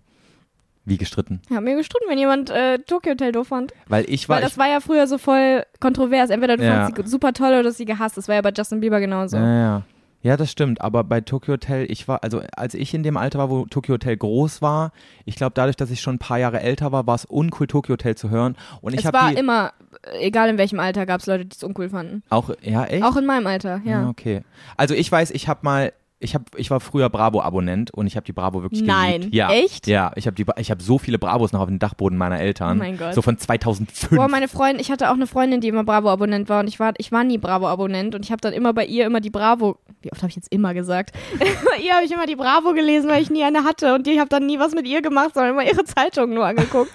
[SPEAKER 2] Wie gestritten?
[SPEAKER 1] Ich habe mir gestritten, wenn jemand äh, Tokyo Hotel doof fand.
[SPEAKER 2] Weil ich war,
[SPEAKER 1] Weil das war ja früher so voll kontrovers. Entweder du
[SPEAKER 2] Ja.
[SPEAKER 1] fandst sie super toll oder du hast sie gehasst. Das war ja bei Justin Bieber genauso.
[SPEAKER 2] Ja, ja. ja, das stimmt. Aber bei Tokyo Hotel, ich war, also als ich in dem Alter war, wo Tokyo Hotel groß war, ich glaube, dadurch, dass ich schon ein paar Jahre älter war, war es uncool, Tokyo Hotel zu hören. Und ich
[SPEAKER 1] es
[SPEAKER 2] habe
[SPEAKER 1] war
[SPEAKER 2] die
[SPEAKER 1] immer, äh, egal in welchem Alter, gab es Leute, die es uncool fanden.
[SPEAKER 2] auch, ja, echt?
[SPEAKER 1] Auch in meinem Alter, ja.
[SPEAKER 2] Ah, Okay. Also ich weiß, ich habe mal. Ich, hab, ich war früher Bravo-Abonnent und ich habe die Bravo wirklich
[SPEAKER 1] Nein.
[SPEAKER 2] geliebt. Ja,
[SPEAKER 1] Echt?
[SPEAKER 2] Ja, ich habe hab so viele Bravos noch auf dem Dachboden meiner Eltern.
[SPEAKER 1] Oh mein Gott.
[SPEAKER 2] So von 2005.
[SPEAKER 1] Boah, meine Freundin, ich hatte auch eine Freundin, die immer Bravo-Abonnent war und ich war, ich war nie Bravo-Abonnent und ich habe dann immer bei ihr immer die Bravo, wie oft habe ich jetzt immer gesagt, bei ihr habe ich immer die Bravo gelesen, weil ich nie eine hatte und ich habe dann nie was mit ihr gemacht, sondern immer ihre Zeitung nur angeguckt.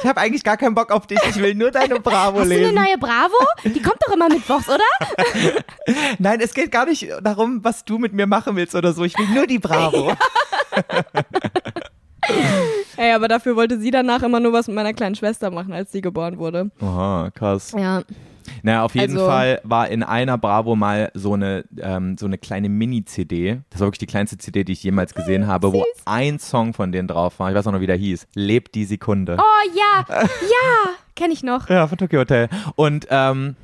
[SPEAKER 2] ich habe eigentlich gar keinen Bock auf dich. Ich will nur deine Bravo
[SPEAKER 1] Hast du eine neue Bravo? Die kommt doch immer mittwochs, oder?
[SPEAKER 2] Nein, es geht gar nicht darum, was du mit mir machen willst oder so. Ich will nur die Bravo.
[SPEAKER 1] Ey, aber dafür wollte sie danach immer nur was mit meiner kleinen Schwester machen, als sie geboren wurde.
[SPEAKER 2] Aha, krass.
[SPEAKER 1] Ja.
[SPEAKER 2] Naja, auf jeden
[SPEAKER 1] Also-
[SPEAKER 2] Fall war in einer Bravo mal so eine, ähm, so eine kleine Mini-CD. Das war wirklich die kleinste CD, die ich jemals
[SPEAKER 1] Ah,
[SPEAKER 2] gesehen habe, wo ein Song von denen drauf war. Ich weiß auch noch, wie der hieß. Lebt die Sekunde.
[SPEAKER 1] Oh ja, ja, kenne ich noch.
[SPEAKER 2] Ja, von Tokyo Hotel. Und, ähm,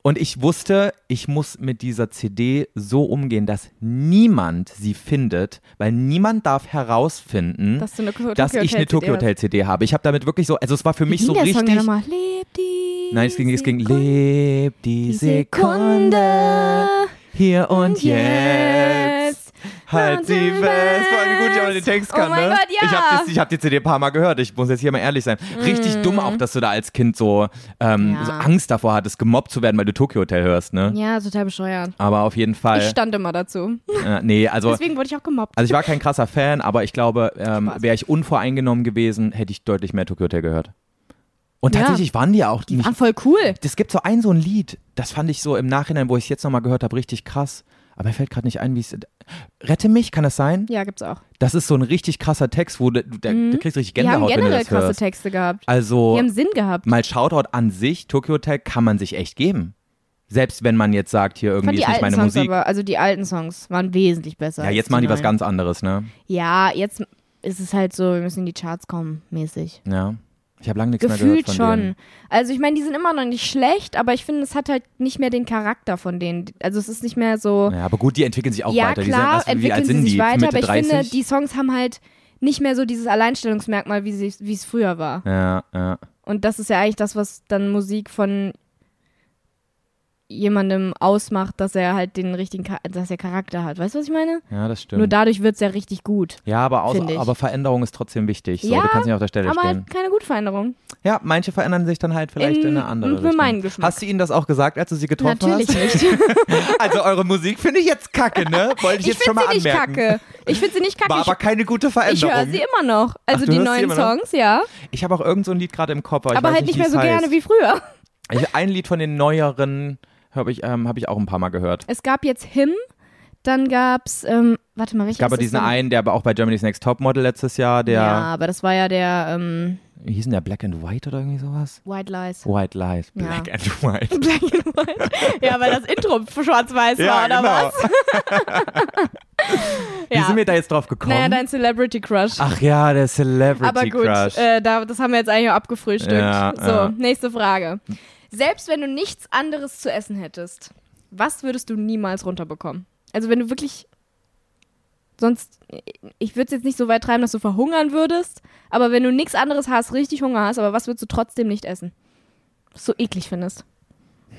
[SPEAKER 2] und ich wusste, ich muss mit dieser CD so umgehen, dass niemand sie findet, weil niemand darf herausfinden,
[SPEAKER 1] Dass du eine Tokyo
[SPEAKER 2] dass ich eine
[SPEAKER 1] Hotel CD
[SPEAKER 2] Tokyo Hotel CD habe. Ich habe damit wirklich so, also es war für mich
[SPEAKER 1] Ging
[SPEAKER 2] so
[SPEAKER 1] der Song denn
[SPEAKER 2] richtig.
[SPEAKER 1] nochmal? Leb die
[SPEAKER 2] Nein, es ging, es ging,
[SPEAKER 1] Sekunde.
[SPEAKER 2] leb die Sekunde. Hier und jetzt. Halt sie
[SPEAKER 1] Und
[SPEAKER 2] fest. Vor allem gut, ich aber den
[SPEAKER 1] jetzt.
[SPEAKER 2] Text kann,
[SPEAKER 1] Oh mein
[SPEAKER 2] ne?
[SPEAKER 1] Gott, ja.
[SPEAKER 2] Ich habe hab die CD ein paar Mal gehört. Ich muss jetzt hier mal ehrlich sein. Richtig dumm auch, dass du da als Kind so, ähm,
[SPEAKER 1] Mm. Ja.
[SPEAKER 2] so Angst davor hattest, gemobbt zu werden, weil du Tokyo Hotel hörst, ne?
[SPEAKER 1] Ja, total bescheuert.
[SPEAKER 2] Aber auf jeden
[SPEAKER 1] Ich
[SPEAKER 2] Fall.
[SPEAKER 1] stand immer dazu.
[SPEAKER 2] Äh, nee, also.
[SPEAKER 1] Deswegen wurde ich auch gemobbt.
[SPEAKER 2] Also ich war kein krasser Fan, aber ich glaube, ähm,
[SPEAKER 1] Spaß.
[SPEAKER 2] wäre ich unvoreingenommen gewesen, hätte ich deutlich mehr Tokyo Hotel gehört. Und
[SPEAKER 1] Ja.
[SPEAKER 2] tatsächlich waren die auch nicht
[SPEAKER 1] Waren Ah, voll cool.
[SPEAKER 2] es gibt so ein so ein Lied, das fand ich so im Nachhinein, wo ich es jetzt nochmal gehört habe, richtig krass. Aber mir fällt gerade nicht ein, wie es. Rette mich, kann das sein?
[SPEAKER 1] Ja, gibt's auch.
[SPEAKER 2] Das ist so ein richtig krasser Text, wo du, du, da- du kriegst richtig
[SPEAKER 1] Mhm. Die haben
[SPEAKER 2] Gänsehaut, wenn du
[SPEAKER 1] generell
[SPEAKER 2] das
[SPEAKER 1] krasse
[SPEAKER 2] hörst.
[SPEAKER 1] Texte gehabt. Die
[SPEAKER 2] Also
[SPEAKER 1] haben Sinn gehabt.
[SPEAKER 2] mal Shoutout an sich, Tokyo Hotel kann man sich echt geben. Selbst wenn man jetzt sagt, hier
[SPEAKER 1] Ich fand
[SPEAKER 2] irgendwie
[SPEAKER 1] die
[SPEAKER 2] ist nicht
[SPEAKER 1] alten
[SPEAKER 2] meine
[SPEAKER 1] Songs
[SPEAKER 2] Musik.
[SPEAKER 1] aber, also die alten Songs waren wesentlich besser.
[SPEAKER 2] Ja,
[SPEAKER 1] als
[SPEAKER 2] jetzt machen die was
[SPEAKER 1] neuen.
[SPEAKER 2] ganz anderes, ne?
[SPEAKER 1] Ja, jetzt ist es halt so, wir müssen in die Charts kommen, mäßig.
[SPEAKER 2] Ja. Ich habe lange nichts mehr gehört
[SPEAKER 1] Gefühlt
[SPEAKER 2] von
[SPEAKER 1] schon.
[SPEAKER 2] denen.
[SPEAKER 1] Also ich meine, die sind immer noch nicht schlecht, aber ich finde, es hat halt nicht mehr den Charakter von denen. Also es ist nicht mehr so.
[SPEAKER 2] Ja, aber gut, die entwickeln sich auch
[SPEAKER 1] ja,
[SPEAKER 2] weiter.
[SPEAKER 1] klar,
[SPEAKER 2] die sind, was, wie alt
[SPEAKER 1] entwickeln
[SPEAKER 2] sind
[SPEAKER 1] sie sich
[SPEAKER 2] die?
[SPEAKER 1] weiter,
[SPEAKER 2] Mitte
[SPEAKER 1] aber ich
[SPEAKER 2] 30?
[SPEAKER 1] finde, die Songs haben halt nicht mehr so dieses Alleinstellungsmerkmal, wie sie- wie es früher war.
[SPEAKER 2] ja, ja.
[SPEAKER 1] Und das ist ja eigentlich das, was dann Musik von jemandem ausmacht, dass er halt den richtigen, Char- dass er Charakter hat. Weißt du, was ich meine?
[SPEAKER 2] ja, das stimmt.
[SPEAKER 1] Nur dadurch wird es ja richtig gut.
[SPEAKER 2] Ja, aber, aus,
[SPEAKER 1] Find ich.
[SPEAKER 2] aber Veränderung ist trotzdem wichtig. So,
[SPEAKER 1] Ja,
[SPEAKER 2] du kannst nicht auf der Stelle
[SPEAKER 1] Aber
[SPEAKER 2] stehen.
[SPEAKER 1] halt keine gute Veränderung.
[SPEAKER 2] Ja, manche verändern sich dann halt vielleicht in,
[SPEAKER 1] In-
[SPEAKER 2] eine andere
[SPEAKER 1] für
[SPEAKER 2] Richtung.
[SPEAKER 1] meinen Geschmack.
[SPEAKER 2] Hast du ihnen das auch gesagt, als du sie getroffen
[SPEAKER 1] Natürlich
[SPEAKER 2] hast?
[SPEAKER 1] nicht.
[SPEAKER 2] Also eure Musik finde ich jetzt kacke, ne? Wollte ich,
[SPEAKER 1] Ich
[SPEAKER 2] jetzt schon
[SPEAKER 1] finde
[SPEAKER 2] mal
[SPEAKER 1] sie nicht
[SPEAKER 2] anmerken.
[SPEAKER 1] kacke. Ich finde sie nicht kacke.
[SPEAKER 2] War
[SPEAKER 1] Ich-
[SPEAKER 2] aber keine gute
[SPEAKER 1] Ich höre
[SPEAKER 2] Veränderung.
[SPEAKER 1] sie immer noch. Also
[SPEAKER 2] Ach, du
[SPEAKER 1] die
[SPEAKER 2] hörst sie
[SPEAKER 1] neuen
[SPEAKER 2] immer noch?
[SPEAKER 1] Songs, ja.
[SPEAKER 2] ich habe auch irgend so ein Lied gerade im Kopf, aber, ich
[SPEAKER 1] aber
[SPEAKER 2] weiß
[SPEAKER 1] halt nicht mehr
[SPEAKER 2] wie's
[SPEAKER 1] so gerne
[SPEAKER 2] heißt.
[SPEAKER 1] wie früher.
[SPEAKER 2] Ich, ein Lied von den neueren habe ich, ähm, hab ich auch ein paar Mal gehört.
[SPEAKER 1] Es gab jetzt Him, Dann gab's, ähm, warte mal,
[SPEAKER 2] Es
[SPEAKER 1] richtig.
[SPEAKER 2] gab aber diesen einen, der aber auch bei Germany's Next Topmodel letztes Jahr, der,
[SPEAKER 1] Ja, aber das war ja der ähm,
[SPEAKER 2] wie hieß denn der, Black and White oder irgendwie sowas?
[SPEAKER 1] White Lies.
[SPEAKER 2] White Lies,
[SPEAKER 1] Ja.
[SPEAKER 2] Black and White.
[SPEAKER 1] Black and White. Ja, weil das Intro schwarz-weiß war,
[SPEAKER 2] genau.
[SPEAKER 1] oder was?
[SPEAKER 2] Wie
[SPEAKER 1] Ja.
[SPEAKER 2] sind wir da jetzt drauf gekommen?
[SPEAKER 1] Naja, dein Celebrity Crush.
[SPEAKER 2] Ach ja, der Celebrity
[SPEAKER 1] aber gut,
[SPEAKER 2] Crush.
[SPEAKER 1] äh, da, das haben wir jetzt eigentlich auch abgefrühstückt.
[SPEAKER 2] Ja,
[SPEAKER 1] so,
[SPEAKER 2] ja.
[SPEAKER 1] nächste Frage. Selbst wenn du nichts anderes zu essen hättest, was würdest du niemals runterbekommen? Also wenn du wirklich sonst, ich würde es jetzt nicht so weit treiben, dass du verhungern würdest, aber wenn du nichts anderes hast, richtig Hunger hast, aber was würdest du trotzdem nicht essen? Was du so eklig findest.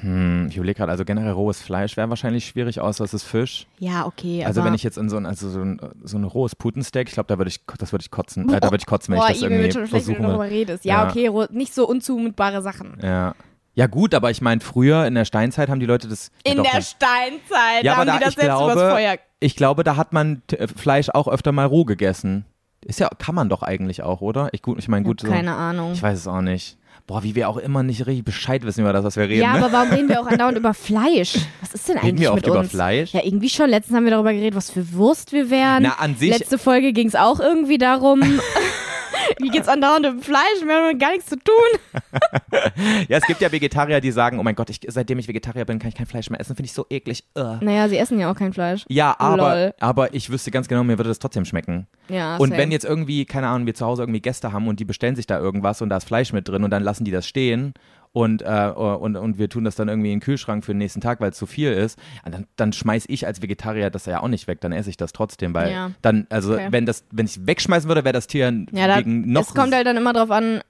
[SPEAKER 2] hm, ich überlege gerade, also generell rohes Fleisch wäre wahrscheinlich schwierig, außer es ist Fisch.
[SPEAKER 1] Ja, okay.
[SPEAKER 2] Also
[SPEAKER 1] aber
[SPEAKER 2] wenn ich jetzt in so ein, also so ein, so ein rohes Putensteak, ich glaube, da würde ich, das würde ich kotzen, äh, da würde ich kotzen, wenn
[SPEAKER 1] Boah,
[SPEAKER 2] ich das
[SPEAKER 1] Ibe, wird
[SPEAKER 2] irgendwie
[SPEAKER 1] schon schlecht, wenn
[SPEAKER 2] versuchen
[SPEAKER 1] du
[SPEAKER 2] würde.
[SPEAKER 1] darüber redest. Ja,
[SPEAKER 2] Ja.
[SPEAKER 1] okay, ro- nicht so unzumutbare Sachen.
[SPEAKER 2] Ja. ja gut, aber ich meine, früher in der Steinzeit haben die Leute das... ja,
[SPEAKER 1] In
[SPEAKER 2] doch,
[SPEAKER 1] der
[SPEAKER 2] dann-
[SPEAKER 1] Steinzeit
[SPEAKER 2] ja,
[SPEAKER 1] haben
[SPEAKER 2] aber da,
[SPEAKER 1] die das
[SPEAKER 2] ich,
[SPEAKER 1] selbst übers
[SPEAKER 2] glaube,
[SPEAKER 1] Feuer
[SPEAKER 2] ich glaube, da hat man t- äh, Fleisch auch öfter mal roh gegessen. Ist ja, kann man doch eigentlich auch, oder? Ich, gut, ich meine, gut, so,
[SPEAKER 1] Keine Ahnung.
[SPEAKER 2] ich weiß es auch nicht. Boah, wie wir auch immer nicht richtig Bescheid wissen über das, was wir reden.
[SPEAKER 1] Ja,
[SPEAKER 2] ne?
[SPEAKER 1] aber warum reden wir auch andauernd über Fleisch? Was ist denn eigentlich
[SPEAKER 2] wir
[SPEAKER 1] mit
[SPEAKER 2] oft über
[SPEAKER 1] uns?
[SPEAKER 2] Fleisch?
[SPEAKER 1] Ja, irgendwie schon. Letztens haben wir darüber geredet, was für Wurst wir wären.
[SPEAKER 2] Na, an sich-
[SPEAKER 1] Letzte Folge ging es auch irgendwie darum. Wie geht's andauernd um Fleisch? Wir haben damit gar nichts zu tun.
[SPEAKER 2] Ja, es gibt ja Vegetarier, die sagen, oh mein Gott, ich, seitdem ich Vegetarier bin, kann ich kein Fleisch mehr essen, finde ich so eklig. Ugh.
[SPEAKER 1] Naja, sie essen ja auch kein Fleisch.
[SPEAKER 2] Ja, aber,
[SPEAKER 1] Lol.
[SPEAKER 2] aber ich wüsste ganz genau, mir würde das trotzdem schmecken.
[SPEAKER 1] Ja,
[SPEAKER 2] Und
[SPEAKER 1] same.
[SPEAKER 2] wenn jetzt irgendwie, keine Ahnung, wir zu Hause irgendwie Gäste haben und die bestellen sich da irgendwas und da ist Fleisch mit drin und dann lassen die das stehen und, äh, und, und wir tun das dann irgendwie in den Kühlschrank für den nächsten Tag, weil es zu viel ist, ah, dann, dann schmeiß ich als Vegetarier das ja auch nicht weg, dann esse ich das trotzdem, weil
[SPEAKER 1] Ja.
[SPEAKER 2] dann, also
[SPEAKER 1] Okay.
[SPEAKER 2] wenn das, wenn ich wegschmeißen würde, wäre das Tier
[SPEAKER 1] ja, da,
[SPEAKER 2] wegen noch
[SPEAKER 1] es kommt halt dann immer drauf an,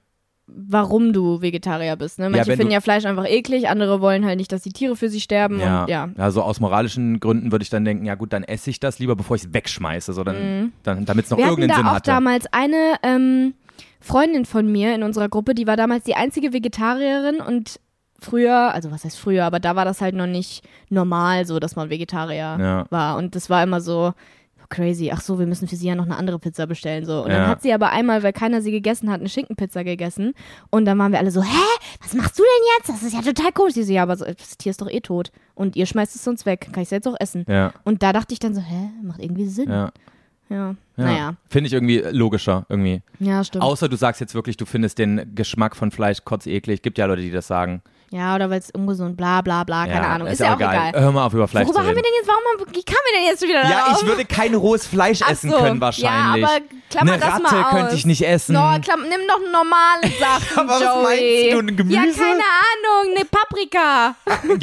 [SPEAKER 1] warum du Vegetarier bist. Ne? Manche
[SPEAKER 2] wenn
[SPEAKER 1] finden
[SPEAKER 2] du-
[SPEAKER 1] ja Fleisch einfach eklig, andere wollen halt nicht, dass die Tiere für sie sterben.
[SPEAKER 2] ja.
[SPEAKER 1] Und ja,
[SPEAKER 2] Also aus moralischen Gründen würde ich dann denken, ja gut, dann esse ich das lieber, bevor ich es wegschmeiße, so dann, dann damit es noch
[SPEAKER 1] Mhm. Wir hatten
[SPEAKER 2] irgendeinen
[SPEAKER 1] da
[SPEAKER 2] Sinn
[SPEAKER 1] auch
[SPEAKER 2] hatte.
[SPEAKER 1] damals eine ähm, Freundin von mir in unserer Gruppe, die war damals die einzige Vegetarierin und früher, also was heißt früher, aber da war das halt noch nicht normal so, dass man Vegetarier
[SPEAKER 2] Ja.
[SPEAKER 1] war und das war immer so crazy, ach so, wir müssen für sie ja noch eine andere Pizza bestellen so und
[SPEAKER 2] Ja.
[SPEAKER 1] dann hat sie aber einmal, weil keiner sie gegessen hat, eine Schinkenpizza gegessen und dann waren wir alle so, hä, was machst du denn jetzt? Das ist ja total komisch. Sie so, ja, aber so, das Tier ist doch eh tot und ihr schmeißt es sonst weg, kann ich es jetzt auch essen.
[SPEAKER 2] ja,
[SPEAKER 1] Und da dachte ich dann so, hä, macht irgendwie Sinn.
[SPEAKER 2] ja,
[SPEAKER 1] ja.
[SPEAKER 2] ja.
[SPEAKER 1] naja.
[SPEAKER 2] Finde ich irgendwie logischer, irgendwie.
[SPEAKER 1] Ja, stimmt.
[SPEAKER 2] Außer du sagst jetzt wirklich, du findest den Geschmack von Fleisch kotzeklig. Gibt ja Leute, die das sagen.
[SPEAKER 1] Ja, oder weil es ungesund, bla bla bla, keine
[SPEAKER 2] ja, Äh,
[SPEAKER 1] Ahnung. Ist, ja auch egal.
[SPEAKER 2] Hör mal auf, über Fleisch
[SPEAKER 1] Worüber
[SPEAKER 2] zu
[SPEAKER 1] haben wir
[SPEAKER 2] reden.
[SPEAKER 1] denn jetzt, warum haben, wie kamen wir denn jetzt schon wieder
[SPEAKER 2] ja,
[SPEAKER 1] darauf?
[SPEAKER 2] ich würde kein rohes Fleisch
[SPEAKER 1] Ach
[SPEAKER 2] essen
[SPEAKER 1] so.
[SPEAKER 2] können wahrscheinlich.
[SPEAKER 1] Ja, aber klammer
[SPEAKER 2] Eine
[SPEAKER 1] das
[SPEAKER 2] Ratte
[SPEAKER 1] mal aus.
[SPEAKER 2] könnte ich nicht essen.
[SPEAKER 1] No, klamm, nimm doch normale Sachen,
[SPEAKER 2] aber was
[SPEAKER 1] Joey.
[SPEAKER 2] meinst du, ein Gemüse?
[SPEAKER 1] Ja, keine Ahnung, eine Paprika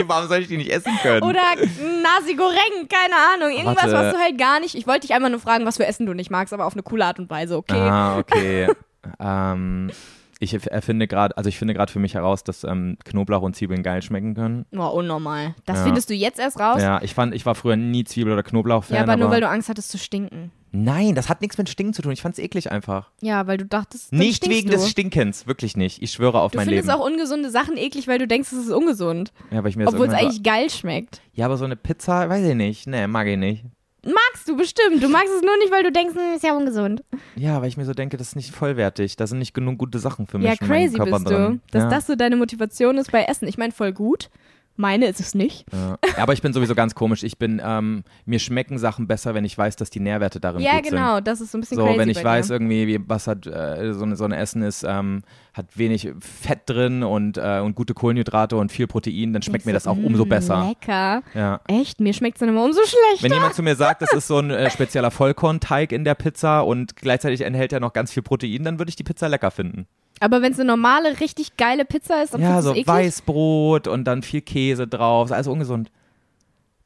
[SPEAKER 2] Warum soll ich die nicht essen können?
[SPEAKER 1] oder ein Nasi Goreng, keine Ahnung. Irgendwas,
[SPEAKER 2] Ratte.
[SPEAKER 1] was du halt gar nicht... Ich wollte dich einfach nur fragen, was für Essen du nicht magst, aber auf eine coole Art und Weise, okay?
[SPEAKER 2] Ah, okay. ähm, ich erfinde gerade, also ich finde gerade für mich heraus, dass ähm, Knoblauch und Zwiebeln geil schmecken können.
[SPEAKER 1] Nur unnormal. Das
[SPEAKER 2] Ja.
[SPEAKER 1] findest du jetzt erst raus?
[SPEAKER 2] Ja, ich fand, ich war früher nie Zwiebel- oder Knoblauch-Fan.
[SPEAKER 1] Ja, aber nur, weil du Angst hattest zu stinken.
[SPEAKER 2] Nein, das hat nichts mit Stinken zu tun. Ich fand's eklig einfach.
[SPEAKER 1] Ja, weil du dachtest, dann
[SPEAKER 2] Nicht
[SPEAKER 1] stinkst
[SPEAKER 2] wegen
[SPEAKER 1] du.
[SPEAKER 2] des Stinkens, wirklich nicht. Ich schwöre auf
[SPEAKER 1] Du
[SPEAKER 2] mein
[SPEAKER 1] findest
[SPEAKER 2] Leben.
[SPEAKER 1] auch ungesunde Sachen eklig, weil du denkst, es ist ungesund.
[SPEAKER 2] ja, weil ich mir das
[SPEAKER 1] Obwohl es
[SPEAKER 2] irgendwann so-
[SPEAKER 1] eigentlich geil schmeckt.
[SPEAKER 2] Ja, aber so eine Pizza, weiß ich nicht. Nee, mag ich nicht.
[SPEAKER 1] Magst du bestimmt. Du magst es nur nicht, weil du denkst, hm, ist ja ungesund.
[SPEAKER 2] Ja, weil ich mir so denke, das ist nicht vollwertig. Da sind nicht genug gute Sachen für mich.
[SPEAKER 1] Ja,
[SPEAKER 2] in meinem
[SPEAKER 1] crazy
[SPEAKER 2] Körper
[SPEAKER 1] bist du.
[SPEAKER 2] drin.
[SPEAKER 1] Dass
[SPEAKER 2] ja.
[SPEAKER 1] das so deine Motivation ist bei Essen. Ich meine, voll gut. Meine ist es nicht.
[SPEAKER 2] Ja. Aber ich bin sowieso ganz komisch. Ich bin, ähm, mir schmecken Sachen besser, wenn ich weiß, dass die Nährwerte darin
[SPEAKER 1] Ja,
[SPEAKER 2] gut sind.
[SPEAKER 1] genau. Das ist so ein bisschen
[SPEAKER 2] So,
[SPEAKER 1] crazy.
[SPEAKER 2] wenn
[SPEAKER 1] bei
[SPEAKER 2] ich weiß,
[SPEAKER 1] dir.
[SPEAKER 2] irgendwie, wie- was hat äh, so, eine, so ein Essen ist, ähm, hat wenig Fett drin und, äh, und gute Kohlenhydrate und viel Protein, dann schmeckt mir das auch umso
[SPEAKER 1] Mm,
[SPEAKER 2] besser.
[SPEAKER 1] Lecker.
[SPEAKER 2] Ja.
[SPEAKER 1] Echt? Mir schmeckt es dann immer umso schlechter.
[SPEAKER 2] Wenn jemand zu mir sagt, das ist so ein äh, spezieller Vollkornteig in der Pizza und gleichzeitig enthält er noch ganz viel Protein, dann würde ich die Pizza lecker finden.
[SPEAKER 1] Aber wenn es eine normale, richtig geile Pizza ist, dann
[SPEAKER 2] Ja,
[SPEAKER 1] findest
[SPEAKER 2] so
[SPEAKER 1] du es eklig.
[SPEAKER 2] Weißbrot und dann viel Käse drauf, ist alles ungesund.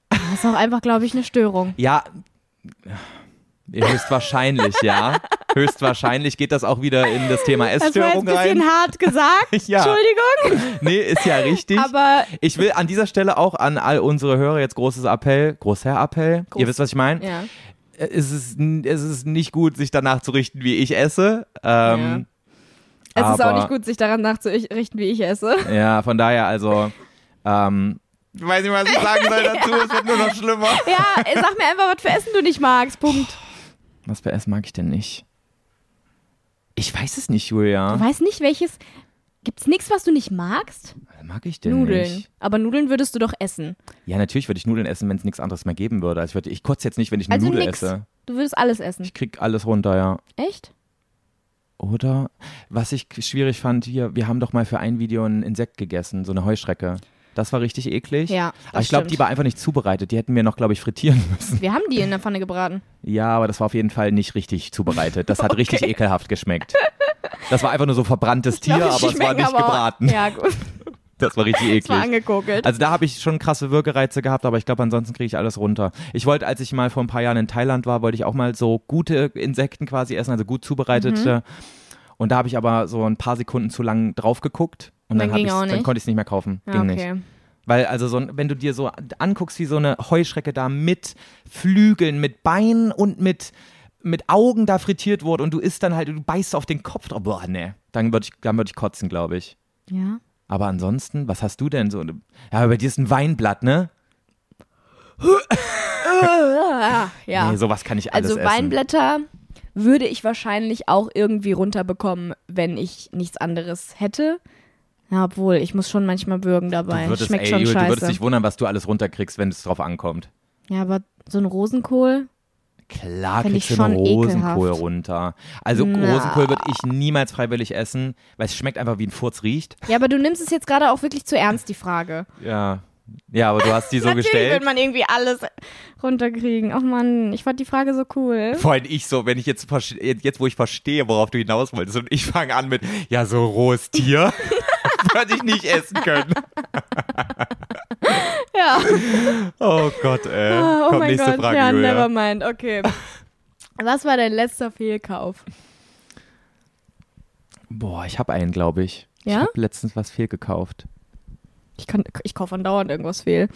[SPEAKER 1] Das ist auch einfach, glaube ich, eine Störung.
[SPEAKER 2] Ja, höchstwahrscheinlich, ja. Höchstwahrscheinlich geht das auch wieder in das Thema
[SPEAKER 1] Das war jetzt ein
[SPEAKER 2] Essstörung
[SPEAKER 1] bisschen
[SPEAKER 2] rein.
[SPEAKER 1] hart gesagt.
[SPEAKER 2] Ja.
[SPEAKER 1] Entschuldigung.
[SPEAKER 2] Nee, ist ja richtig.
[SPEAKER 1] Aber
[SPEAKER 2] ich will an dieser Stelle auch an all unsere Hörer jetzt großes Appell, großer Appell,
[SPEAKER 1] Groß-
[SPEAKER 2] ihr wisst, was ich meine.
[SPEAKER 1] ja.
[SPEAKER 2] Es, ist, es ist nicht gut, sich danach zu richten, wie ich esse. Ähm,
[SPEAKER 1] es ist auch
[SPEAKER 2] aber-
[SPEAKER 1] nicht gut, sich daran nachzurichten, wie ich esse.
[SPEAKER 2] Ja, von daher, also, ähm, ich weiß nicht, was ich sagen soll dazu, es wird nur noch schlimmer.
[SPEAKER 1] Ja, äh, sag mir einfach, was für Essen du nicht magst. Punkt.
[SPEAKER 2] Was für Essen mag ich denn nicht? Ich weiß es nicht, Julia.
[SPEAKER 1] Du weißt nicht, welches. Gibt's nichts, was du nicht magst?
[SPEAKER 2] Was mag ich denn
[SPEAKER 1] Nudeln.
[SPEAKER 2] nicht?
[SPEAKER 1] Aber Nudeln würdest du doch essen.
[SPEAKER 2] Ja, natürlich würde ich Nudeln essen, wenn es nichts anderes mehr geben würde. Also ich, würde, ich kotze jetzt nicht, wenn ich eine
[SPEAKER 1] Also
[SPEAKER 2] Nudel
[SPEAKER 1] nix.
[SPEAKER 2] esse.
[SPEAKER 1] Du würdest alles essen.
[SPEAKER 2] Ich krieg alles runter, ja.
[SPEAKER 1] Echt?
[SPEAKER 2] Oder was ich k- schwierig fand hier, wir haben doch mal für ein Video ein Insekt gegessen, so eine Heuschrecke. Das war richtig eklig.
[SPEAKER 1] Ja,
[SPEAKER 2] aber
[SPEAKER 1] das
[SPEAKER 2] ich glaube,
[SPEAKER 1] stimmt.
[SPEAKER 2] die war einfach nicht zubereitet. Die hätten wir noch, glaube ich, frittieren müssen.
[SPEAKER 1] Wir haben die in der Pfanne gebraten.
[SPEAKER 2] Ja, aber das war auf jeden Fall nicht richtig zubereitet. Das hat richtig ekelhaft geschmeckt. Das war einfach nur so verbranntes Tier,
[SPEAKER 1] Glaub ich,
[SPEAKER 2] aber es war
[SPEAKER 1] schmecken
[SPEAKER 2] nicht
[SPEAKER 1] aber auch-
[SPEAKER 2] gebraten.
[SPEAKER 1] Ja, gut.
[SPEAKER 2] Das war richtig
[SPEAKER 1] Es war
[SPEAKER 2] eklig.
[SPEAKER 1] angekokelt.
[SPEAKER 2] Also da habe ich schon krasse Wirkereize gehabt, aber ich glaube, ansonsten kriege ich alles runter. Ich wollte, als ich mal vor ein paar Jahren in Thailand war, wollte ich auch mal so gute Insekten quasi essen, also gut zubereitete.
[SPEAKER 1] Mhm.
[SPEAKER 2] Und da habe ich aber so ein paar Sekunden zu lang drauf geguckt. Und
[SPEAKER 1] Dann
[SPEAKER 2] dann, hab
[SPEAKER 1] ging
[SPEAKER 2] ich's-
[SPEAKER 1] auch
[SPEAKER 2] dann
[SPEAKER 1] nicht.
[SPEAKER 2] konnte ich es nicht mehr kaufen.
[SPEAKER 1] ja,
[SPEAKER 2] ging
[SPEAKER 1] okay.
[SPEAKER 2] nicht. Weil also so, ein- wenn du dir so anguckst, wie so eine Heuschrecke da mit Flügeln, mit Beinen und mit, mit Augen da frittiert wurde und du isst dann halt, du beißt auf den Kopf drauf. Boah, ne. Dann würde ich, dann würd ich kotzen, glaube ich.
[SPEAKER 1] Ja.
[SPEAKER 2] Aber ansonsten, was hast du denn so? eine- Ja, bei dir ist ein Weinblatt, ne?
[SPEAKER 1] Ah, ja.
[SPEAKER 2] Nee, sowas kann ich alles
[SPEAKER 1] also
[SPEAKER 2] essen.
[SPEAKER 1] Weinblätter würde ich wahrscheinlich auch irgendwie runterbekommen, wenn ich nichts anderes hätte. Ja, obwohl, ich muss schon manchmal würgen dabei.
[SPEAKER 2] Du würdest,
[SPEAKER 1] Schmeckt
[SPEAKER 2] ey,
[SPEAKER 1] schon
[SPEAKER 2] Jule, du würdest
[SPEAKER 1] scheiße.
[SPEAKER 2] dich wundern, was du alles runterkriegst, wenn es drauf ankommt.
[SPEAKER 1] ja, aber so ein Rosenkohl,
[SPEAKER 2] Klar
[SPEAKER 1] Fänd
[SPEAKER 2] kriegst
[SPEAKER 1] ich
[SPEAKER 2] du einen
[SPEAKER 1] schon ekelhaft.
[SPEAKER 2] Rosenkohl runter. Also
[SPEAKER 1] Na.
[SPEAKER 2] Rosenkohl würde ich niemals freiwillig essen, weil es schmeckt einfach wie ein Furz riecht.
[SPEAKER 1] Ja, aber du nimmst es jetzt gerade auch wirklich zu ernst, die Frage.
[SPEAKER 2] Ja. Ja, aber du hast die so
[SPEAKER 1] Natürlich
[SPEAKER 2] gestellt.
[SPEAKER 1] wird man irgendwie alles runterkriegen. Ach man, ich fand die Frage so cool.
[SPEAKER 2] Vor allem ich so, wenn ich jetzt, verste- jetzt wo ich verstehe, worauf du hinaus wolltest, und ich fange an mit, ja, so rohes Tier, würde ich nicht essen können.
[SPEAKER 1] Ja.
[SPEAKER 2] Oh Gott, ey.
[SPEAKER 1] Ah, oh
[SPEAKER 2] Kommt
[SPEAKER 1] mein
[SPEAKER 2] nächste
[SPEAKER 1] Gott,
[SPEAKER 2] Frage,
[SPEAKER 1] ja,
[SPEAKER 2] Julia.
[SPEAKER 1] never mind. Okay. Was war dein letzter Fehlkauf?
[SPEAKER 2] Boah, ich habe einen, glaube ich. Ich
[SPEAKER 1] Ja?
[SPEAKER 2] habe letztens was fehlgekauft.
[SPEAKER 1] Ich, kann, ich kaufe andauernd irgendwas fehl.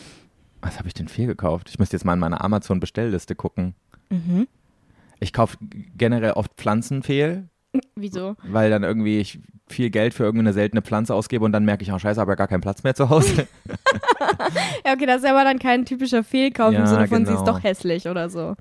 [SPEAKER 2] Was habe ich denn fehlgekauft? Ich müsste jetzt mal in meine Amazon-Bestellliste gucken.
[SPEAKER 1] Mhm.
[SPEAKER 2] Ich kaufe generell oft Pflanzen fehl,
[SPEAKER 1] Wieso?
[SPEAKER 2] weil dann irgendwie ich viel Geld für irgendeine seltene Pflanze ausgebe und dann merke ich, oh scheiße, aber gar keinen Platz mehr zu Hause.
[SPEAKER 1] Ja, okay, das ist aber dann kein typischer Fehlkauf
[SPEAKER 2] Ja,
[SPEAKER 1] im Sinne von, sie
[SPEAKER 2] genau.
[SPEAKER 1] ist doch hässlich oder so.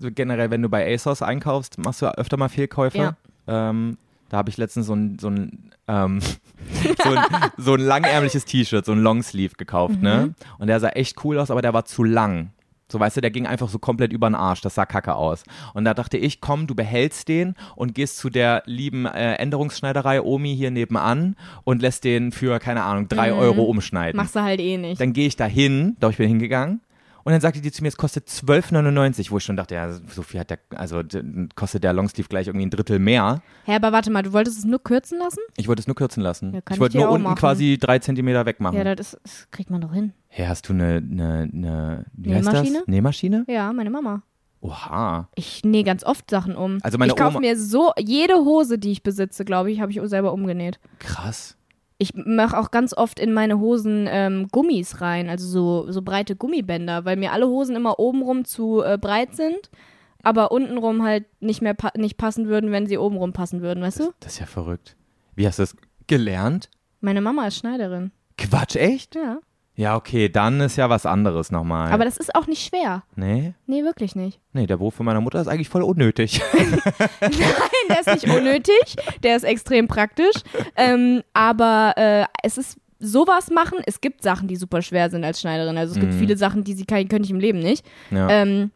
[SPEAKER 2] so generell, wenn du bei ASOS einkaufst, machst du öfter mal Fehlkäufe.
[SPEAKER 1] Ja.
[SPEAKER 2] Ähm, da habe ich letztens so ein, so ein, ähm, so ein, so ein langärmliches T-Shirt, so ein Longsleeve gekauft,
[SPEAKER 1] Mhm.
[SPEAKER 2] ne? Und der sah echt cool aus, aber der war zu lang. So, weißt du, der ging einfach so komplett über den Arsch. Das sah kacke aus. Und da dachte ich, komm, du behältst den und gehst zu der lieben äh, Änderungsschneiderei Omi hier nebenan und lässt den für, keine Ahnung, drei Euro umschneiden.
[SPEAKER 1] Mhm. Machst du halt eh nicht.
[SPEAKER 2] Dann gehe ich da hin, doch ich bin hingegangen. Und dann sagte die zu mir, es kostet 12,99, wo ich schon dachte, ja, so viel hat der, also d- kostet der Longsleeve gleich irgendwie ein Drittel mehr.
[SPEAKER 1] Hä, aber warte mal, du wolltest es nur kürzen lassen?
[SPEAKER 2] Ich wollte es nur kürzen lassen.
[SPEAKER 1] Ja, kann
[SPEAKER 2] ich
[SPEAKER 1] ich
[SPEAKER 2] wollte
[SPEAKER 1] dir
[SPEAKER 2] nur
[SPEAKER 1] auch
[SPEAKER 2] unten
[SPEAKER 1] machen.
[SPEAKER 2] quasi drei Zentimeter wegmachen.
[SPEAKER 1] Ja, das, ist, das kriegt man doch hin.
[SPEAKER 2] Hä, hast du eine, eine, eine wie heißt
[SPEAKER 1] Nähmaschine?
[SPEAKER 2] das? Nähmaschine?
[SPEAKER 1] Ja, meine Mama.
[SPEAKER 2] Oha.
[SPEAKER 1] Ich nähe ganz oft Sachen um.
[SPEAKER 2] Also meine
[SPEAKER 1] ich kaufe
[SPEAKER 2] Oma-
[SPEAKER 1] mir so jede Hose, die ich besitze, glaube ich, habe ich selber umgenäht.
[SPEAKER 2] Krass.
[SPEAKER 1] Ich mache auch ganz oft in meine Hosen ähm, Gummis rein, also so, so breite Gummibänder, weil mir alle Hosen immer obenrum zu äh, breit sind, aber untenrum halt nicht mehr pa nicht passen würden, wenn sie obenrum passen würden, weißt du?
[SPEAKER 2] Das ist ja verrückt. Wie hast du das gelernt?
[SPEAKER 1] Meine Mama ist Schneiderin.
[SPEAKER 2] Quatsch, echt?
[SPEAKER 1] Ja.
[SPEAKER 2] Ja, okay, dann ist ja was anderes nochmal.
[SPEAKER 1] Aber das ist auch nicht schwer.
[SPEAKER 2] nee?
[SPEAKER 1] Nee, wirklich nicht.
[SPEAKER 2] Nee, der Beruf von meiner Mutter ist eigentlich voll unnötig.
[SPEAKER 1] Nein, der ist nicht unnötig, der ist extrem praktisch. Ähm, aber äh, es ist sowas machen. Es gibt Sachen, die super schwer sind als Schneiderin. Also es gibt viele Sachen, die sie kann, könnte ich im Leben nicht.
[SPEAKER 2] ja.
[SPEAKER 1] Ähm,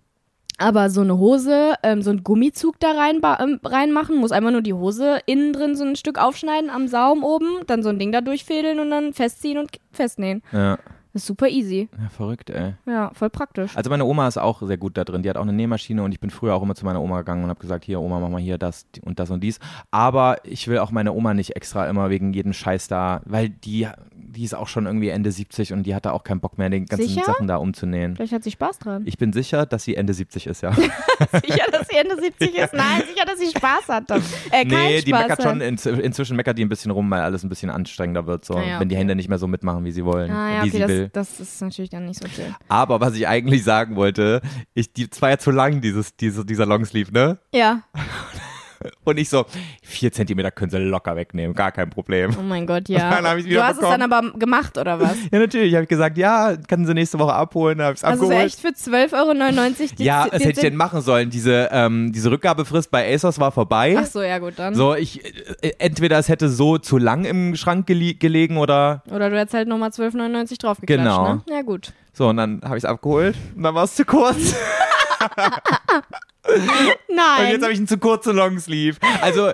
[SPEAKER 1] aber so eine Hose, ähm, so ein Gummizug da rein, ähm, reinmachen, muss einfach nur die Hose innen drin so ein Stück aufschneiden am Saum oben, dann so ein Ding da durchfädeln und dann festziehen und festnähen.
[SPEAKER 2] ja.
[SPEAKER 1] Ist super easy.
[SPEAKER 2] ja, verrückt, ey.
[SPEAKER 1] Ja, voll praktisch.
[SPEAKER 2] Also meine Oma ist auch sehr gut da drin. Die hat auch eine Nähmaschine und ich bin früher auch immer zu meiner Oma gegangen und habe gesagt, hier Oma, mach mal hier das und das und dies. Aber ich will auch meine Oma nicht extra immer wegen jedem Scheiß da, weil die, die ist auch schon irgendwie Ende 70 und die hatte auch keinen Bock mehr, den ganzen
[SPEAKER 1] Sicher?
[SPEAKER 2] Sachen da umzunähen.
[SPEAKER 1] Vielleicht hat sie Spaß dran.
[SPEAKER 2] Ich bin sicher, dass sie Ende 70 ist, ja.
[SPEAKER 1] sicher, dass sie Ende 70 ist? Nein, sicher, dass sie Spaß hat. Dann. Äh,
[SPEAKER 2] nee,
[SPEAKER 1] keinen
[SPEAKER 2] die
[SPEAKER 1] Spaß
[SPEAKER 2] meckert
[SPEAKER 1] hat.
[SPEAKER 2] schon, inz inzwischen meckert die ein bisschen rum, weil alles ein bisschen anstrengender wird, so,
[SPEAKER 1] Ah ja,
[SPEAKER 2] wenn die
[SPEAKER 1] okay.
[SPEAKER 2] Hände nicht mehr so mitmachen, wie sie wollen,
[SPEAKER 1] Ah ja,
[SPEAKER 2] wie sie
[SPEAKER 1] okay,
[SPEAKER 2] will.
[SPEAKER 1] das, das ist natürlich dann nicht so schön.
[SPEAKER 2] Aber was ich eigentlich sagen wollte, ich, die, das war ja zu lang, dieses, diese, dieser Longsleeve, ne?
[SPEAKER 1] Ja.
[SPEAKER 2] Und ich so, vier Zentimeter können sie locker wegnehmen, gar kein Problem.
[SPEAKER 1] Oh mein Gott, ja.
[SPEAKER 2] Dann hab ich's
[SPEAKER 1] du
[SPEAKER 2] wieder
[SPEAKER 1] hast es
[SPEAKER 2] bekommen.
[SPEAKER 1] dann aber gemacht, oder was?
[SPEAKER 2] Ja, natürlich. Habe ich gesagt, ja, kann sie nächste Woche abholen. Habe ich
[SPEAKER 1] Also so
[SPEAKER 2] abgeholt.
[SPEAKER 1] echt für 12,99 Euro die
[SPEAKER 2] ja,
[SPEAKER 1] die-
[SPEAKER 2] was hätte ich denn machen sollen? Diese, ähm, diese Rückgabefrist bei ASOS war vorbei.
[SPEAKER 1] Ach so, ja gut, dann.
[SPEAKER 2] So, ich, äh, entweder es hätte so zu lang im Schrank gele gelegen oder
[SPEAKER 1] Oder du hättest halt nochmal 12,99 draufgeklatscht,
[SPEAKER 2] Genau.
[SPEAKER 1] ne? Ja gut.
[SPEAKER 2] so. Und dann habe ich es abgeholt und dann war es zu kurz. Und
[SPEAKER 1] Nein.
[SPEAKER 2] jetzt habe ich einen zu kurzen Longsleeve. Also,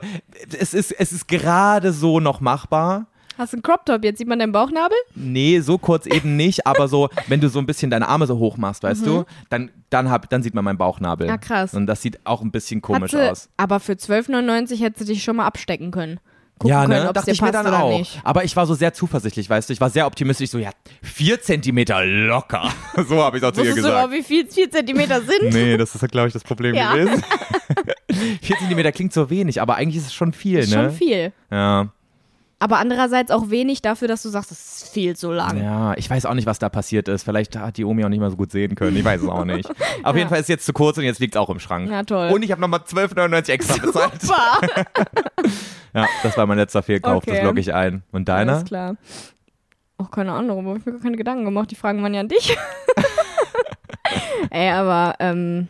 [SPEAKER 2] es ist, es ist gerade so noch machbar.
[SPEAKER 1] Hast du einen Crop Top, jetzt sieht man deinen Bauchnabel?
[SPEAKER 2] Nee, so kurz eben nicht, aber so, wenn du so ein bisschen deine Arme so hoch machst, weißt du, dann, dann, hab, dann sieht man meinen Bauchnabel.
[SPEAKER 1] Ja, Mhm. Ah, krass.
[SPEAKER 2] Und das sieht auch ein bisschen komisch
[SPEAKER 1] Hat sie-
[SPEAKER 2] aus.
[SPEAKER 1] Aber für 12,99 hättest du dich schon mal abstecken können. Gucken
[SPEAKER 2] ja,
[SPEAKER 1] können,
[SPEAKER 2] ne?
[SPEAKER 1] ob es
[SPEAKER 2] Dachte
[SPEAKER 1] dir
[SPEAKER 2] ich mir
[SPEAKER 1] passt
[SPEAKER 2] dann
[SPEAKER 1] oder
[SPEAKER 2] auch.
[SPEAKER 1] nicht.
[SPEAKER 2] Aber ich war so sehr zuversichtlich, weißt du. Ich war sehr optimistisch, so, ja, vier Zentimeter locker. So habe ich auch zu ihr
[SPEAKER 1] Wusstest du überhaupt,
[SPEAKER 2] gesagt.
[SPEAKER 1] wie viel 4 Zentimeter sind?
[SPEAKER 2] Nee, das ist, glaube ich, das Problem
[SPEAKER 1] Ja.
[SPEAKER 2] gewesen. vier Zentimeter klingt so wenig, aber eigentlich ist es schon viel,
[SPEAKER 1] Ist
[SPEAKER 2] ne?
[SPEAKER 1] Schon viel.
[SPEAKER 2] Ja.
[SPEAKER 1] Aber andererseits auch wenig dafür, dass du sagst, das ist viel so lang.
[SPEAKER 2] ja, ich weiß auch nicht, was da passiert ist. Vielleicht hat die Omi auch nicht mal so gut sehen können. Ich weiß es auch nicht. Auf jeden Fall ist es jetzt zu kurz und jetzt liegt es auch im Schrank.
[SPEAKER 1] Na toll.
[SPEAKER 2] Und ich habe nochmal 12,99 extra bezahlt.
[SPEAKER 1] Äh, Super.
[SPEAKER 2] Ja, das war mein letzter Fehlkauf, das
[SPEAKER 1] Okay.
[SPEAKER 2] logge ich ein. Und deiner?
[SPEAKER 1] Alles klar. Auch keine Ahnung, warum hab ich mir gar keine Gedanken gemacht. Die Fragen waren ja an dich. Ey, aber, ähm.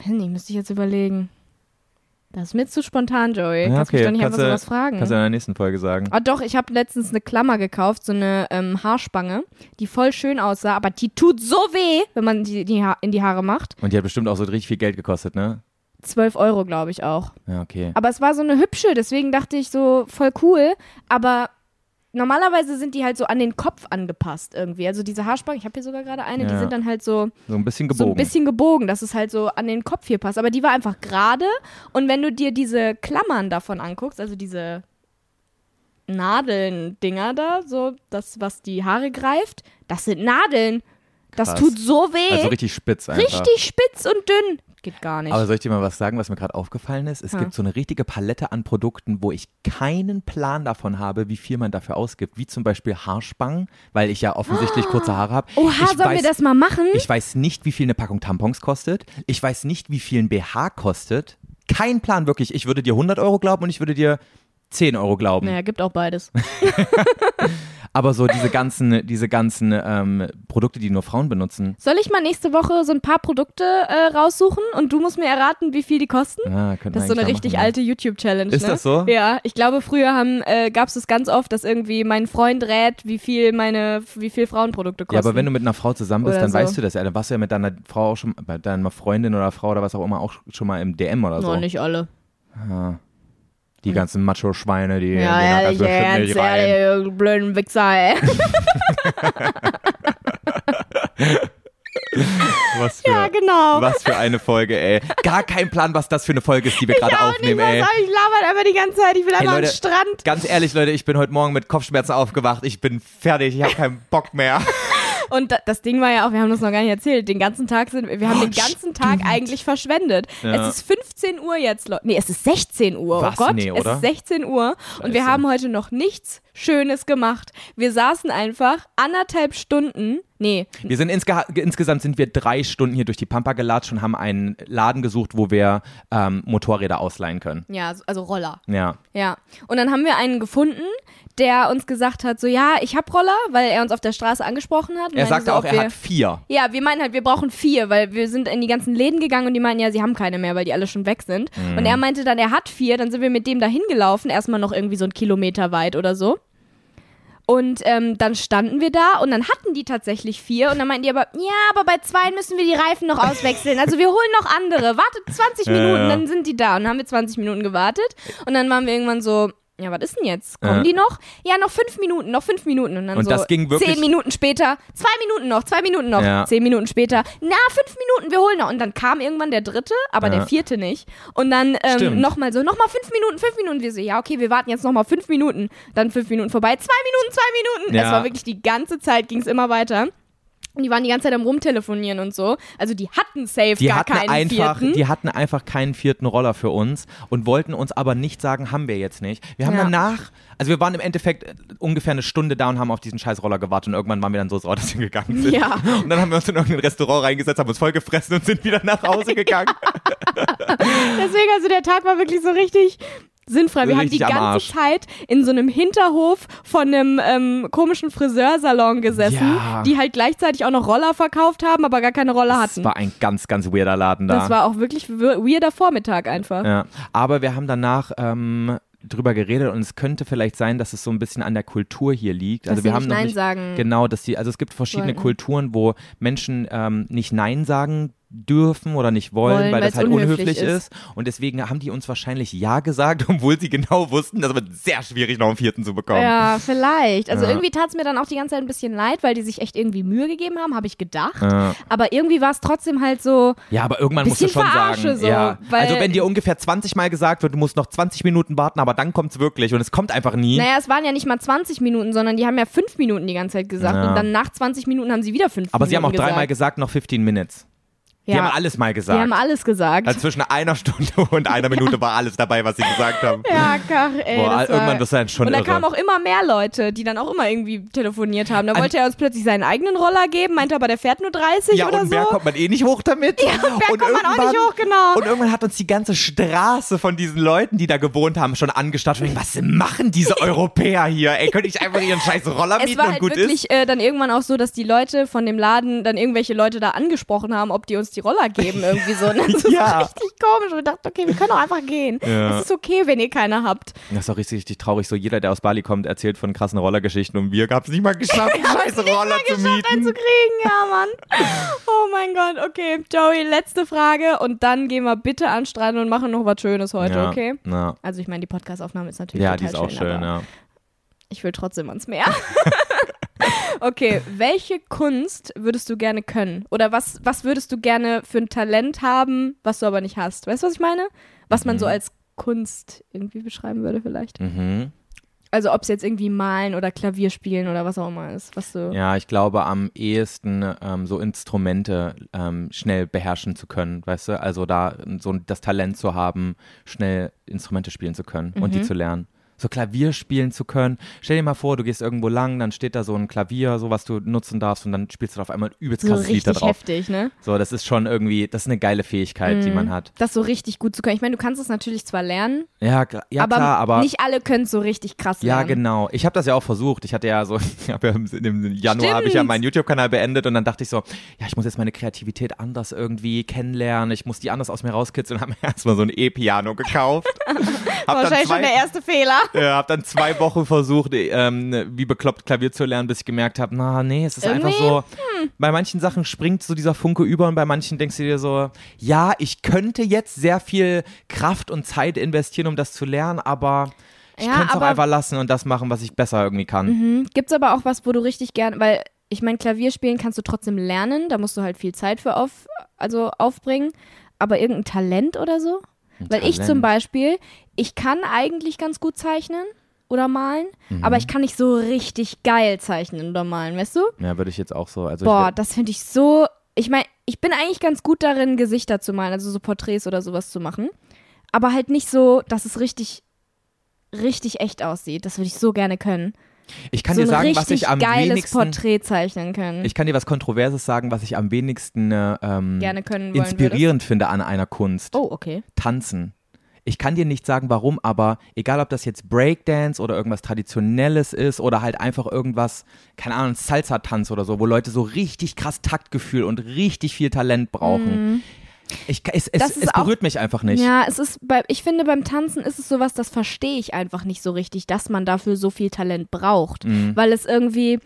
[SPEAKER 1] weiß nicht, müsste ich jetzt überlegen. Das ist mir zu spontan, Joey.
[SPEAKER 2] Ja,
[SPEAKER 1] kannst mich doch nicht
[SPEAKER 2] kannst
[SPEAKER 1] einfach
[SPEAKER 2] du-
[SPEAKER 1] sowas fragen.
[SPEAKER 2] Kannst du in der nächsten Folge sagen.
[SPEAKER 1] Ah doch, ich habe letztens eine Klammer gekauft, so eine ähm, Haarspange, die voll schön aussah, aber die tut so weh, wenn man die, die ha in die Haare macht.
[SPEAKER 2] Und die hat bestimmt auch so richtig viel Geld gekostet, ne?
[SPEAKER 1] 12 Euro, glaube ich, auch.
[SPEAKER 2] Ja, okay.
[SPEAKER 1] Aber es war so eine hübsche, deswegen dachte ich so, voll cool. Aber normalerweise sind die halt so an den Kopf angepasst irgendwie. Also diese Haarspangen, ich habe hier sogar gerade eine, die
[SPEAKER 2] Ja.
[SPEAKER 1] sind dann halt so,
[SPEAKER 2] So ein bisschen
[SPEAKER 1] so
[SPEAKER 2] gebogen.
[SPEAKER 1] ein bisschen gebogen, dass es halt so an den Kopf hier passt. Aber die war einfach gerade. Und wenn du dir diese Klammern davon anguckst, also diese Nadeln-Dinger da, so das, was die Haare greift, das sind Nadeln. Das
[SPEAKER 2] Krass.
[SPEAKER 1] tut so weh.
[SPEAKER 2] also richtig spitz einfach.
[SPEAKER 1] richtig spitz und dünn. Geht gar nicht.
[SPEAKER 2] Aber soll ich dir mal was sagen, was mir gerade aufgefallen ist? Es
[SPEAKER 1] Ja.
[SPEAKER 2] gibt so eine richtige Palette an Produkten, wo ich keinen Plan davon habe, wie viel man dafür ausgibt. Wie zum Beispiel Haarspangen, weil ich ja offensichtlich kurze Haare habe.
[SPEAKER 1] Ah. Oha,
[SPEAKER 2] ich
[SPEAKER 1] sollen
[SPEAKER 2] weiß,
[SPEAKER 1] wir das mal machen?
[SPEAKER 2] Ich weiß nicht, wie viel eine Packung Tampons kostet. Ich weiß nicht, wie viel ein BH kostet. Kein Plan, wirklich. Ich würde dir 100 Euro glauben und ich würde dir 10 Euro glauben.
[SPEAKER 1] Naja, gibt auch beides.
[SPEAKER 2] Aber so diese ganzen, diese ganzen ähm, Produkte, die nur Frauen benutzen.
[SPEAKER 1] Soll ich mal nächste Woche so ein paar Produkte äh, raussuchen und du musst mir erraten, wie viel die kosten?
[SPEAKER 2] Ah, könnte
[SPEAKER 1] Das
[SPEAKER 2] man
[SPEAKER 1] ist so eine richtig
[SPEAKER 2] eigentlich mal machen, ne?
[SPEAKER 1] alte YouTube-Challenge.
[SPEAKER 2] Ist
[SPEAKER 1] ne?
[SPEAKER 2] das so?
[SPEAKER 1] Ja, ich glaube, früher haben, äh, gab es das ganz oft, dass irgendwie mein Freund rät, wie viel meine, wie viel Frauenprodukte kosten.
[SPEAKER 2] Ja, aber wenn du mit einer Frau zusammen bist,
[SPEAKER 1] Oder
[SPEAKER 2] dann
[SPEAKER 1] so.
[SPEAKER 2] weißt du das ja. Dann warst du ja mit deiner Frau auch schon, bei deiner Freundin oder Frau oder was auch immer auch schon mal im DM oder so.
[SPEAKER 1] Noch nicht alle.
[SPEAKER 2] Die ganzen Macho-Schweine, die
[SPEAKER 1] Ja,
[SPEAKER 2] gehen da
[SPEAKER 1] ehrlich,
[SPEAKER 2] bestimmt
[SPEAKER 1] ganz
[SPEAKER 2] nicht rein.
[SPEAKER 1] ehrlich, ihr blöden Wichser, ey.
[SPEAKER 2] Was für,
[SPEAKER 1] Ja, genau.
[SPEAKER 2] was für eine Folge, ey. Gar kein Plan, was das für eine Folge ist, die wir
[SPEAKER 1] Ich
[SPEAKER 2] gerade
[SPEAKER 1] habe nicht
[SPEAKER 2] aufnehmen,
[SPEAKER 1] was,
[SPEAKER 2] ey.
[SPEAKER 1] aber ich laber einfach die ganze Zeit. Ich will einfach am
[SPEAKER 2] Leute.
[SPEAKER 1] Strand.
[SPEAKER 2] Ganz ehrlich, Leute, ich bin heute Morgen mit Kopfschmerzen aufgewacht. Ich bin fertig, ich habe keinen Bock mehr.
[SPEAKER 1] Und da, das Ding war ja auch, wir haben das noch gar nicht erzählt, den ganzen Tag sind, wir haben den ganzen Tag eigentlich verschwendet.
[SPEAKER 2] Oh, Ja.
[SPEAKER 1] Es ist 15 Uhr jetzt, Leute. Nee, es ist 16 Uhr.
[SPEAKER 2] Was?
[SPEAKER 1] Oh Gott,
[SPEAKER 2] Nee, oder?
[SPEAKER 1] es ist 16 Uhr. Und wir
[SPEAKER 2] Scheiße.
[SPEAKER 1] haben heute noch nichts Schönes gemacht. Wir saßen einfach anderthalb Stunden, nee,
[SPEAKER 2] Wir sind insgeha- insgesamt sind wir drei Stunden hier durch die Pampa gelatscht und haben einen Laden gesucht, wo wir ähm, Motorräder ausleihen können.
[SPEAKER 1] ja, so- also Roller.
[SPEAKER 2] Ja.
[SPEAKER 1] Ja. Und dann haben wir einen gefunden, der uns gesagt hat, so, ja, ich hab Roller, weil er uns auf der Straße angesprochen hat. und
[SPEAKER 2] Er
[SPEAKER 1] meinte
[SPEAKER 2] sagte
[SPEAKER 1] so,
[SPEAKER 2] auch,
[SPEAKER 1] ob
[SPEAKER 2] er
[SPEAKER 1] wir-
[SPEAKER 2] hat vier.
[SPEAKER 1] Ja, wir meinen halt, wir brauchen vier, weil wir sind in die ganzen Läden gegangen und die meinten, ja, sie haben keine mehr, weil die alle schon weg sind. Und
[SPEAKER 2] Mhm.
[SPEAKER 1] er meinte dann, er hat vier, dann sind wir mit dem da hingelaufen, erstmal noch irgendwie so einen Kilometer weit oder so. Und ähm, dann standen wir da und dann hatten die tatsächlich vier und dann meinten die aber, ja, aber bei zwei müssen wir die Reifen noch auswechseln. Also wir holen noch andere. Wartet 20
[SPEAKER 2] Ja,
[SPEAKER 1] Minuten,
[SPEAKER 2] ja.
[SPEAKER 1] dann sind die da. Und dann haben wir 20 Minuten gewartet und dann waren wir irgendwann so, ja, was ist denn jetzt? Kommen
[SPEAKER 2] Ja.
[SPEAKER 1] die noch? Ja, noch fünf Minuten, noch fünf Minuten. Und dann
[SPEAKER 2] Und
[SPEAKER 1] so
[SPEAKER 2] das ging wirklich-
[SPEAKER 1] zehn Minuten später, zwei Minuten noch, zwei Minuten noch,
[SPEAKER 2] Ja.
[SPEAKER 1] zehn Minuten später, na, fünf Minuten, wir holen noch. Und dann kam irgendwann der dritte, aber
[SPEAKER 2] Ja.
[SPEAKER 1] der vierte nicht. Und dann
[SPEAKER 2] Stimmt.
[SPEAKER 1] ähm, nochmal so, nochmal fünf Minuten, fünf Minuten. Wir so, ja, okay, wir warten jetzt nochmal fünf Minuten. Dann fünf Minuten vorbei, zwei Minuten, zwei Minuten.
[SPEAKER 2] Ja.
[SPEAKER 1] Es war wirklich die ganze Zeit, ging es immer weiter. Und die waren die ganze Zeit am Rumtelefonieren und so. Also die hatten safe
[SPEAKER 2] Die
[SPEAKER 1] gar
[SPEAKER 2] hatten,
[SPEAKER 1] keinen
[SPEAKER 2] einfach,
[SPEAKER 1] vierten.
[SPEAKER 2] die hatten einfach keinen vierten Roller für uns und wollten uns aber nicht sagen, haben wir jetzt nicht. Wir haben
[SPEAKER 1] Ja.
[SPEAKER 2] danach, also wir waren im Endeffekt ungefähr eine Stunde da und haben auf diesen scheiß Roller gewartet und irgendwann waren wir dann so sauer, dass wir gegangen sind.
[SPEAKER 1] Ja.
[SPEAKER 2] Und dann haben wir uns in irgendein Restaurant reingesetzt, haben uns vollgefressen und sind wieder nach Hause gegangen.
[SPEAKER 1] Deswegen, also der Tag war wirklich so richtig sinnfrei. Wir haben die
[SPEAKER 2] Richtig am
[SPEAKER 1] ganze
[SPEAKER 2] Arsch.
[SPEAKER 1] Zeit in so einem Hinterhof von einem ähm, komischen Friseursalon gesessen,
[SPEAKER 2] Ja.
[SPEAKER 1] die halt gleichzeitig auch noch Roller verkauft haben, aber gar keine Roller
[SPEAKER 2] Das
[SPEAKER 1] hatten.
[SPEAKER 2] war ein ganz, ganz weirder Laden da.
[SPEAKER 1] Das war auch wirklich wir- weirder Vormittag einfach.
[SPEAKER 2] Ja, aber wir haben danach ähm, drüber geredet und es könnte vielleicht sein, dass es so ein bisschen an der Kultur hier liegt.
[SPEAKER 1] sie
[SPEAKER 2] also wir haben
[SPEAKER 1] nicht
[SPEAKER 2] noch
[SPEAKER 1] Nein
[SPEAKER 2] nicht,
[SPEAKER 1] sagen
[SPEAKER 2] Genau, dass die, also es gibt verschiedene
[SPEAKER 1] wollten.
[SPEAKER 2] Kulturen, wo Menschen ähm, nicht Nein sagen dürfen oder nicht wollen,
[SPEAKER 1] Wollen,
[SPEAKER 2] weil
[SPEAKER 1] weil's
[SPEAKER 2] das halt
[SPEAKER 1] unhöflich
[SPEAKER 2] unhöflich ist. Und deswegen haben die uns wahrscheinlich Ja gesagt, obwohl sie genau wussten, das wird sehr schwierig, noch einen vierten zu bekommen.
[SPEAKER 1] Ja, vielleicht. Also
[SPEAKER 2] Ja.
[SPEAKER 1] irgendwie tat es mir dann auch die ganze Zeit ein bisschen leid, weil die sich echt irgendwie Mühe gegeben haben, habe ich gedacht.
[SPEAKER 2] Ja.
[SPEAKER 1] Aber irgendwie war es trotzdem halt so,
[SPEAKER 2] Ja, aber irgendwann musst du
[SPEAKER 1] Bisschen
[SPEAKER 2] schon
[SPEAKER 1] Verarsche
[SPEAKER 2] sagen.
[SPEAKER 1] so,
[SPEAKER 2] ja.
[SPEAKER 1] weil-
[SPEAKER 2] Also wenn dir ungefähr 20 Mal gesagt wird, du musst noch 20 Minuten warten, aber dann kommt's wirklich und es kommt einfach nie.
[SPEAKER 1] naja, es waren ja nicht mal 20 Minuten, sondern die haben ja 5 Minuten die ganze Zeit gesagt.
[SPEAKER 2] Ja.
[SPEAKER 1] Und dann nach 20 Minuten haben sie wieder 5 Minuten
[SPEAKER 2] aber sie haben auch
[SPEAKER 1] gesagt.
[SPEAKER 2] dreimal gesagt, noch 15 Minutes.
[SPEAKER 1] ja.
[SPEAKER 2] Die haben alles mal
[SPEAKER 1] Die
[SPEAKER 2] gesagt.
[SPEAKER 1] haben alles gesagt.
[SPEAKER 2] also zwischen einer Stunde und einer Minute war alles dabei, was sie gesagt haben.
[SPEAKER 1] ja, Kach, ey.
[SPEAKER 2] Boah,
[SPEAKER 1] das war,
[SPEAKER 2] irgendwann wirst du dann schon
[SPEAKER 1] Und da
[SPEAKER 2] irre.
[SPEAKER 1] kamen auch immer mehr Leute, die dann auch immer irgendwie telefoniert haben. Da
[SPEAKER 2] An-
[SPEAKER 1] wollte er uns plötzlich seinen eigenen Roller geben, meinte aber, der fährt nur 30
[SPEAKER 2] Ja,
[SPEAKER 1] oder
[SPEAKER 2] und
[SPEAKER 1] so.
[SPEAKER 2] mehr kommt man eh nicht hoch damit. Ja,
[SPEAKER 1] Berg kommt man auch nicht hoch, genau.
[SPEAKER 2] Und irgendwann hat uns die ganze Straße von diesen Leuten, die da gewohnt haben, schon angestarrt. Und ich, was machen diese Europäer hier? Ey, könnte ich einfach ihren scheiß Roller
[SPEAKER 1] es
[SPEAKER 2] mieten
[SPEAKER 1] war
[SPEAKER 2] und
[SPEAKER 1] halt
[SPEAKER 2] gut ist?
[SPEAKER 1] wirklich äh, dann irgendwann auch so, dass die Leute von dem Laden dann irgendwelche Leute da angesprochen haben, ob die uns die Roller geben irgendwie so. Und das
[SPEAKER 2] Ja.
[SPEAKER 1] ist richtig komisch. Und ich dachte, okay, wir können auch einfach gehen.
[SPEAKER 2] Ja.
[SPEAKER 1] Es ist okay, wenn ihr keine habt.
[SPEAKER 2] Das ist doch richtig, richtig traurig. So jeder, der aus Bali kommt, erzählt von krassen Rollergeschichten. Und wir haben es nicht mal geschafft, einen scheiß Roller zu
[SPEAKER 1] Einen zu
[SPEAKER 2] mieten.
[SPEAKER 1] kriegen, ja, Mann. Oh mein Gott, okay. Joey, letzte Frage und dann gehen wir bitte an den Strand und machen noch was Schönes heute,
[SPEAKER 2] ja,
[SPEAKER 1] okay?
[SPEAKER 2] Ja,
[SPEAKER 1] Also ich meine, die Podcastaufnahme ist natürlich
[SPEAKER 2] ja die
[SPEAKER 1] total
[SPEAKER 2] ist auch schön,
[SPEAKER 1] aber
[SPEAKER 2] ja.
[SPEAKER 1] Ich will trotzdem ans Meer. okay, welche Kunst würdest du gerne können? Oder was, was würdest du gerne für ein Talent haben, was du aber nicht hast? Weißt du, was ich meine? Was man so als Kunst irgendwie beschreiben würde vielleicht.
[SPEAKER 2] Mhm.
[SPEAKER 1] Also ob es jetzt irgendwie malen oder Klavier spielen oder was auch immer ist, was du...
[SPEAKER 2] Ja, ich glaube, am ehesten ähm, so Instrumente ähm, schnell beherrschen zu können, weißt du? Also da so das Talent zu haben, schnell Instrumente spielen zu können und
[SPEAKER 1] Mhm.
[SPEAKER 2] die zu lernen. So Klavier spielen zu können. Stell dir mal vor, du gehst irgendwo lang, dann steht da so ein Klavier, so was du nutzen darfst und dann spielst du da auf einmal ein übelst
[SPEAKER 1] So
[SPEAKER 2] krasses Lied da
[SPEAKER 1] richtig
[SPEAKER 2] drauf.
[SPEAKER 1] heftig, Mhm. ne?
[SPEAKER 2] So, das ist schon irgendwie, das ist eine geile Fähigkeit, die man hat.
[SPEAKER 1] Das so richtig gut zu können. Ich meine, du kannst es natürlich zwar lernen,
[SPEAKER 2] Ja, kla- ja
[SPEAKER 1] aber,
[SPEAKER 2] klar, aber
[SPEAKER 1] nicht alle können es so richtig krass
[SPEAKER 2] Ja,
[SPEAKER 1] lernen.
[SPEAKER 2] genau. Ich habe das ja auch versucht. Ich hatte ja so, ich hab ja im im Januar habe ich ja
[SPEAKER 1] Stimmt.
[SPEAKER 2] meinen YouTube-Kanal beendet und dann dachte ich so, ja, ich muss jetzt meine Kreativität anders irgendwie kennenlernen. Ich muss die anders aus mir rauskitzeln und habe mir erstmal so ein E-Piano gekauft. hab, dann
[SPEAKER 1] Wahrscheinlich schon der
[SPEAKER 2] zwei,
[SPEAKER 1] erste Fehler.
[SPEAKER 2] äh, hab dann zwei Wochen versucht, äh, ähm, wie bekloppt Klavier zu lernen, bis ich gemerkt habe, na, nee, es ist einfach so,
[SPEAKER 1] Hm.
[SPEAKER 2] bei manchen Sachen springt so dieser Funke über und bei manchen denkst du dir so, ja, ich könnte jetzt sehr viel Kraft und Zeit investieren, um das zu lernen, aber. Ich
[SPEAKER 1] Ja,
[SPEAKER 2] könnte es auch
[SPEAKER 1] aber- Mhm.
[SPEAKER 2] einfach lassen und das machen, was ich besser irgendwie kann.
[SPEAKER 1] Hm, Gibt's aber auch was, wo du richtig gern, weil ich meine, Klavier spielen kannst du trotzdem lernen, da musst du halt viel Zeit für auf, also aufbringen, aber irgendein Talent oder so? weil ich
[SPEAKER 2] Talent.
[SPEAKER 1] zum Beispiel, ich kann eigentlich ganz gut zeichnen oder malen,
[SPEAKER 2] Mhm.
[SPEAKER 1] aber ich kann nicht so richtig geil zeichnen oder malen, weißt du?
[SPEAKER 2] Ja, würde ich jetzt auch so. Also
[SPEAKER 1] Boah,
[SPEAKER 2] ich
[SPEAKER 1] das finde ich so. Ich meine, ich bin eigentlich ganz gut darin, Gesichter zu malen, also so Porträts oder sowas zu machen. Aber halt nicht so, dass es richtig, richtig echt aussieht. Das würde ich so gerne können.
[SPEAKER 2] wär- ich kann
[SPEAKER 1] so
[SPEAKER 2] dir
[SPEAKER 1] ein
[SPEAKER 2] sagen,
[SPEAKER 1] richtig
[SPEAKER 2] was ich am
[SPEAKER 1] geiles
[SPEAKER 2] wenigsten.
[SPEAKER 1] Porträt zeichnen können.
[SPEAKER 2] Ich kann dir was Kontroverses sagen, was ich am wenigsten äh, ähm,
[SPEAKER 1] gerne können wollen würdest.
[SPEAKER 2] inspirierend finde an einer Kunst.
[SPEAKER 1] Oh, okay.
[SPEAKER 2] Tanzen. Ich kann dir nicht sagen, warum, aber egal, ob das jetzt Breakdance oder irgendwas Traditionelles ist oder halt einfach irgendwas, keine Ahnung, Salsa-Tanz oder so, wo Leute so richtig krass Taktgefühl und richtig viel Talent brauchen. Ich, ka- es
[SPEAKER 1] Mm. Das
[SPEAKER 2] es,
[SPEAKER 1] ist
[SPEAKER 2] es
[SPEAKER 1] auch-
[SPEAKER 2] berührt mich einfach nicht.
[SPEAKER 1] Ja, es ist bei, ich finde beim Tanzen ist es sowas, das verstehe ich einfach nicht so richtig, dass man dafür so viel Talent braucht, weil es irgendwie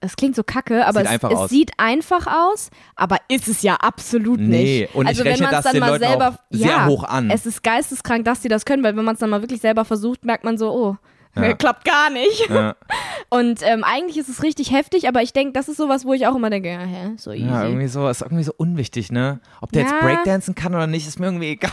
[SPEAKER 1] es klingt so kacke, aber
[SPEAKER 2] Mhm. Sieht
[SPEAKER 1] es,
[SPEAKER 2] einfach
[SPEAKER 1] es
[SPEAKER 2] aus.
[SPEAKER 1] sieht einfach aus, aber ist es ja absolut
[SPEAKER 2] Nee,
[SPEAKER 1] nicht.
[SPEAKER 2] und ich
[SPEAKER 1] also wenn
[SPEAKER 2] rechne
[SPEAKER 1] man es
[SPEAKER 2] das
[SPEAKER 1] dann
[SPEAKER 2] den
[SPEAKER 1] mal
[SPEAKER 2] Leuten auch
[SPEAKER 1] selber
[SPEAKER 2] sehr
[SPEAKER 1] ja,
[SPEAKER 2] hoch an.
[SPEAKER 1] Es ist geisteskrank, dass die das können, weil wenn man es dann mal wirklich selber versucht, merkt man so, oh,
[SPEAKER 2] Ja.
[SPEAKER 1] klappt gar nicht.
[SPEAKER 2] Ja.
[SPEAKER 1] Und ähm, eigentlich ist es richtig heftig, aber ich denke, das ist sowas, wo ich auch immer denke, ja, hä, so easy.
[SPEAKER 2] Ja, irgendwie so, ist irgendwie so unwichtig, ne? Ob der
[SPEAKER 1] Ja.
[SPEAKER 2] jetzt Breakdancen kann oder nicht, ist mir irgendwie egal.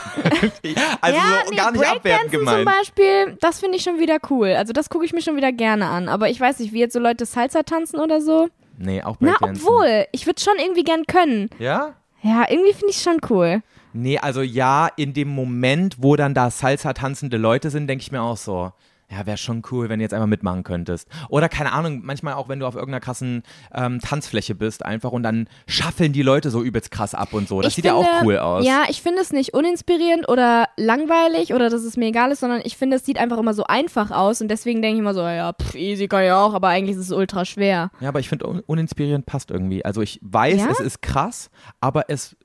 [SPEAKER 2] also
[SPEAKER 1] ja,
[SPEAKER 2] so
[SPEAKER 1] nee,
[SPEAKER 2] gar nicht abwertend
[SPEAKER 1] Breakdancen zum
[SPEAKER 2] gemeint.
[SPEAKER 1] Beispiel, das finde ich schon wieder cool. Also das gucke ich mir schon wieder gerne an. Aber ich weiß nicht, wie jetzt so Leute Salsa tanzen oder so.
[SPEAKER 2] Nee, auch
[SPEAKER 1] Na,
[SPEAKER 2] Breakdancen.
[SPEAKER 1] obwohl, ich würde schon irgendwie gern können.
[SPEAKER 2] Ja?
[SPEAKER 1] Ja, irgendwie finde ich schon cool.
[SPEAKER 2] Nee, also ja, in dem Moment, wo dann da Salsa tanzende Leute sind, denke ich mir auch so, ja, wäre schon cool, wenn du jetzt einmal mitmachen könntest. Oder keine Ahnung, manchmal auch, wenn du auf irgendeiner krassen ähm, Tanzfläche bist, einfach und dann schaffeln die Leute so übelst krass ab und so. Das
[SPEAKER 1] Ich
[SPEAKER 2] sieht ja
[SPEAKER 1] finde-
[SPEAKER 2] auch cool aus.
[SPEAKER 1] Ja, ich finde es nicht uninspirierend oder langweilig oder dass es mir egal ist, sondern ich finde, es sieht einfach immer so einfach aus und deswegen denke ich immer so, ja, pff, easy kann ich auch, aber eigentlich ist es ultra schwer.
[SPEAKER 2] Ja, aber ich finde, un uninspirierend passt irgendwie. Also ich weiß,
[SPEAKER 1] Ja?
[SPEAKER 2] es ist krass, aber es,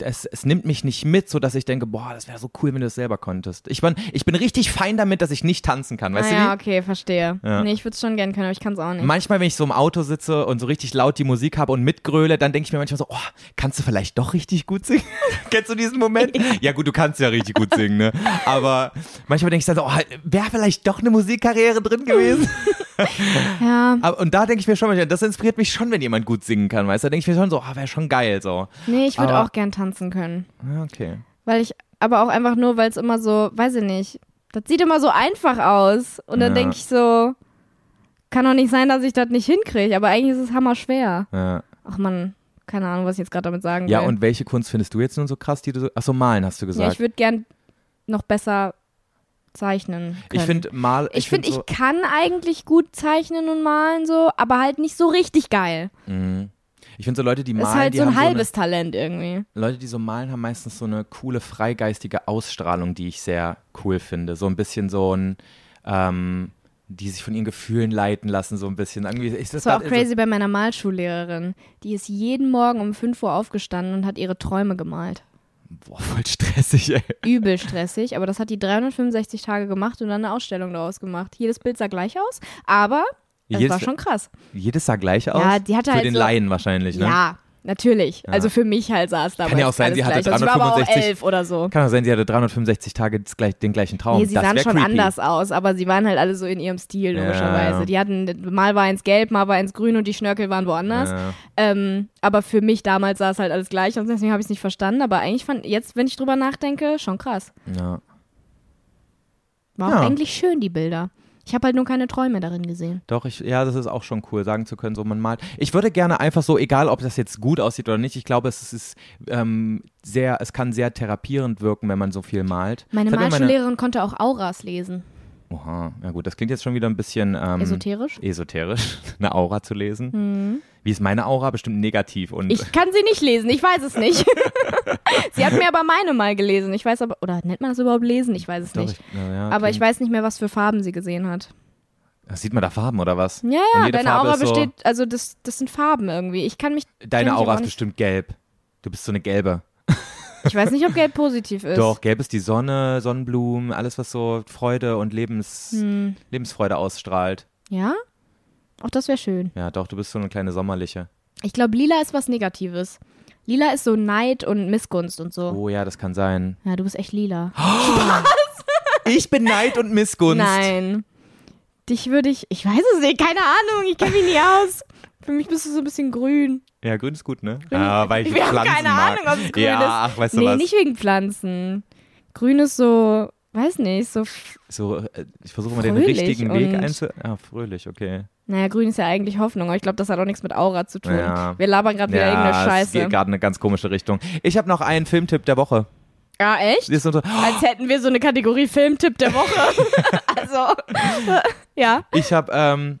[SPEAKER 2] es, es nimmt mich nicht mit, sodass ich denke, boah, das wäre so cool, wenn du das selber konntest. Ich, bin ich bin richtig fein damit, dass ich nicht tanzen kann,
[SPEAKER 1] ah,
[SPEAKER 2] weißt du?
[SPEAKER 1] ja,
[SPEAKER 2] Wie?
[SPEAKER 1] okay, verstehe.
[SPEAKER 2] Ja.
[SPEAKER 1] Nee, ich würde es schon gern können, aber ich kann es auch nicht.
[SPEAKER 2] Manchmal, wenn ich so im Auto sitze und so richtig laut die Musik habe und mitgröle, dann denke ich mir manchmal so, oh, kannst du vielleicht doch richtig gut singen? Kennst du diesen Moment? ja gut, du kannst ja richtig gut singen, ne? Aber manchmal denke ich dann so, oh, wäre vielleicht doch eine Musikkarriere drin gewesen?
[SPEAKER 1] ja,
[SPEAKER 2] Aber, und da denke ich mir schon, manchmal, das inspiriert mich schon, wenn jemand gut singen kann, weißt du? Da denke ich mir schon so, ah, wäre schon geil, so.
[SPEAKER 1] nee, ich würde
[SPEAKER 2] Aber-
[SPEAKER 1] auch gern tanzen können.
[SPEAKER 2] Ja, Okay.
[SPEAKER 1] Weil ich, aber auch einfach nur, weil es immer so, weiß ich nicht, das sieht immer so einfach aus. Und dann
[SPEAKER 2] Ja.
[SPEAKER 1] denke ich so, kann doch nicht sein, dass ich das nicht hinkriege, aber eigentlich ist es hammer schwer.
[SPEAKER 2] Ja,
[SPEAKER 1] Ach man, keine Ahnung, was ich jetzt gerade damit sagen
[SPEAKER 2] ja
[SPEAKER 1] will.
[SPEAKER 2] und welche Kunst findest du jetzt nun so krass, die du so, achso, malen hast
[SPEAKER 1] Ja,
[SPEAKER 2] du gesagt.
[SPEAKER 1] ich würde gern noch besser zeichnen. Können.
[SPEAKER 2] ich finde mal,
[SPEAKER 1] ich, find,
[SPEAKER 2] so,
[SPEAKER 1] ich kann eigentlich gut zeichnen und malen so, aber halt nicht so richtig geil.
[SPEAKER 2] Mhm. ich finde so Leute, die malen,
[SPEAKER 1] ist halt
[SPEAKER 2] die
[SPEAKER 1] so ein
[SPEAKER 2] haben
[SPEAKER 1] halbes Talent irgendwie.
[SPEAKER 2] so eine, Leute, die so malen, haben meistens so eine coole freigeistige Ausstrahlung, die ich sehr cool finde. So ein bisschen so ein, ähm, die sich von ihren Gefühlen leiten lassen, so ein bisschen. Irgendwie ist das also
[SPEAKER 1] Das war auch
[SPEAKER 2] grad-
[SPEAKER 1] crazy bei meiner Malschullehrerin. Die ist jeden Morgen um 5 Uhr aufgestanden und hat ihre Träume gemalt.
[SPEAKER 2] boah, voll stressig, ey.
[SPEAKER 1] Übel stressig, aber das hat die 365 Tage gemacht und dann eine Ausstellung daraus gemacht. Jedes Bild sah gleich aus, aber es
[SPEAKER 2] Jedes-
[SPEAKER 1] war schon krass.
[SPEAKER 2] Jedes sah gleich aus.
[SPEAKER 1] Ja, die hatte
[SPEAKER 2] Für
[SPEAKER 1] halt
[SPEAKER 2] den
[SPEAKER 1] so-
[SPEAKER 2] Laien wahrscheinlich, ne?
[SPEAKER 1] Ja, natürlich. Also für mich halt sah es damals
[SPEAKER 2] ja auch sein,
[SPEAKER 1] alles
[SPEAKER 2] sie hatte
[SPEAKER 1] gleich aus. Ich war aber auch
[SPEAKER 2] 365
[SPEAKER 1] elf oder so.
[SPEAKER 2] Kann doch sein, sie hatte 365 Tage das gleich, den gleichen Traum.
[SPEAKER 1] Nee, sie
[SPEAKER 2] Oh, das
[SPEAKER 1] sahen
[SPEAKER 2] wär
[SPEAKER 1] schon
[SPEAKER 2] creepy.
[SPEAKER 1] anders aus, aber sie waren halt alle so in ihrem Stil,
[SPEAKER 2] Ja.
[SPEAKER 1] logischerweise. Die hatten, mal war eins gelb, mal war eins grün und die Schnörkel waren woanders.
[SPEAKER 2] Ja.
[SPEAKER 1] Ähm, aber für mich damals sah es halt alles gleich und deswegen habe ich es nicht verstanden. Aber eigentlich fand, jetzt, wenn ich drüber nachdenke, schon krass.
[SPEAKER 2] Ja.
[SPEAKER 1] War
[SPEAKER 2] Ja.
[SPEAKER 1] auch eigentlich schön, die Bilder. Ich habe halt nur keine Träume darin gesehen.
[SPEAKER 2] Doch, ich, ja, das ist auch schon cool, sagen zu können, so man malt. Ich würde gerne einfach so, egal ob das jetzt gut aussieht oder nicht, ich glaube, es ist ähm, sehr, es kann sehr therapierend wirken, wenn man so viel malt.
[SPEAKER 1] Meine
[SPEAKER 2] Das hat mir
[SPEAKER 1] Malschullehrerin konnte auch Auras lesen.
[SPEAKER 2] Oha, na gut, das klingt jetzt schon wieder ein bisschen ähm,
[SPEAKER 1] Esoterisch? Mhm.
[SPEAKER 2] esoterisch, eine Aura zu lesen. Wie ist meine Aura? Bestimmt negativ und
[SPEAKER 1] Ich kann sie nicht lesen, ich weiß es nicht. sie hat mir aber meine mal gelesen. Ich weiß aber, oder nennt man das überhaupt lesen? Ich weiß es
[SPEAKER 2] Doch,
[SPEAKER 1] nicht.
[SPEAKER 2] ich- na ja,
[SPEAKER 1] Aber ich
[SPEAKER 2] klingt-
[SPEAKER 1] weiß nicht mehr, was für Farben sie gesehen hat.
[SPEAKER 2] Sieht man da Farben oder was?
[SPEAKER 1] Ja,
[SPEAKER 2] Und
[SPEAKER 1] ja,
[SPEAKER 2] jede
[SPEAKER 1] deine
[SPEAKER 2] Farbe
[SPEAKER 1] Aura
[SPEAKER 2] ist so,
[SPEAKER 1] besteht, also das, das sind Farben irgendwie. Ich kann mich, kenn
[SPEAKER 2] Deine
[SPEAKER 1] ich
[SPEAKER 2] Aura
[SPEAKER 1] aber
[SPEAKER 2] ist
[SPEAKER 1] auch
[SPEAKER 2] bestimmt gelb. Du bist so eine gelbe.
[SPEAKER 1] ich weiß nicht, ob Geld positiv ist.
[SPEAKER 2] Doch, gelb ist die Sonne, Sonnenblumen, alles, was so Freude und Lebens,
[SPEAKER 1] Hm.
[SPEAKER 2] Lebensfreude ausstrahlt.
[SPEAKER 1] Ja? Auch das wäre schön.
[SPEAKER 2] Ja, doch, du bist so eine kleine sommerliche.
[SPEAKER 1] Ich glaube, lila ist was Negatives. Lila ist so Neid und Missgunst und so.
[SPEAKER 2] Oh ja, das kann sein.
[SPEAKER 1] Ja, du bist echt lila.
[SPEAKER 2] Ich bin Neid und Missgunst.
[SPEAKER 1] Nein. Dich würde ich, ich weiß es nicht, keine Ahnung, ich kenne mich nicht aus. Für mich bist du so ein bisschen grün.
[SPEAKER 2] Ja, grün ist gut, ne? Ah, weil ich
[SPEAKER 1] Wir haben
[SPEAKER 2] Pflanzen
[SPEAKER 1] keine
[SPEAKER 2] mag.
[SPEAKER 1] Ahnung, ob es grün
[SPEAKER 2] ja,
[SPEAKER 1] ist.
[SPEAKER 2] ach, weißt du
[SPEAKER 1] nee,
[SPEAKER 2] was?
[SPEAKER 1] nicht wegen Pflanzen. Grün ist so, weiß nicht, so, f-
[SPEAKER 2] so, äh, ich versuche mal den
[SPEAKER 1] Fröhlich
[SPEAKER 2] richtigen Weg
[SPEAKER 1] und-
[SPEAKER 2] einzu... Ah, fröhlich, okay.
[SPEAKER 1] naja, grün ist ja eigentlich Hoffnung, aber ich glaube, das hat auch nichts mit Aura zu tun.
[SPEAKER 2] Ja.
[SPEAKER 1] Wir labern gerade wieder
[SPEAKER 2] ja,
[SPEAKER 1] irgendeine
[SPEAKER 2] es geht
[SPEAKER 1] Scheiße.
[SPEAKER 2] gerade in eine ganz komische Richtung. Ich habe noch einen Filmtipp der
[SPEAKER 1] Ja,
[SPEAKER 2] Woche.
[SPEAKER 1] Ah, echt?
[SPEAKER 2] Sie ist unter-
[SPEAKER 1] Als hätten wir so eine Kategorie Filmtipp der Woche. also, ja.
[SPEAKER 2] Ich habe ähm,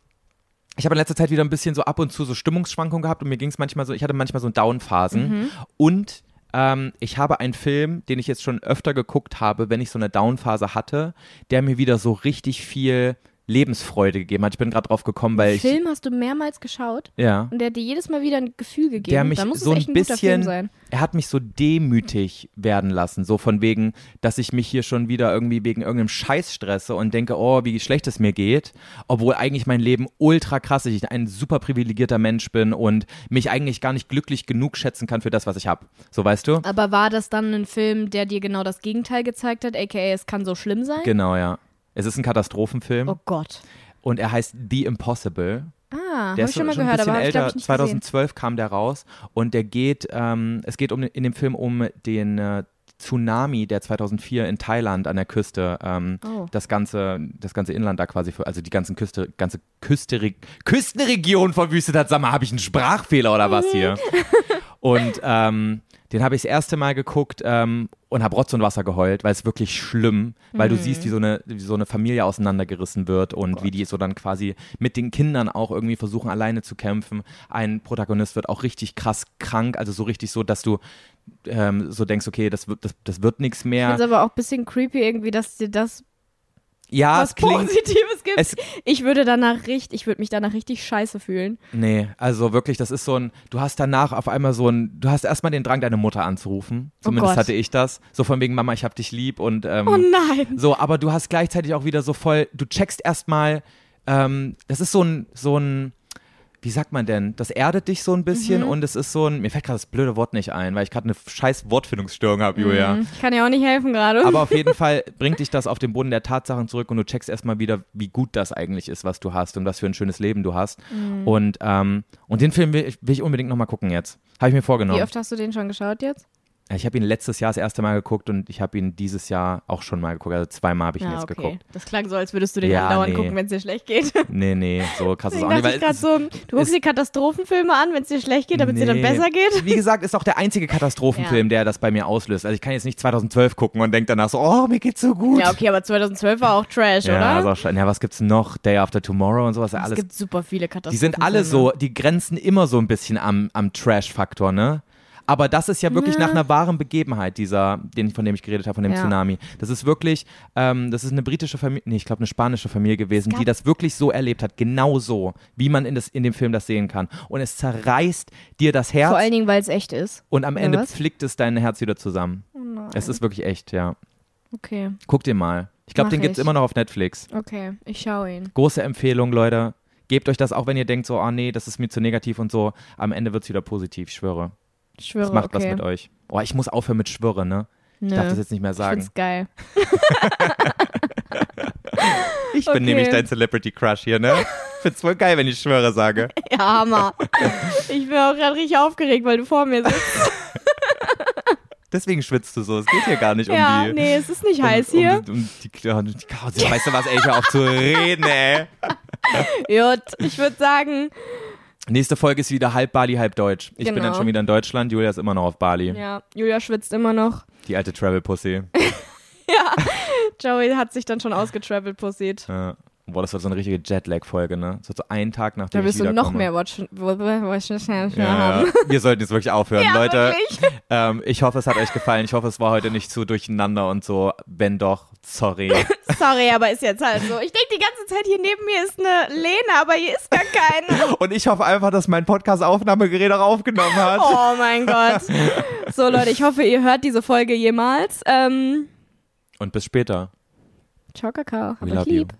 [SPEAKER 2] ich habe in letzter Zeit wieder ein bisschen so ab und zu so Stimmungsschwankungen gehabt und mir ging es manchmal so, ich hatte manchmal so Down-Phasen und ähm, ich habe einen Film, den ich jetzt schon öfter geguckt habe, wenn ich so eine Down-Phase hatte, der mir wieder so richtig viel Lebensfreude gegeben hat. Ich bin gerade drauf gekommen, weil ich
[SPEAKER 1] Film hast du mehrmals geschaut
[SPEAKER 2] ja,
[SPEAKER 1] und der hat dir jedes Mal wieder ein Gefühl gegeben.
[SPEAKER 2] der mich
[SPEAKER 1] Dann muss
[SPEAKER 2] so
[SPEAKER 1] es
[SPEAKER 2] ein
[SPEAKER 1] echt ein, guter Film
[SPEAKER 2] bisschen,
[SPEAKER 1] sein.
[SPEAKER 2] er hat mich so demütig werden lassen, so von wegen, dass ich mich hier schon wieder irgendwie wegen irgendeinem Scheiß stresse und denke, oh, wie schlecht es mir geht, obwohl eigentlich mein Leben ultra krass ist, ich ein super privilegierter Mensch bin und mich eigentlich gar nicht glücklich genug schätzen kann für das, was ich habe. So weißt du?
[SPEAKER 1] Aber war das dann ein Film, der dir genau das Gegenteil gezeigt hat, aka es kann so schlimm sein?
[SPEAKER 2] Genau, ja. Es ist ein Katastrophenfilm
[SPEAKER 1] oh Gott.
[SPEAKER 2] und er heißt The Impossible.
[SPEAKER 1] Ah, habe
[SPEAKER 2] Der
[SPEAKER 1] ich
[SPEAKER 2] ist
[SPEAKER 1] schon
[SPEAKER 2] schon,
[SPEAKER 1] mal
[SPEAKER 2] schon ein
[SPEAKER 1] gehört,
[SPEAKER 2] bisschen
[SPEAKER 1] aber habe ich,
[SPEAKER 2] älter.
[SPEAKER 1] glaube ich, nicht gesehen.
[SPEAKER 2] 2012 kam der raus und der geht, ähm, es geht um in dem Film um den äh, Tsunami, der 2004 in Thailand an der Küste ähm,
[SPEAKER 1] Oh.
[SPEAKER 2] das ganze das ganze Inland da quasi für, also die ganzen Küste ganze Küste Küstenregion verwüstet hat. Sag mal, habe ich einen Sprachfehler oder was hier? und ähm, Den habe ich das erste Mal geguckt ähm, und habe Rotz und Wasser geheult, weil es wirklich schlimm, weil
[SPEAKER 1] Mhm.
[SPEAKER 2] du siehst, wie so eine, wie so eine Familie auseinandergerissen wird und
[SPEAKER 1] Oh
[SPEAKER 2] wie die so dann quasi mit den Kindern auch irgendwie versuchen, alleine zu kämpfen. Ein Protagonist wird auch richtig krass krank, also so richtig so, dass du ähm, so denkst, okay, das wird, das, das wird nichts mehr.
[SPEAKER 1] Ist aber auch ein bisschen creepy irgendwie, dass dir das
[SPEAKER 2] ja,
[SPEAKER 1] was
[SPEAKER 2] Ah, es klingt.
[SPEAKER 1] Positives gibt.
[SPEAKER 2] Es-
[SPEAKER 1] ich würde danach richtig, ich würde mich danach richtig scheiße fühlen.
[SPEAKER 2] Nee, also wirklich, das ist so ein, du hast danach auf einmal so ein, du hast erstmal den Drang, deine Mutter anzurufen. Zumindest
[SPEAKER 1] Oh Gott.
[SPEAKER 2] hatte ich das. So von wegen, Mama, ich hab dich lieb und ähm,
[SPEAKER 1] Oh nein.
[SPEAKER 2] so, aber du hast gleichzeitig auch wieder so voll, du checkst erstmal, ähm, das ist so ein, so ein, wie sagt man denn, das erdet dich so ein bisschen
[SPEAKER 1] Mhm.
[SPEAKER 2] und es ist so ein, mir fällt gerade das blöde Wort nicht ein, weil ich gerade eine scheiß Wortfindungsstörung habe, Julia.
[SPEAKER 1] Hm. Ich kann ja auch nicht helfen gerade.
[SPEAKER 2] Aber auf jeden Fall bringt dich das auf den Boden der Tatsachen zurück und du checkst erstmal wieder, wie gut das eigentlich ist, was du hast und was für ein schönes Leben du hast.
[SPEAKER 1] Mhm.
[SPEAKER 2] Und, ähm, und den Film will, ich- will ich unbedingt nochmal gucken jetzt. Habe ich mir
[SPEAKER 1] Wie
[SPEAKER 2] vorgenommen.
[SPEAKER 1] oft hast du den schon geschaut jetzt?
[SPEAKER 2] Ich habe ihn letztes Jahr das erste Mal geguckt und ich habe ihn dieses Jahr auch schon mal geguckt. Also zweimal habe ich ihn
[SPEAKER 1] Ah,
[SPEAKER 2] jetzt geguckt.
[SPEAKER 1] Das klang so, als würdest du den
[SPEAKER 2] Ja,
[SPEAKER 1] andauernd
[SPEAKER 2] nee.
[SPEAKER 1] gucken, wenn es dir schlecht geht.
[SPEAKER 2] Nee, nee, so krass ist
[SPEAKER 1] Deswegen
[SPEAKER 2] es auch nicht.
[SPEAKER 1] dachte
[SPEAKER 2] weil
[SPEAKER 1] ich gerade
[SPEAKER 2] es-
[SPEAKER 1] so, du guckst
[SPEAKER 2] ist-
[SPEAKER 1] dir Katastrophenfilme an, wenn es dir schlecht geht, damit es dir dann
[SPEAKER 2] Nee.
[SPEAKER 1] besser geht.
[SPEAKER 2] Wie gesagt, ist auch der einzige Katastrophenfilm, der das bei mir auslöst. Also ich kann jetzt nicht 2012 gucken und denke danach so, oh, mir geht's so gut.
[SPEAKER 1] Ja, okay, aber 2012 war auch Trash,
[SPEAKER 2] Ja,
[SPEAKER 1] oder?
[SPEAKER 2] also auch schon- ja, was gibt's noch? Day After Tomorrow und sowas.
[SPEAKER 1] es
[SPEAKER 2] alles
[SPEAKER 1] gibt super viele Katastrophen. ne?
[SPEAKER 2] Die sind alle so, die grenzen immer so ein bisschen am, am Trash-Faktor, ne? Aber das ist ja wirklich nach einer wahren Begebenheit, dieser, den, von dem ich geredet habe, von dem
[SPEAKER 1] Ne. Ja.
[SPEAKER 2] Tsunami. Das ist wirklich, ähm, das ist eine britische Familie, nee, ich glaube eine spanische Familie gewesen,
[SPEAKER 1] gab-
[SPEAKER 2] die das wirklich so erlebt hat, genau so, wie man in, das, in dem Film das sehen kann. Und es zerreißt dir das
[SPEAKER 1] Vor allen
[SPEAKER 2] Herz
[SPEAKER 1] Dingen, weil es echt ist.
[SPEAKER 2] und am
[SPEAKER 1] Oder
[SPEAKER 2] Ende
[SPEAKER 1] was? Oh
[SPEAKER 2] flickt es dein Herz wieder zusammen. Es ist wirklich echt, ja.
[SPEAKER 1] Okay,
[SPEAKER 2] Guck den mal. Ich glaube,
[SPEAKER 1] Mach
[SPEAKER 2] den gibt's
[SPEAKER 1] ich.
[SPEAKER 2] immer noch auf Netflix.
[SPEAKER 1] okay, ich schaue ihn.
[SPEAKER 2] Große Empfehlung, Leute. Gebt euch das, auch wenn ihr denkt, so, ah nee, das ist mir zu negativ und so. Am Ende wird es wieder positiv, ich schwöre.
[SPEAKER 1] Ich schwöre,
[SPEAKER 2] Das
[SPEAKER 1] okay.
[SPEAKER 2] macht was mit euch. Oh, ich muss aufhören mit Schwöre, ne? Ich
[SPEAKER 1] Nö.
[SPEAKER 2] darf das jetzt nicht mehr
[SPEAKER 1] ich
[SPEAKER 2] sagen.
[SPEAKER 1] find's geil.
[SPEAKER 2] Ich,
[SPEAKER 1] okay.
[SPEAKER 2] bin nämlich dein Celebrity Crush hier, ne? Find's wohl geil, wenn ich Schwöre sage.
[SPEAKER 1] Ja, Hammer. Ich bin auch gerade richtig aufgeregt, weil du vor mir sitzt.
[SPEAKER 2] Deswegen schwitzt du so. Es geht hier gar nicht
[SPEAKER 1] ja,
[SPEAKER 2] um die.
[SPEAKER 1] nee, es ist nicht heiß
[SPEAKER 2] um,
[SPEAKER 1] hier.
[SPEAKER 2] Um, um die, ja, um die Karotte. Weißt du was, ey, ich hör auf zu reden, ey.
[SPEAKER 1] Jut, ich würde sagen,
[SPEAKER 2] Nächste Folge ist wieder halb Bali, halb Deutsch. Ich bin
[SPEAKER 1] Genau.
[SPEAKER 2] dann schon wieder in Deutschland. Julia ist immer noch auf Bali.
[SPEAKER 1] ja, Julia schwitzt immer noch.
[SPEAKER 2] Die alte Travel Pussy.
[SPEAKER 1] Joey hat sich dann schon ausgetravelt, pussiert.
[SPEAKER 2] Ja. Äh, Boah, das wird so eine richtige Jetlag-Folge, ne? Das wird so ein Tag nach
[SPEAKER 1] Da
[SPEAKER 2] dem
[SPEAKER 1] wirst du noch
[SPEAKER 2] wiederkomme.
[SPEAKER 1] mehr Watch, Watch, Watch, Watch
[SPEAKER 2] Ja,
[SPEAKER 1] haben.
[SPEAKER 2] ja. Wir sollten jetzt wirklich aufhören,
[SPEAKER 1] Ja,
[SPEAKER 2] Leute.
[SPEAKER 1] wirklich.
[SPEAKER 2] Ähm, ich hoffe, es hat euch gefallen. Ich hoffe, es war heute nicht zu durcheinander und so. Wenn doch, sorry.
[SPEAKER 1] Sorry, aber ist jetzt halt so. Ich denke die ganze Zeit, hier neben mir ist eine Lena, aber hier ist gar keine.
[SPEAKER 2] Und ich hoffe einfach, dass mein Podcast-Aufnahmegerät auch aufgenommen hat.
[SPEAKER 1] Oh mein Gott. So, Leute, ich hoffe, ihr hört diese Folge jemals. Ähm,
[SPEAKER 2] Und bis später.
[SPEAKER 1] ciao, Kakao. Hab
[SPEAKER 2] We
[SPEAKER 1] euch
[SPEAKER 2] love you.
[SPEAKER 1] lieb.